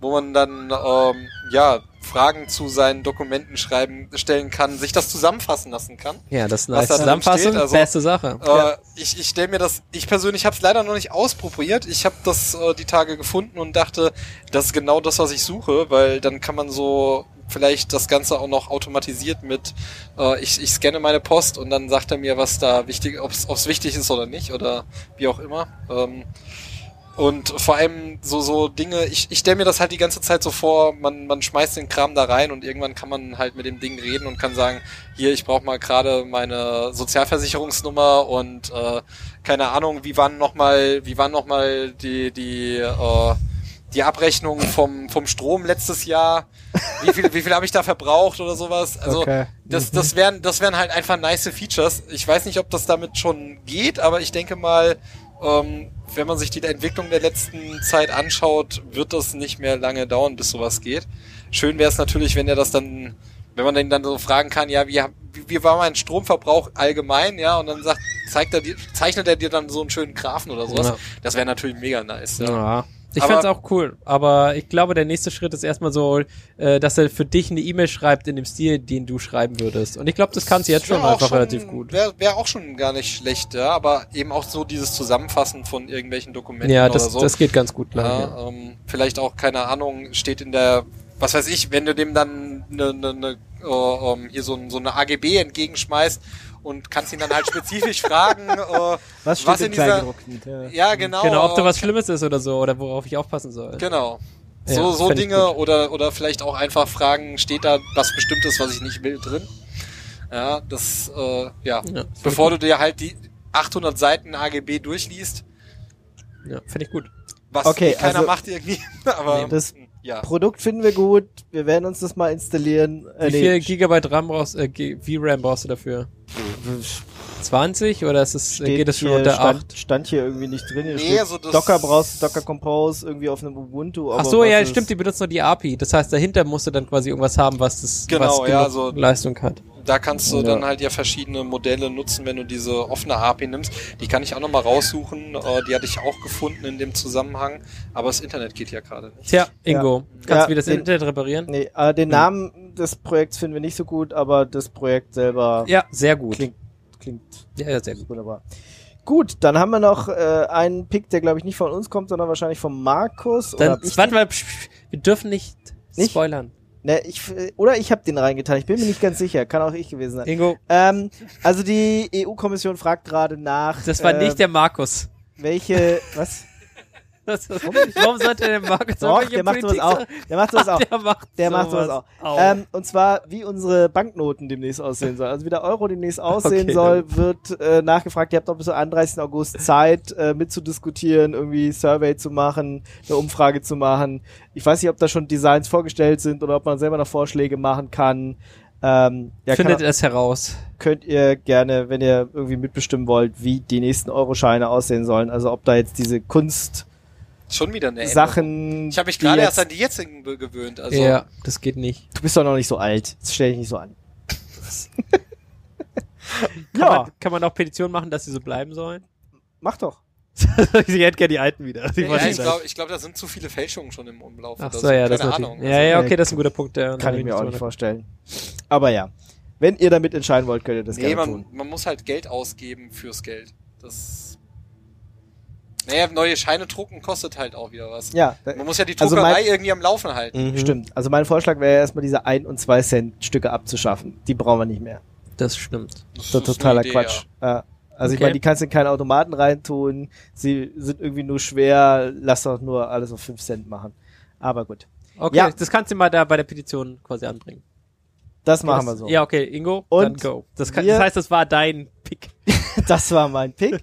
[SPEAKER 4] wo man dann ähm, ja Fragen zu seinen Dokumenten schreiben stellen kann, sich das zusammenfassen lassen kann.
[SPEAKER 3] Ja, das ist
[SPEAKER 4] eine Was da drin Zusammenfassung, steht, also- beste
[SPEAKER 3] Sache.
[SPEAKER 4] Äh, Ich, ich stelle mir das, ich persönlich habe es leider noch nicht ausprobiert. Ich habe das äh, die Tage gefunden und dachte, das ist genau das, was ich suche, weil dann kann man so vielleicht das Ganze auch noch automatisiert mit, äh, ich, ich scanne meine Post und dann sagt er mir, was da wichtig, ob es wichtig ist oder nicht oder wie auch immer. Ähm, und vor allem so so Dinge, ich, ich stelle mir das halt die ganze Zeit so vor, man, man schmeißt den Kram da rein und irgendwann kann man halt mit dem Ding reden und kann sagen, hier, ich brauche mal gerade meine Sozialversicherungsnummer und äh, keine Ahnung, wie waren nochmal, wie waren nochmal die, die, äh, die Abrechnung vom, vom Strom letztes Jahr? Wie viel, wie viel habe ich da verbraucht oder sowas? Also
[SPEAKER 2] Okay.
[SPEAKER 4] das, das wären, das wären halt einfach nice Features. Ich weiß nicht, ob das damit schon geht, aber ich denke mal, ähm, wenn man sich die Entwicklung der letzten Zeit anschaut, wird das nicht mehr lange dauern, bis sowas geht. Schön wäre es natürlich, wenn er das dann, wenn man den dann so fragen kann, ja, wie, hab- wie- wie war mein Stromverbrauch allgemein, ja, und dann sagt, zeigt er dir, zeichnet er dir dann so einen schönen Grafen oder sowas.
[SPEAKER 3] Ja.
[SPEAKER 4] Das wäre natürlich mega nice. Ja.
[SPEAKER 3] Ja. Ich
[SPEAKER 4] Aber-
[SPEAKER 3] fand's auch cool, aber ich glaube, der nächste Schritt ist erstmal so, äh, dass er für dich eine E-Mail schreibt in dem Stil, den du schreiben würdest. Und ich glaube, das kannst du jetzt schon
[SPEAKER 4] Wär auch
[SPEAKER 3] einfach relativ gut.
[SPEAKER 4] Wäre wär auch schon gar nicht schlecht, ja, aber eben auch so dieses Zusammenfassen von irgendwelchen Dokumenten
[SPEAKER 3] Ja,
[SPEAKER 4] oder
[SPEAKER 3] das,
[SPEAKER 4] so.
[SPEAKER 3] das geht ganz gut. klar, ja.
[SPEAKER 4] ja, ähm, vielleicht auch, keine Ahnung, steht in der, was weiß ich, wenn du dem dann ne, ne, ne, äh, ähm, hier so, ein- so eine AGB entgegenschmeißt und kannst ihn dann halt spezifisch fragen, äh,
[SPEAKER 5] Was steht
[SPEAKER 4] Was in
[SPEAKER 5] im
[SPEAKER 4] dieser-
[SPEAKER 5] Kleingedruckten? Ja.
[SPEAKER 4] ja genau,
[SPEAKER 3] Genau, ob da
[SPEAKER 4] äh,
[SPEAKER 3] was Schlimmes ist oder so, oder worauf ich aufpassen soll.
[SPEAKER 4] Genau.
[SPEAKER 3] Ja,
[SPEAKER 4] so so
[SPEAKER 3] fänd ich
[SPEAKER 4] Dinge
[SPEAKER 3] gut.
[SPEAKER 4] oder oder vielleicht auch einfach fragen, steht da was Bestimmtes, was ich nicht will drin? Ja, das äh, ja.
[SPEAKER 3] Ja,
[SPEAKER 4] Bevor du dir halt die 800 Seiten AGB durchliest,
[SPEAKER 3] Ja, finde ich gut.
[SPEAKER 4] was
[SPEAKER 2] Okay,
[SPEAKER 4] eh keiner
[SPEAKER 2] also-
[SPEAKER 4] macht irgendwie, aber
[SPEAKER 2] Das
[SPEAKER 4] ja.
[SPEAKER 2] Produkt finden wir gut. Wir werden uns das mal installieren. Äh,
[SPEAKER 3] Wie viel
[SPEAKER 2] nee,
[SPEAKER 3] Gigabyte RAM brauchst, äh, G- VRAM brauchst du dafür? 20 oder ist es,
[SPEAKER 2] steht
[SPEAKER 3] geht es schon
[SPEAKER 2] hier,
[SPEAKER 3] unter
[SPEAKER 2] stand,
[SPEAKER 3] 8?
[SPEAKER 2] Stand hier irgendwie nicht drin. Hier
[SPEAKER 4] Nee,
[SPEAKER 2] steht,
[SPEAKER 4] also das-
[SPEAKER 2] Docker brauchst du Docker Compose irgendwie auf einem Ubuntu.
[SPEAKER 3] Ach
[SPEAKER 2] aber
[SPEAKER 3] so,
[SPEAKER 2] was
[SPEAKER 3] ja,
[SPEAKER 2] ist-
[SPEAKER 3] stimmt, die benutzen nur die API. Das heißt, dahinter musst du dann quasi irgendwas haben, was das was
[SPEAKER 4] Genau,
[SPEAKER 3] genug
[SPEAKER 4] ja, so-
[SPEAKER 3] Leistung hat.
[SPEAKER 4] Da kannst du
[SPEAKER 2] Ja.
[SPEAKER 4] dann halt ja verschiedene Modelle nutzen, wenn du diese offene API nimmst. Die kann ich auch nochmal raussuchen. Äh, die hatte ich auch gefunden in dem Zusammenhang. Aber das Internet geht ja gerade nicht.
[SPEAKER 3] Tja, Ingo, kannst
[SPEAKER 2] Ja,
[SPEAKER 3] du wieder das
[SPEAKER 2] den-
[SPEAKER 3] Internet reparieren?
[SPEAKER 2] Nee, äh,
[SPEAKER 3] Hm.
[SPEAKER 2] den Namen des Projekts finden wir nicht so gut, aber das Projekt selber
[SPEAKER 3] Ja, sehr gut.
[SPEAKER 2] klingt, klingt
[SPEAKER 3] Ja, ja, sehr gut.
[SPEAKER 2] wunderbar. Gut, dann haben wir noch äh, einen Pick, der glaube ich nicht von uns kommt, sondern wahrscheinlich von Markus.
[SPEAKER 3] Dann,
[SPEAKER 2] oder ich,
[SPEAKER 3] warte mal, psch, psch, wir dürfen nicht,
[SPEAKER 2] Nicht?
[SPEAKER 3] spoilern.
[SPEAKER 2] ne, ich, oder ich habe den reingetan, ich bin mir nicht ganz sicher, kann auch ich gewesen sein.
[SPEAKER 3] Ingo,
[SPEAKER 2] Ähm, also die EU-Kommission fragt gerade nach,
[SPEAKER 3] das war
[SPEAKER 2] äh,
[SPEAKER 3] nicht der Markus.
[SPEAKER 2] welche, was?
[SPEAKER 3] Das, warum sollte der Markus
[SPEAKER 2] Doch,
[SPEAKER 3] irgendwelche
[SPEAKER 2] der macht sowas
[SPEAKER 3] Politik-
[SPEAKER 2] auch. Der macht sowas auch.
[SPEAKER 3] Der macht,
[SPEAKER 2] Der macht sowas auch. Ähm, und zwar, wie unsere Banknoten demnächst aussehen soll. Also wie der Euro demnächst aussehen
[SPEAKER 3] Okay.
[SPEAKER 2] soll, wird äh, nachgefragt. Ihr habt noch bis zum 31. August Zeit, äh, mitzudiskutieren, irgendwie Survey zu machen, eine Umfrage zu machen. Ich weiß nicht, ob da schon Designs vorgestellt sind oder ob man selber noch Vorschläge machen kann. Ähm, ja,
[SPEAKER 3] Findet
[SPEAKER 2] kann,
[SPEAKER 3] es heraus.
[SPEAKER 2] könnt ihr gerne, wenn ihr irgendwie mitbestimmen wollt, wie die nächsten Euroscheine aussehen sollen. Also ob da jetzt diese Kunstsachen...
[SPEAKER 4] Schon wieder eine Änderung. Äh, Ich habe mich
[SPEAKER 2] die
[SPEAKER 4] gerade
[SPEAKER 2] jetzt-
[SPEAKER 4] erst an die jetzigen be- gewöhnt. Also
[SPEAKER 3] Ja, das geht nicht.
[SPEAKER 2] Du bist doch noch nicht so alt. Jetzt stell dich nicht so an.
[SPEAKER 3] Kann,
[SPEAKER 2] ja,
[SPEAKER 3] man, kann man auch Petitionen machen, dass sie so bleiben sollen?
[SPEAKER 2] mach doch.
[SPEAKER 3] sie hätten gerne die alten wieder. Die
[SPEAKER 4] Ja,
[SPEAKER 3] wollen
[SPEAKER 4] ich
[SPEAKER 3] das.
[SPEAKER 4] glaube, ich glaub, da sind zu viele Fälschungen schon im Umlauf.
[SPEAKER 3] Ach
[SPEAKER 4] oder
[SPEAKER 3] so, ja, das
[SPEAKER 4] Keine
[SPEAKER 3] ist
[SPEAKER 4] Ahnung.
[SPEAKER 3] natürlich. Ja, ja,
[SPEAKER 2] Also,
[SPEAKER 3] okay, das ist ein guter Punkt. Der,
[SPEAKER 2] Kann ich mir auch
[SPEAKER 3] so-
[SPEAKER 2] nicht vorstellen. Aber ja, wenn ihr damit entscheiden wollt, könnt ihr das
[SPEAKER 4] nee,
[SPEAKER 2] gerne
[SPEAKER 4] man,
[SPEAKER 2] tun.
[SPEAKER 4] man muss halt Geld ausgeben fürs Geld. Das. Naja, neue Scheine drucken kostet halt auch wieder was.
[SPEAKER 2] Ja, da-
[SPEAKER 4] Man muss ja die
[SPEAKER 2] Also
[SPEAKER 4] Druckerei
[SPEAKER 2] mein-
[SPEAKER 4] irgendwie am Laufen halten.
[SPEAKER 2] stimmt. Also mein Vorschlag wäre ja erstmal diese 1 und 2 Cent Stücke abzuschaffen. Die brauchen wir nicht mehr.
[SPEAKER 3] Das stimmt.
[SPEAKER 4] Das
[SPEAKER 2] Das ist
[SPEAKER 4] ist
[SPEAKER 2] totaler
[SPEAKER 4] eine Idee,
[SPEAKER 2] Quatsch. Ja. Also ich
[SPEAKER 3] Okay.
[SPEAKER 2] meine, die kannst du in keinen Automaten reintun. Sie sind irgendwie nur schwer. Lass doch nur alles auf 5 Cent machen. Aber gut,
[SPEAKER 3] Okay,
[SPEAKER 2] Ja.
[SPEAKER 3] das kannst du mal da bei der Petition quasi anbringen.
[SPEAKER 2] das machen
[SPEAKER 3] das,
[SPEAKER 2] wir so.
[SPEAKER 3] Ja, okay, Ingo, dann
[SPEAKER 2] Und
[SPEAKER 3] go. Das, kann,
[SPEAKER 2] wir-
[SPEAKER 3] das heißt, das war dein Pick.
[SPEAKER 2] Das war mein Pick.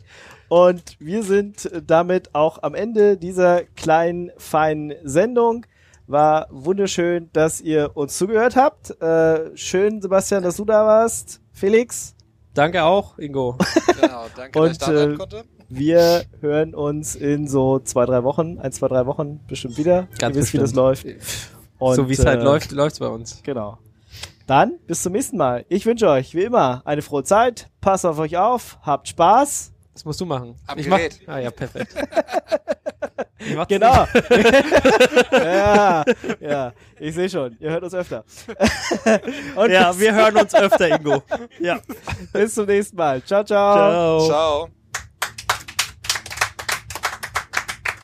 [SPEAKER 2] Und wir sind damit auch am Ende dieser kleinen, feinen Sendung. War wunderschön, dass ihr uns zugehört habt. Äh, schön, Sebastian, dass du da warst. Felix,
[SPEAKER 3] Danke auch, Ingo.
[SPEAKER 4] ja. Genau, danke, dass ich
[SPEAKER 2] Und,
[SPEAKER 4] da rein
[SPEAKER 2] äh,
[SPEAKER 4] konnte.
[SPEAKER 2] wir hören uns in so zwei, drei Wochen, ein, zwei, drei Wochen bestimmt wieder.
[SPEAKER 3] Ganz
[SPEAKER 2] ihr wisst, wie
[SPEAKER 3] bestimmt.
[SPEAKER 2] das läuft. Und,
[SPEAKER 3] so wie es halt
[SPEAKER 2] äh,
[SPEAKER 3] läuft, läuft's bei uns.
[SPEAKER 2] Genau. Dann bis zum nächsten Mal. Ich wünsche euch wie immer eine frohe Zeit. Passt auf euch auf, habt Spaß.
[SPEAKER 3] Das musst du machen.
[SPEAKER 4] Am
[SPEAKER 3] ich mach,
[SPEAKER 4] Gerät.
[SPEAKER 3] ah ja, perfekt. Ich mach's
[SPEAKER 2] Genau. ja, ja, ich sehe schon. Ihr hört uns öfter. Und
[SPEAKER 3] Ja, wir hören uns öfter, Ingo. Ja.
[SPEAKER 2] bis zum nächsten Mal. Ciao, ciao.
[SPEAKER 3] Ciao.
[SPEAKER 4] Ciao.